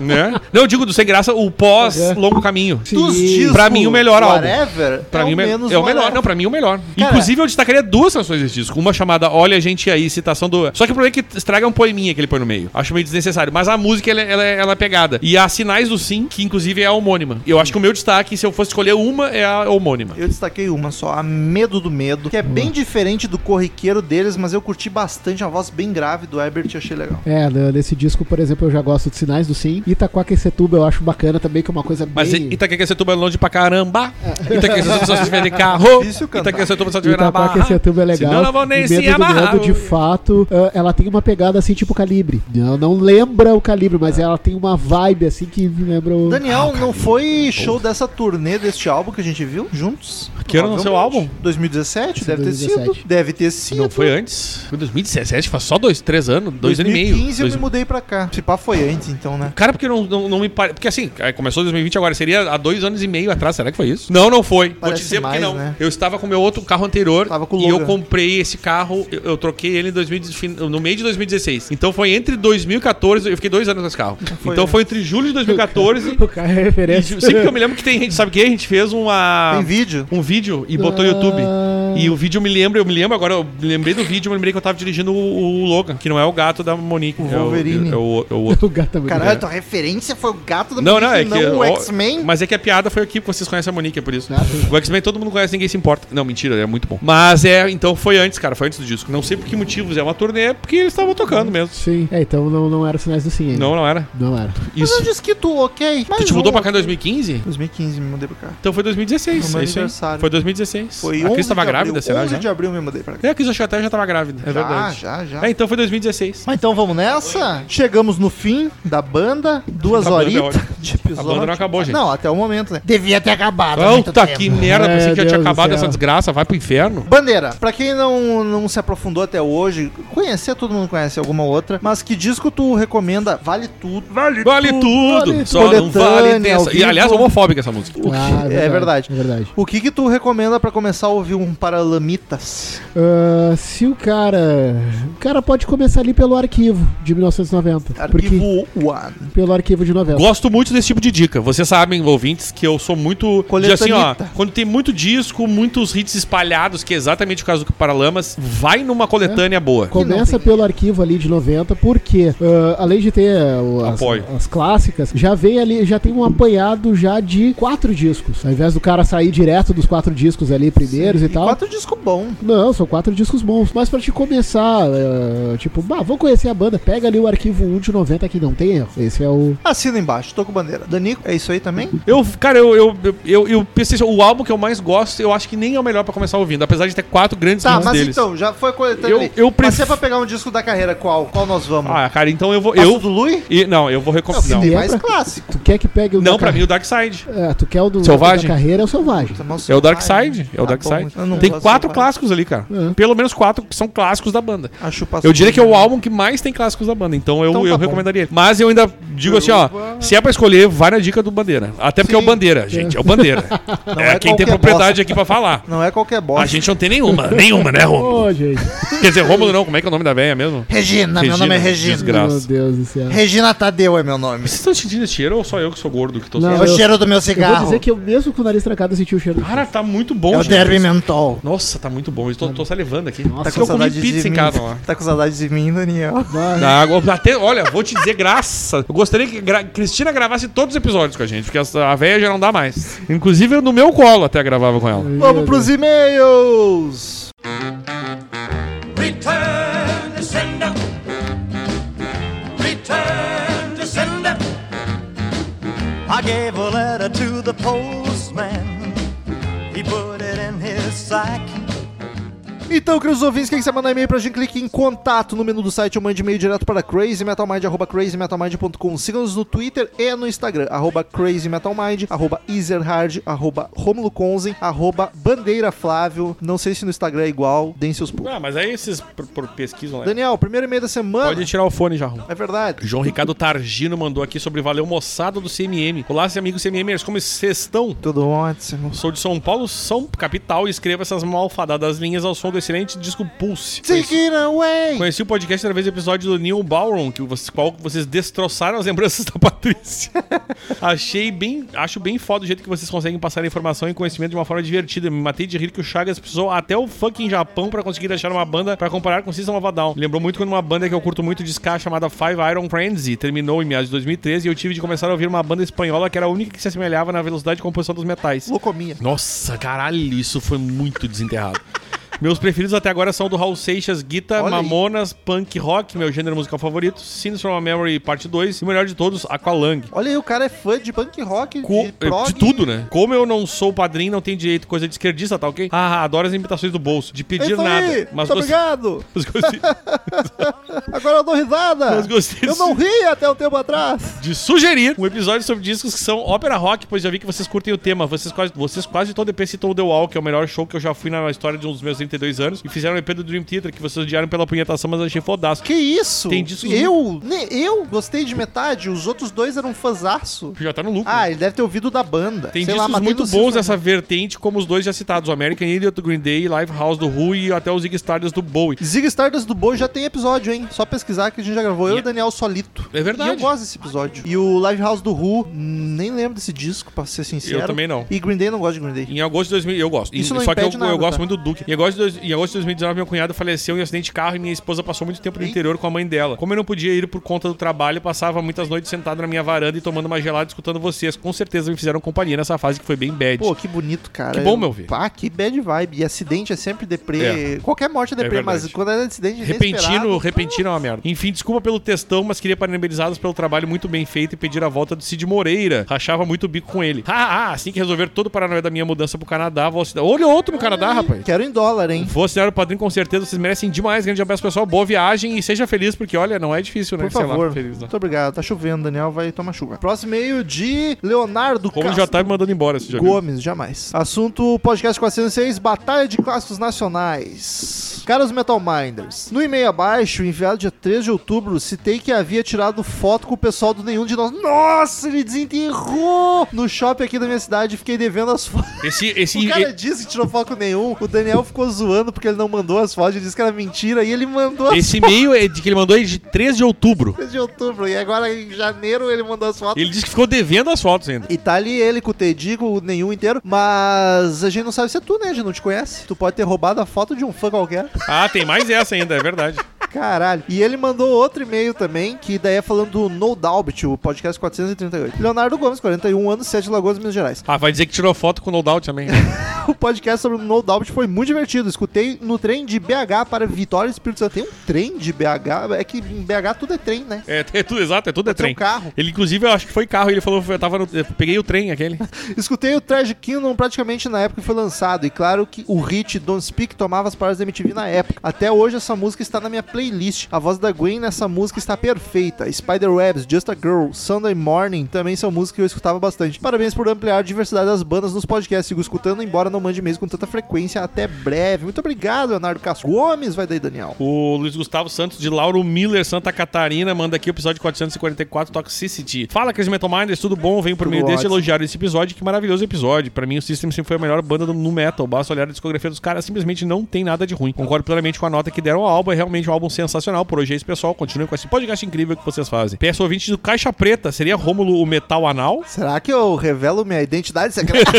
né? Não, eu digo do sem graça, o pós-longo caminho. Dos Sim. discos, Pra mim, o melhor álbum. Whatever, Pra é mim o me- menos é o melhor, whatever. não, pra mim é o melhor. Inclusive, eu destacaria duas canções desse disco. Uma chamada Olha a Gente Aí, citação do. Só que o problema é que estraga um poeminha que ele põe no meio. Acho meio desnecessário. Mas a música, ela, ela, ela é pegada. E a Sinais do Sim, que inclusive é a homônima. Eu acho que o meu destaque, se eu fosse escolher uma, é a homônima. Eu destaquei uma só, a Medo do Medo, que é bem diferente do corriqueiro deles, mas eu curti bastante, a voz bem grave do Herbert, achei legal. É, né, Ah, nesse disco, por exemplo, eu já gosto de Sinais do Sim. Itaquaquecetuba eu acho bacana também, que é uma coisa bem... Mas Itaquaquecetuba é longe pra caramba. Itaquaquecetuba só se tiver de carro. Difícil cantar. Itaquaquecetuba só se tiver na barra. Itaquaquecetuba é legal. Senão não vou nem E se Medo do amarrar. Medo, de fato, ah, ela tem uma pegada assim, tipo calibre. Não, não lembra o calibre, mas ela tem uma vibe assim que me lembra o... Ah, Daniel, não foi show dessa turnê deste álbum que a gente viu juntos? Que ano lançou o álbum? 2017, deve ter 2017. sido. Deve ter sido. Não foi antes? Foi 2017, faz só dois, três anos, dois anos e meio. 2015 eu Dois- me mudei pra cá. Se pá, foi antes, então, né? Cara, porque não, não, não me parece. Porque assim, aí começou 2020 agora, seria há dois anos e meio atrás, será que foi isso? Não, não foi. Vou te Parece dizer porque mais, não. né? Eu estava com o meu outro carro anterior Tava com o e eu Logan. comprei esse carro, eu, eu troquei ele em 2000, de fin- no meio de 2016. Então foi entre 2014, eu fiquei dois anos com esse carro. então né? foi entre julho de 2014 O cara é e referência. ju- sempre que eu me lembro que tem gente, sabe o que? A gente fez uma Tem vídeo? um vídeo e botou no YouTube. Ah. E o vídeo me lembra, eu me lembro agora, eu me lembrei do vídeo, eu me lembrei que eu tava dirigindo o, o Logan, que não é o gato da Monique. O Wolverine. É o, é o, é o outro. O gato também. Caralho, tua referência foi o gato da Não, não, é Monique, que. o ó, X-Men? Ah, Mas é que a piada foi aqui, porque vocês conhecem a Monique, é por isso. O X-Men todo mundo conhece, ninguém se importa. Não, mentira, é muito bom. Mas é, então foi antes, cara, foi antes do disco. Não sei por que motivos, é uma turnê, porque eles estavam Hum. tocando mesmo. Sim. É, então não, não era Sinais do Sim ainda. Não, não era. Não era. Mas é eu Isso. disse que tu, ok. Tu mais te mudou um. pra cá em 2015? 2015 me mudei pra cá. Então foi 2016. No meu é isso aí. aniversário. Foi 2016. Foi a 11 Cris tava de abril. grávida, será? 11 Já? de abril me mudei pra cá. É, a Cris acho que até já tava grávida. já, É verdade. já, já. É, então foi 2016. Mas então vamos nessa? Chegamos no fim da banda, duas A banda é horitas ótima. de episódio. A banda não acabou, gente. Não, até o momento, né? Devia ter acabado. há muito Puta tempo. que merda, É, pensei que já tinha Deus do acabado céu. essa desgraça, vai pro inferno. Bandeira, pra quem não, não se aprofundou até hoje, conhecer, todo mundo conhece alguma outra, mas que disco tu recomenda? Vale tudo. Vale, Vale tudo, vale só não vale Coletânea, dessa. ao E vivo. aliás, homofóbica essa música. Ah, É verdade. É verdade. O que que tu recomenda pra começar a ouvir um Paralamitas? Ah, se o cara. O cara pode começar ali pelo arquivo de 1990. Porque, Arquivo One. pelo arquivo de 90. Gosto muito desse tipo de dica. Vocês sabem, ouvintes, que eu sou muito. De assim, ó, Coletanita. quando tem muito disco, muitos hits espalhados, que é exatamente o caso do Paralamas, vai numa coletânea boa. Começa pelo arquivo ali de 90, porque ah, além de ter ah, o- as, Apoio. as clássicas, já vem ali, já tem um apanhado já de quatro discos. Ao invés do cara sair direto dos quatro discos ali primeiros e tal. Quatro discos bom. Não, são quatro discos bons. Mas pra te começar, ah, tipo, bah, vou conhecer a banda, pega ali o arquivo 1 de 90 que não tem erro. Esse é o. Assina embaixo, tô com bandeira. Danico, é isso aí também? Eu, cara, eu, eu, eu, eu, eu pensei, assim, o álbum que eu mais gosto, eu acho que nem é o melhor pra começar ouvindo, apesar de ter quatro grandes Tá, hits mas deles. então, já foi coletando Eu- ali. eu Mas se pref- é pra pegar um disco da carreira, qual? Qual nós vamos? Ah, cara, então eu vou. Passo Eu, do Lui? e, não, eu vou Não, recomendar. tem é mais pra- clássico. Tu quer que pegue o. Não, da pra carre- mim o Dark Side. É, tu quer o do Selvagem? da carreira é o selvagem. É o Dark Side, é o um Tá Dark bom, Side. eu não Tem gosto quatro do clássicos ali, cara. É. Pelo menos quatro que são clássicos da banda. Acho passo Eu diria do que é Lui. o álbum que mais tem clássicos da banda, então né? eu, Então tá eu bom. recomendaria ele. Mas eu ainda digo assim, ó, se é pra escolher, vai na dica do Bandeira. Até porque é o Sim. Bandeira, gente, é o Bandeira. é, é quem qualquer tem propriedade aqui pra falar. Não é qualquer bosta. A gente não tem nenhuma, nenhuma, né, Rômulo? Ô, gente. Quer dizer, Rômulo não, como é que é o nome da velha mesmo? Regina, meu nome é Regina. Meu Desgraça. Deus do céu. Regina Tadeu é meu nome. Vocês estão sentindo esse cheiro ou só eu que sou gordo que tô Não, É sentindo? o eu- cheiro do meu Eu vou cigarro. dizer que eu mesmo com o nariz trancado senti o cheiro. do- Cara, tá muito bom, É o gente. derby mentol. Nossa, tá muito bom. Eu tô, tô salivando aqui. Nossa, tá que eu comi pizza de em mim. casa lá. Tá com saudade de mim, Daniel. Ah, Na água, até, olha, vou te dizer, graça. Eu gostaria que gra- Cristina gravasse todos os episódios com a gente, porque essa- a velha já não dá mais. Inclusive, eu no meu colo até gravava com ela. Vamos pros e-mails. Return to sender. Return to sender. I gave a letter to the postman. He put it in his sack. Então, queridos ouvintes, quem quiser mandar e-mail pra gente, clique em contato no menu do site ou mande e-mail direto para crazymetalmind, arroba crazymetalmind.com. Siga-nos no Twitter e no Instagram, arroba crazymetalmind, arroba easerhard, arroba romuloconzen, arroba bandeiraflávio. Não sei se no Instagram é igual, deem seus pulos. Ah, mas aí vocês pr- pr- pesquisam lá. Daniel, primeiro e-mail da semana. Pode tirar o fone já, Rom. É verdade. João Ricardo Targino mandou aqui sobre Valeu Moçada do CMM. Olá, seus amigos CMMers, como vocês estão? Tudo ótimo. Sou de São Paulo, São Capital, e escrevo essas malfadadas linhas ao som do excelente disco Pulse. Take it away! Conheci o podcast através do episódio do Neil Ballroom, que vocês, qual vocês destroçaram as lembranças da Patrícia. Achei bem, acho bem foda o jeito que vocês conseguem passar a informação e conhecimento de uma forma divertida. Me matei de rir que o Chagas precisou até o fucking Japão pra conseguir achar uma banda pra comparar com System of a Down. Lembrou muito quando uma banda que eu curto muito de ska chamada Five Iron Frenzy terminou em meados de 2013 e eu tive de começar a ouvir uma banda espanhola que era a única que se assemelhava na velocidade de composição dos metais. Locomia. Nossa, caralho, isso foi muito desenterrado. Meus preferidos até agora são do Raul Seixas, Guita, Olha aí. Mamonas, Punk Rock, meu gênero musical favorito, Sins from a Memory Parte 2 e o melhor de todos, Aqualung. Olha aí, o cara é fã de punk rock, Co- de de, prog. tudo, né? Como eu não sou padrinho, não tenho direito, coisa de esquerdista, tá ok? Ah, adoro as imitações do bolso, de É pedir isso nada. aí, mas, muito gostei, obrigado. mas gostei, Agora eu dou risada. mas gostei Eu não ri até um tempo atrás. de sugerir um episódio sobre discos que são ópera rock, pois já vi que vocês curtem o tema. Vocês quase, vocês quase todo EP citam o The Wall, que é o melhor show que eu já fui na história de uns meus 32 anos, e fizeram o EP do Dream Theater, que vocês odiaram pela punhetação, mas eu achei fodaço. Que isso? Tem discos- Eu, ne- eu gostei de metade, os outros dois eram fãzaço. Já tá no lucro. Ah, ele deve ter ouvido da banda. Tem Sei lá, discos matei muito do bons Cisne. nessa vertente, como os dois já citados, o American Idiot do Green Day, Lifehouse do Who e até os Zig Stardust do Bowie. Zig Stardust do Boi já tem episódio, hein? Só pesquisar que a gente já gravou. Eu e o Daniel Solito. É verdade. E eu gosto desse episódio. E o Livehouse do Who, hum, nem lembro desse disco, pra ser sincero. Eu também não. E Green Day não gosta de Green Day. Em agosto de 2000, eu gosto. Em- Isso não Só que eu, impede nada, eu gosto tá? muito do Duque. Em agosto, de, dois- em agosto de 2019, meu cunhado faleceu em um acidente de carro e minha esposa passou muito tempo no interior com a mãe dela. Como eu não podia ir por conta do trabalho, passava muitas noites sentado na minha varanda e tomando uma gelada e escutando vocês. Com certeza me fizeram companhia nessa fase que foi bem bad. Pô, que bonito, cara. Que bom, Eu- meu filho. Pá, que bad vibe. E acidente é sempre deprê. Qualquer morte é deprê, verdade. mas quando é acidente Repentino, inesperado- repentino é uma merda. Enfim, desculpa pelo textão, mas queria parabenizá-los pelo trabalho muito bem feito e pedir a volta do Cid Moreira. Rachava muito o bico com ele. Ah, ah, assim que resolver todo o paranoia da minha mudança pro Canadá, vou assinar. Olha outro no Canadá, rapaz. Quero em dólar, hein? Vou assinar o padrinho, com certeza. Vocês merecem demais. Grande abraço, pessoal. Boa viagem e seja feliz, porque olha, não é difícil, né? Por Sei lá, favor. feliz, né? Muito obrigado. Tá chovendo, Daniel. Vai tomar chuva. Próximo e-mail de Leonardo Como Castro já tá me mandando embora, você já viu? Gomes, jamais. Assunto podcast 406, Batalha de Clássicos Nacionais. Caros Metal Minders, no e-mail abaixo, enviado dia 3 de outubro, citei que havia tirado foto com o pessoal do Nenhum de Nós. Nossa, ele desenterrou! No shopping aqui da minha cidade, fiquei devendo as fotos. Esse, esse, O cara é e- disse que tirou foto com nenhum. O Daniel ficou zoando porque ele não mandou as fotos. Ele disse que era mentira e ele mandou as esse e-mail é de que ele mandou é de 3 de outubro. 3 de outubro. E agora em janeiro ele mandou as fotos. Ele disse que ficou devendo as fotos ainda. E tá ali ele com o Teddy, com o nenhum inteiro, mas a gente não sabe se é tu, né? A gente não te conhece. Tu pode ter roubado a foto de um fã qualquer. Ah, tem mais essa ainda, é verdade. Caralho. E ele mandou outro e-mail também, que daí é falando do No Dalbit, o podcast 438. Leonardo Gomes, 41 anos, 7 Lagoas, Minas Gerais. Ah, vai dizer que tirou foto com o No Doubt também. né? O podcast sobre o No Dalbit foi muito divertido. Escutei no trem de BH para Vitória e Espírito Santo. Tem um trem de BH? É que em BH tudo é trem, né? É, é tudo exato, é tudo é Tem um trem. carro. Ele, inclusive, eu acho que foi carro. Ele falou, eu tava no. Eu peguei o trem aquele. Escutei o Trash Kingdom praticamente na época que foi lançado, e claro que o hit Don't Speak tomava as paradas da MTV na época. Até hoje essa música está na minha playlist. A voz da Gwen nessa música está perfeita. Spiderwebs, Just a Girl, Sunday Morning também são músicas que eu escutava bastante. Parabéns por ampliar a diversidade das bandas nos podcasts. Sigo escutando, embora não mande mesmo com tanta frequência. Até breve. Muito obrigado, Leonardo Castro Gomes. Vai daí, Daniel. O Luiz Gustavo Santos, de Lauro Miller, Santa Catarina, manda aqui o episódio 444, Toxicity. Fala, Cris Metal Minders, tudo bom? Venho por Tudo meio deste ótimo. elogiar esse episódio, que maravilhoso episódio. Pra mim, o System sempre foi a melhor banda do- no metal. Basta olhar a discografia dos caras, simplesmente não tem nada de ruim. Concordo plenamente com a nota que deram ao álbum, é realmente um álbum sensacional. Por hoje é isso, pessoal. Continuem com esse podcast incrível que vocês fazem. Peço ouvinte do Caixa Preta, seria Rômulo o Metal Anal? Será que eu revelo minha identidade secreta?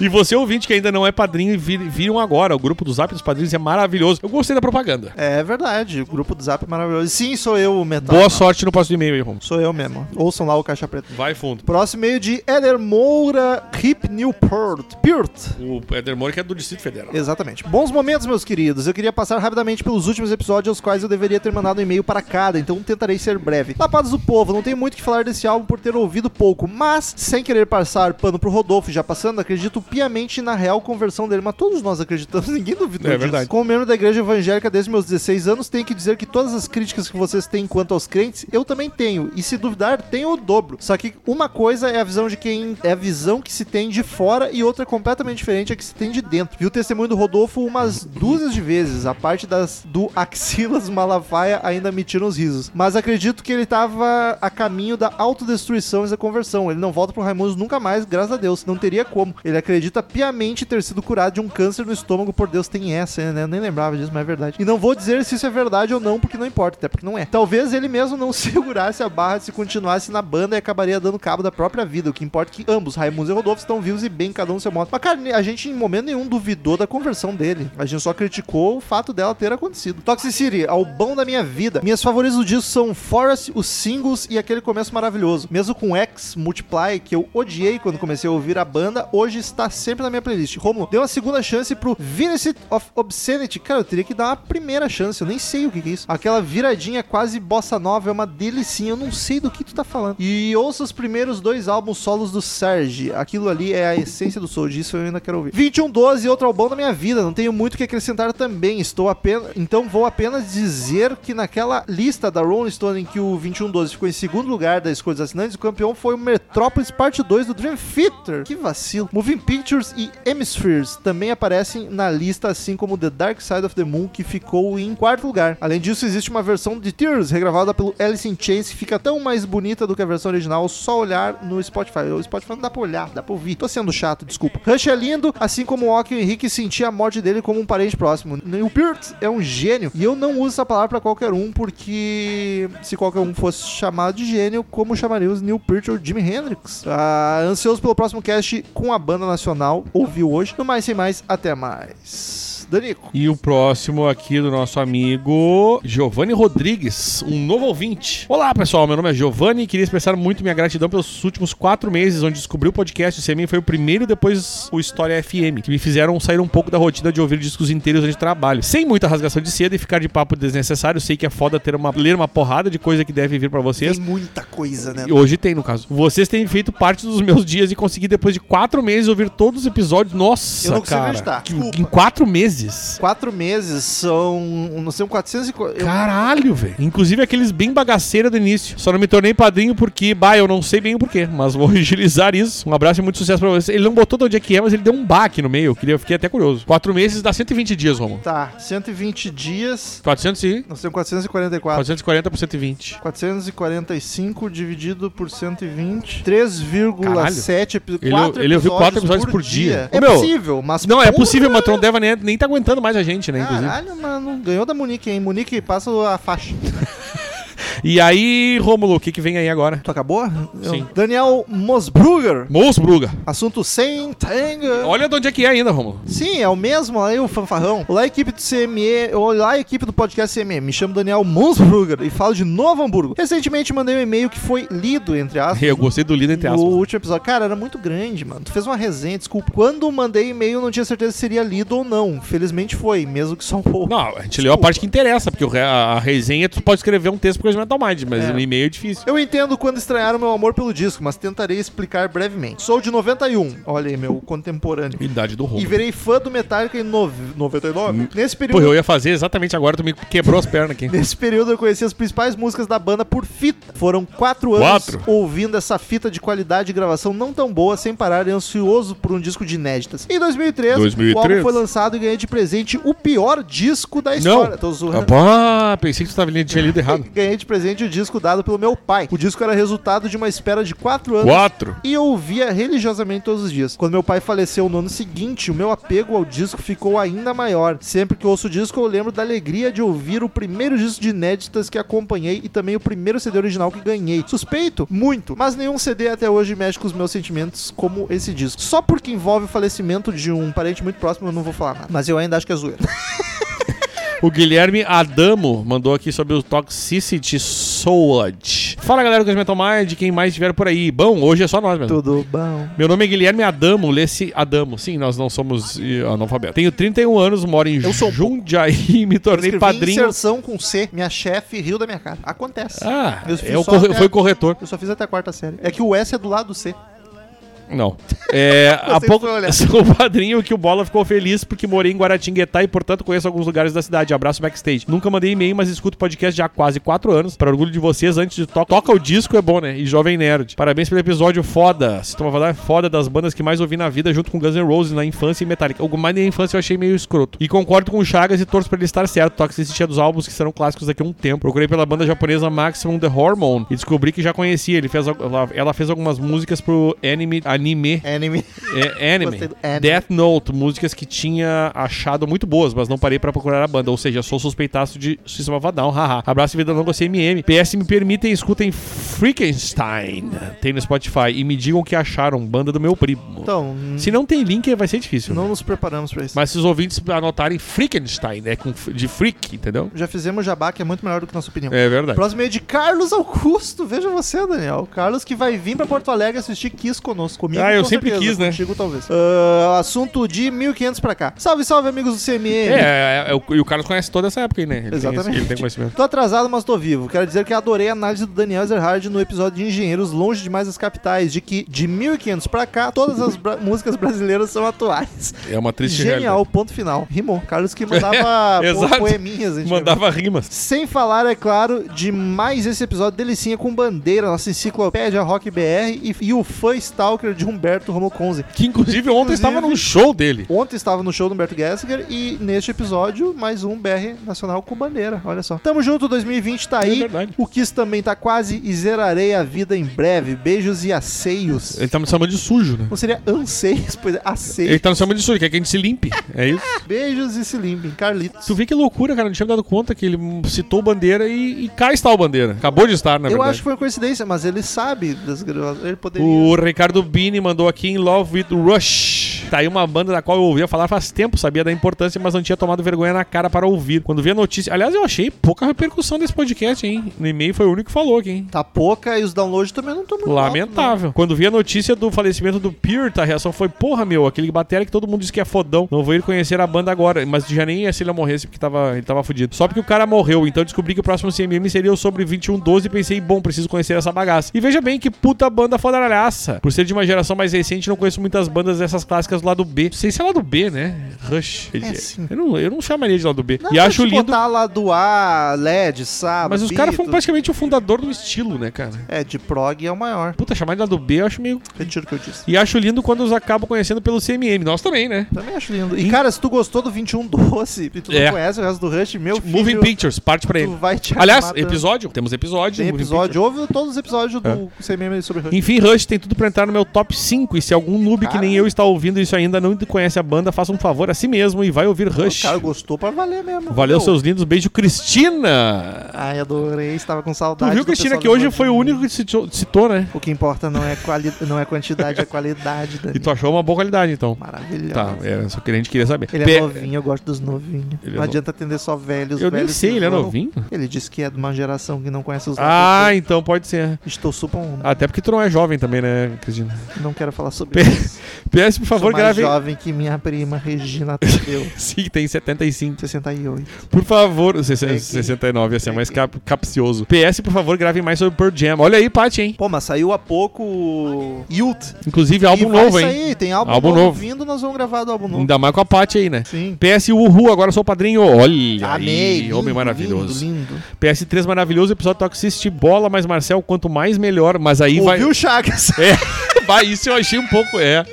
E você, ouvinte que ainda não é padrinho, vir- viram agora. O grupo do Zap dos Padrinhos é maravilhoso. Eu gostei da propaganda. é verdade. O grupo do Zap é maravilhoso. Sim, sou eu o metal. Boa sorte no próximo e-mail aí, Romulo. Sou eu mesmo. Ouçam lá o Caixa Preta. Vai fundo. Próximo meio de Eder Moura Hip Newport. Peart. O Eder Moura que é do Distrito Federal. Exatamente. Bons momentos, meus queridos. Eu queria passar rapidamente pelos últimos episódios, aos quais eu deveria ter mandado um e-mail para cada, então tentarei ser breve. Lapados do Povo, não tenho muito o que falar desse álbum por ter ouvido pouco, mas, sem querer passar pano pro Rodolfo e já passando, acredito piamente na real conversão dele, mas todos nós acreditamos, ninguém duvidou É disso. verdade. Como membro da igreja evangélica desde meus 16 anos, tenho que dizer que todas as críticas que vocês têm quanto aos crentes, eu também tenho. E se duvidar, tenho o dobro. Só que uma coisa é a visão de quem é a visão que se tem de fora e outra completamente diferente é a que se tem de dentro. Vi o testemunho do Rodolfo umas dúzias de vezes. A parte das do Axilas Malafaia ainda me tira os risos. Mas acredito que ele tava a caminho da autodestruição e da conversão. Ele não volta pro Raimundos nunca mais, graças a Deus. Não teria como. Ele acredita piamente ter sido curado de um câncer no estômago, por Deus, tem essa, né? Eu nem lembrava disso, mas é verdade. E não vou dizer se isso é verdade ou não, porque não importa, até porque não é. Talvez ele mesmo não segurasse a barra se continuasse na banda e acabaria dando cabo da própria vida. O que importa é que ambos, Raimundo e Rodolfo, estão vivos e bem, cada um no seu modo. Mas, cara, a gente em momento nenhum duvidou da conversão dele. A gente só criticou o fato dela ter acontecido. Toxicity, ao bom da minha vida. Minhas favoritas do disco são Forest, os singles e aquele começo maravilhoso. Mesmo com X, Multiply, que eu odiei quando comecei a ouvir a banda, hoje está sempre sempre na minha playlist. Romulo, deu uma segunda chance pro Vinicit of Obscenity. Cara, eu teria que dar uma primeira chance, eu nem sei o que, que é isso. Aquela viradinha quase bossa nova é uma delicinha, eu não sei do que tu tá falando. E ouça os primeiros dois álbuns solos do Serge. Aquilo ali é a essência do soul, disso eu ainda quero ouvir. 2112, outro álbum da minha vida, não tenho muito o que acrescentar também. Estou apenas, então vou apenas dizer que naquela lista da Rolling Stone em que o 2112 ficou em segundo lugar da escolha dos assinantes, o campeão foi o Metrópolis Parte 2 do Dream Theater. Que vacilo. Moving Pictures e Hemispheres também aparecem na lista, assim como The Dark Side of the Moon, que ficou em quarto lugar. Além disso, existe uma versão de Tears, regravada pelo Alice in Chains, que fica tão mais bonita do que a versão original, só olhar no Spotify. O Spotify não dá pra olhar, dá pra ouvir. Tô sendo chato, desculpa. Rush é lindo, assim como o Ock e o Henrique sentia a morte dele como um parente próximo. O Peart é um gênio, e eu não uso essa palavra pra qualquer um, porque se qualquer um fosse chamado de gênio, como chamaria os Neil Peart ou Jimi Hendrix? Ah, ansioso pelo próximo cast com a banda nacional, ouviu hoje. No mais, sem mais, até mais. Danico. E o próximo aqui do nosso amigo Giovanni Rodrigues, um novo ouvinte. Olá, pessoal. Meu nome é Giovanni e queria expressar muito minha gratidão pelos últimos quatro meses, onde descobri o podcast. O CMM foi o primeiro e depois o História FM, que me fizeram sair um pouco da rotina de ouvir discos inteiros onde trabalho. Sem muita rasgação de seda e ficar de papo desnecessário, sei que é foda ter uma, ler uma porrada de coisa que deve vir pra vocês. muita coisa, né? E hoje tem, no caso. Vocês têm feito parte dos meus dias e consegui, depois de quatro meses, ouvir todos os episódios. Nossa, Eu não consigo cara. acreditar. Que- Desculpa. em quatro meses. Quatro meses são. Não sei, um 440. eu- Caralho, velho. Inclusive aqueles bem bagaceira do início. Só não me tornei padrinho porque, bah, eu não sei bem o porquê, mas vou agilizar isso. Um abraço e muito sucesso pra vocês. Ele não botou de onde é que é, mas ele deu um baque no meio. Eu, queria, eu fiquei até curioso. Quatro meses dá 120 dias, Romulo. Tá, 120 dias. um 400 e... Nós temos 444. 440 por 120. 445 dividido por 120. Ele- 3,7 quatro ele ouviu quatro episódios por dia. É Ô, meu, possível, mas. Não, é porra, possível, mas tu não deve nem, nem tá aguentando mais a gente, né, inclusive. Caralho, mano. Ganhou da Monique, hein? Monique, passa a faixa. E aí, Romulo, o que que vem aí agora? Tu acabou? Sim. Eu- Daniel Mosbrugger. Mousbruga. Assunto sem tanga. Olha de onde é que é ainda, Romulo. Sim, é o mesmo aí, o fanfarrão. Olá, equipe do CME. Olá, equipe do podcast CME. Me chamo Daniel Monsbruger e falo de Novo Hamburgo. Recentemente mandei um e-mail que foi lido, entre aspas. Eu gostei do líder entre No aspas. último episódio. Cara, era muito grande, mano. Tu fez uma resenha, desculpa. Quando mandei e-mail, não tinha certeza se seria lido ou não. Felizmente foi, mesmo que só um pouco. Não, a gente leu a parte que interessa, porque o re- a a resenha tu pode escrever um texto pro Coisa Metal Mind, mas É. no e-mail é difícil. Eu entendo quando estranharam meu amor pelo disco, mas tentarei explicar brevemente. Sou de 91. Olha aí, meu contemporâneo. Idade do E Romulo. virei fã do Metallica em nove- Hum. 99. Nesse Pô, período eu ia fazer exatamente agora, tu me quebrou as pernas aqui. Nesse período eu conheci as principais músicas da banda por fita. Foram quatro anos Quatro? ouvindo essa fita de qualidade de gravação não tão boa, sem parar e ansioso por um disco de inéditas. Em 2003, 2003. o álbum foi lançado e ganhei de presente o pior disco da história. Tô zoando. Ah, pensei que tu tava lendo, tinha lido errado. Ganhei de presente o disco dado pelo meu pai. O disco era resultado de uma espera de quatro anos Quatro. e eu ouvia religiosamente todos os dias. Quando meu pai faleceu no ano seguinte, o meu apego ao disco ficou ainda maior. Sempre que ouço o disco, eu lembro da alegria de ouvir o primeiro disco de inéditas que acompanhei e também o primeiro CD original que ganhei. Suspeito? Muito, mas nenhum CD até hoje mexe com os meus sentimentos como esse disco. Só porque envolve o falecimento de um parente muito próximo, eu não vou falar nada. Mas eu ainda acho que é zoeira. O Guilherme Adamo mandou aqui sobre o Toxicity Soulage. Fala galera do Coisa Metal Mind, quem mais estiver por aí. Bom, hoje é só nós mesmo. Tudo bom. Meu nome é Guilherme Adamo, lê-se Adamo. Sim, nós não somos eh, analfabetos. Tenho 31 anos, moro em Eu sou um Jundiaí e me tornei Escrevi padrinho. inserção com C, minha chefe riu da minha cara. Acontece. Ah, Meus filhos é o só corre- até- foi o corretor. Eu só fiz até a quarta série. É que o S é do lado do C. Não. É, há Você pouco foi olhar. sou o padrinho que o Bola ficou feliz porque morei em Guaratinguetá e, portanto, conheço alguns lugares da cidade. Abraço backstage. Nunca mandei e-mail, mas escuto podcast já há quase quatro anos. Para orgulho de vocês, antes de to toca o disco é bom, né? E Jovem Nerd. Parabéns pelo episódio foda. Se tu vai falar é foda das bandas que mais ouvi na vida, junto com Guns N' Roses na infância e Metallica. O mais na infância eu achei meio escroto. E concordo com o Chagas e torço pra ele estar certo. Toxicity é dos álbuns que serão clássicos daqui a um tempo. Procurei pela banda japonesa Maximum The Hormone e descobri que já conhecia. Ele fez, al- ela- ela fez algumas músicas pro anime, anime Anime. é, anime. Gostei do anime. Death Note, músicas que tinha achado muito boas, mas não parei pra procurar a banda. Ou seja, sou suspeitaço de Sistema Vadão, haha. Abraço e vida longa é CMM. PS me permitem, escutem Freakenstein. Tem no Spotify. E me digam o que acharam, banda do meu primo. Então, Se não tem link, vai ser difícil. não nos preparamos pra isso. Mas se os ouvintes anotarem Freakenstein, né? Com, f- de freak, entendeu? Já fizemos jabá, que é muito melhor do que nossa opinião. É verdade. Próximo é de Carlos Augusto. Veja você, Daniel. Carlos que vai vir pra Porto Alegre assistir Kiss conosco. Comigo, Ah, eu com sempre quis, né? Contigo, talvez. Ah, assunto de 1500 pra cá. Salve, salve, amigos do CMM. É, é, é, o- e o Carlos conhece toda essa época aí, né? Ele tem esse- Exatamente. ele tem conhecimento. Tô atrasado, mas tô vivo. Quero dizer que adorei a análise do Daniel Ezerhard no episódio de Engenheiros Longe Demais das Capitais, de que de 1500 pra cá, todas as bra- músicas brasileiras são atuais. É uma triste Genial, ponto final. Rimou. Carlos que mandava É, po- exato. poeminhas. a gente realidade. Mandava rimas. sem falar, é claro, de mais esse episódio delicinha com bandeira, nossa enciclopédia Rock BR e, e o fã stalker de Humberto Romo Conze. Que inclusive ontem Inclusive- estava num show dele. Ontem estava no show do Humberto Gessinger e neste episódio, mais um BR Nacional com bandeira. Olha só. Tamo junto, 2020 tá aí. É verdade. o Kiss também tá quase e zerarei a vida em breve. Beijos e aceios. Ele tá me chamando de sujo, né? Não seria anseios, pois é, aceios. Ele tá me chamando de sujo, quer que a gente se limpe. É isso. Beijos e se limpem. Carlitos. Tu vê que loucura, cara. Não tinha me dado conta que ele hum, citou o bandeira e, e cá está o bandeira. Acabou de estar, Eu na É verdade. acho que foi coincidência, mas ele sabe das gravações. Ele poderia. O Ricardo Bini mandou aqui em Love with Rush. Tá aí uma banda da qual eu ouvia falar faz tempo, sabia da importância, mas não tinha tomado vergonha na cara para ouvir. Quando vi a notícia. Aliás, eu achei pouca repercussão desse podcast, hein? No e-mail foi o único que falou aqui, hein? Tá pouca e os downloads também não estão muito altos, né? não. Lamentável. Quando vi a notícia do falecimento do Peart, a reação foi: porra, meu, aquele batera que todo mundo diz que é fodão. Não vou ir conhecer a banda agora. Mas já nem ia se ele morresse porque tava, ele tava fudido. Só porque o cara morreu. Então descobri que o próximo CMM seria o sobre 2112 e pensei: bom, preciso conhecer essa bagaça. E veja bem que puta banda fodaralhaça. Por ser de uma geração mais recente, não conheço muitas bandas dessas clássicas do lado B. Não sei se é lado B, né? Rush. É, sim. eu, não, eu não chamaria de lado B. Não, e mas acho se lindo. botar lá do A, LED, sábado. Mas os caras foram Beatles- praticamente o fundador do estilo, né, cara? É, de prog é o maior. Puta, chamar de lado B eu acho meio Retiro o que eu disse. E acho lindo quando os acabam conhecendo pelo CMM. Nós também, né? Também acho lindo. E, cara, se tu gostou do 2112 e tu É. não conhece o resto do Rush, meu Tipo, filho, Moving Pictures, parte pra ele. tu vai te Aliás, arrumar tanto. episódio. Temos episódio. Tem de Moving É. episódio, ouve todos os episódios do CMM sobre Rush. Enfim, Rush tem tudo pra entrar no meu top 5. E se algum noob que Cara. nem eu está ouvindo isso ainda não conhece a banda, faça um favor a si mesmo e vai ouvir O Rush. cara gostou pra valer mesmo. Valeu, seu. seus lindos. Beijo, Cristina. Ai, adorei, estava com Tu saudade. viu, do Cristina, pessoal que do hoje Rush. é foi o único que citou, citou, né? O que importa não é, quali... não é quantidade, é qualidade, Dani. E tu achou uma boa qualidade, então. Maravilhoso. Tá, é, só que a gente queria saber. Ele Pe- é novinho, eu gosto dos novinhos. Ele é não no- adianta atender só velhos. Eu nem velhos sei, que ele é não- novinho? Ele disse que é de uma geração que não conhece os Ah, novos. então pode ser. Estou supondo. Até porque tu não é jovem também, né, Cristina? Não quero falar Pe- sobre isso. PS, por Sou favor, mais grave. jovem que minha prima Regina Tadeu, Sim, tem 75. 68. Por favor, o Vem 60 aqui. 69 ia ser Vem mais aqui. cap capcioso. PS, por favor, gravem mais sobre Pearl Jam. Olha aí, Paty, hein? Pô, mas saiu há pouco o Youth. Inclusive, álbum vai novo, hein? sair, tem álbum, Álbum novo, novo. vindo, nós vamos gravar do álbum novo. Ainda mais com a Paty aí, né? Sim. PS, uhul, agora sou o padrinho. Olha Amei. aí, lindo, homem maravilhoso. Lindo, lindo. PS3 maravilhoso, episódio Toxicity, bola, mas Marcel, quanto mais melhor. Mas aí vai... Ouviu o Chagas? vai... Isso eu achei um pouco, é.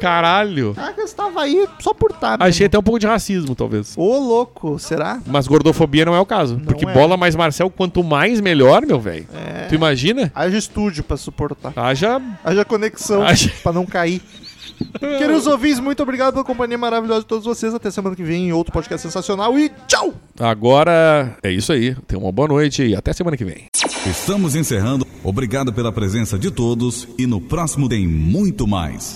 Caralho. Chagas tava aí só por estar. Achei até um pouco de racismo, talvez. Ô, louco, será? Mas gordofobia não é o caso. porque é. bola mais Marcel, quanto mais melhor, meu velho. Tu imagina? Haja estúdio pra suportar. Haja Haja conexão Haja- pra não cair. Queridos ouvintes, muito obrigado pela companhia maravilhosa de todos vocês. Até semana que vem em outro podcast sensacional e tchau! Agora é isso aí. Tenha uma boa noite e até semana que vem. Estamos encerrando. Obrigado pela presença de todos e no próximo tem muito mais.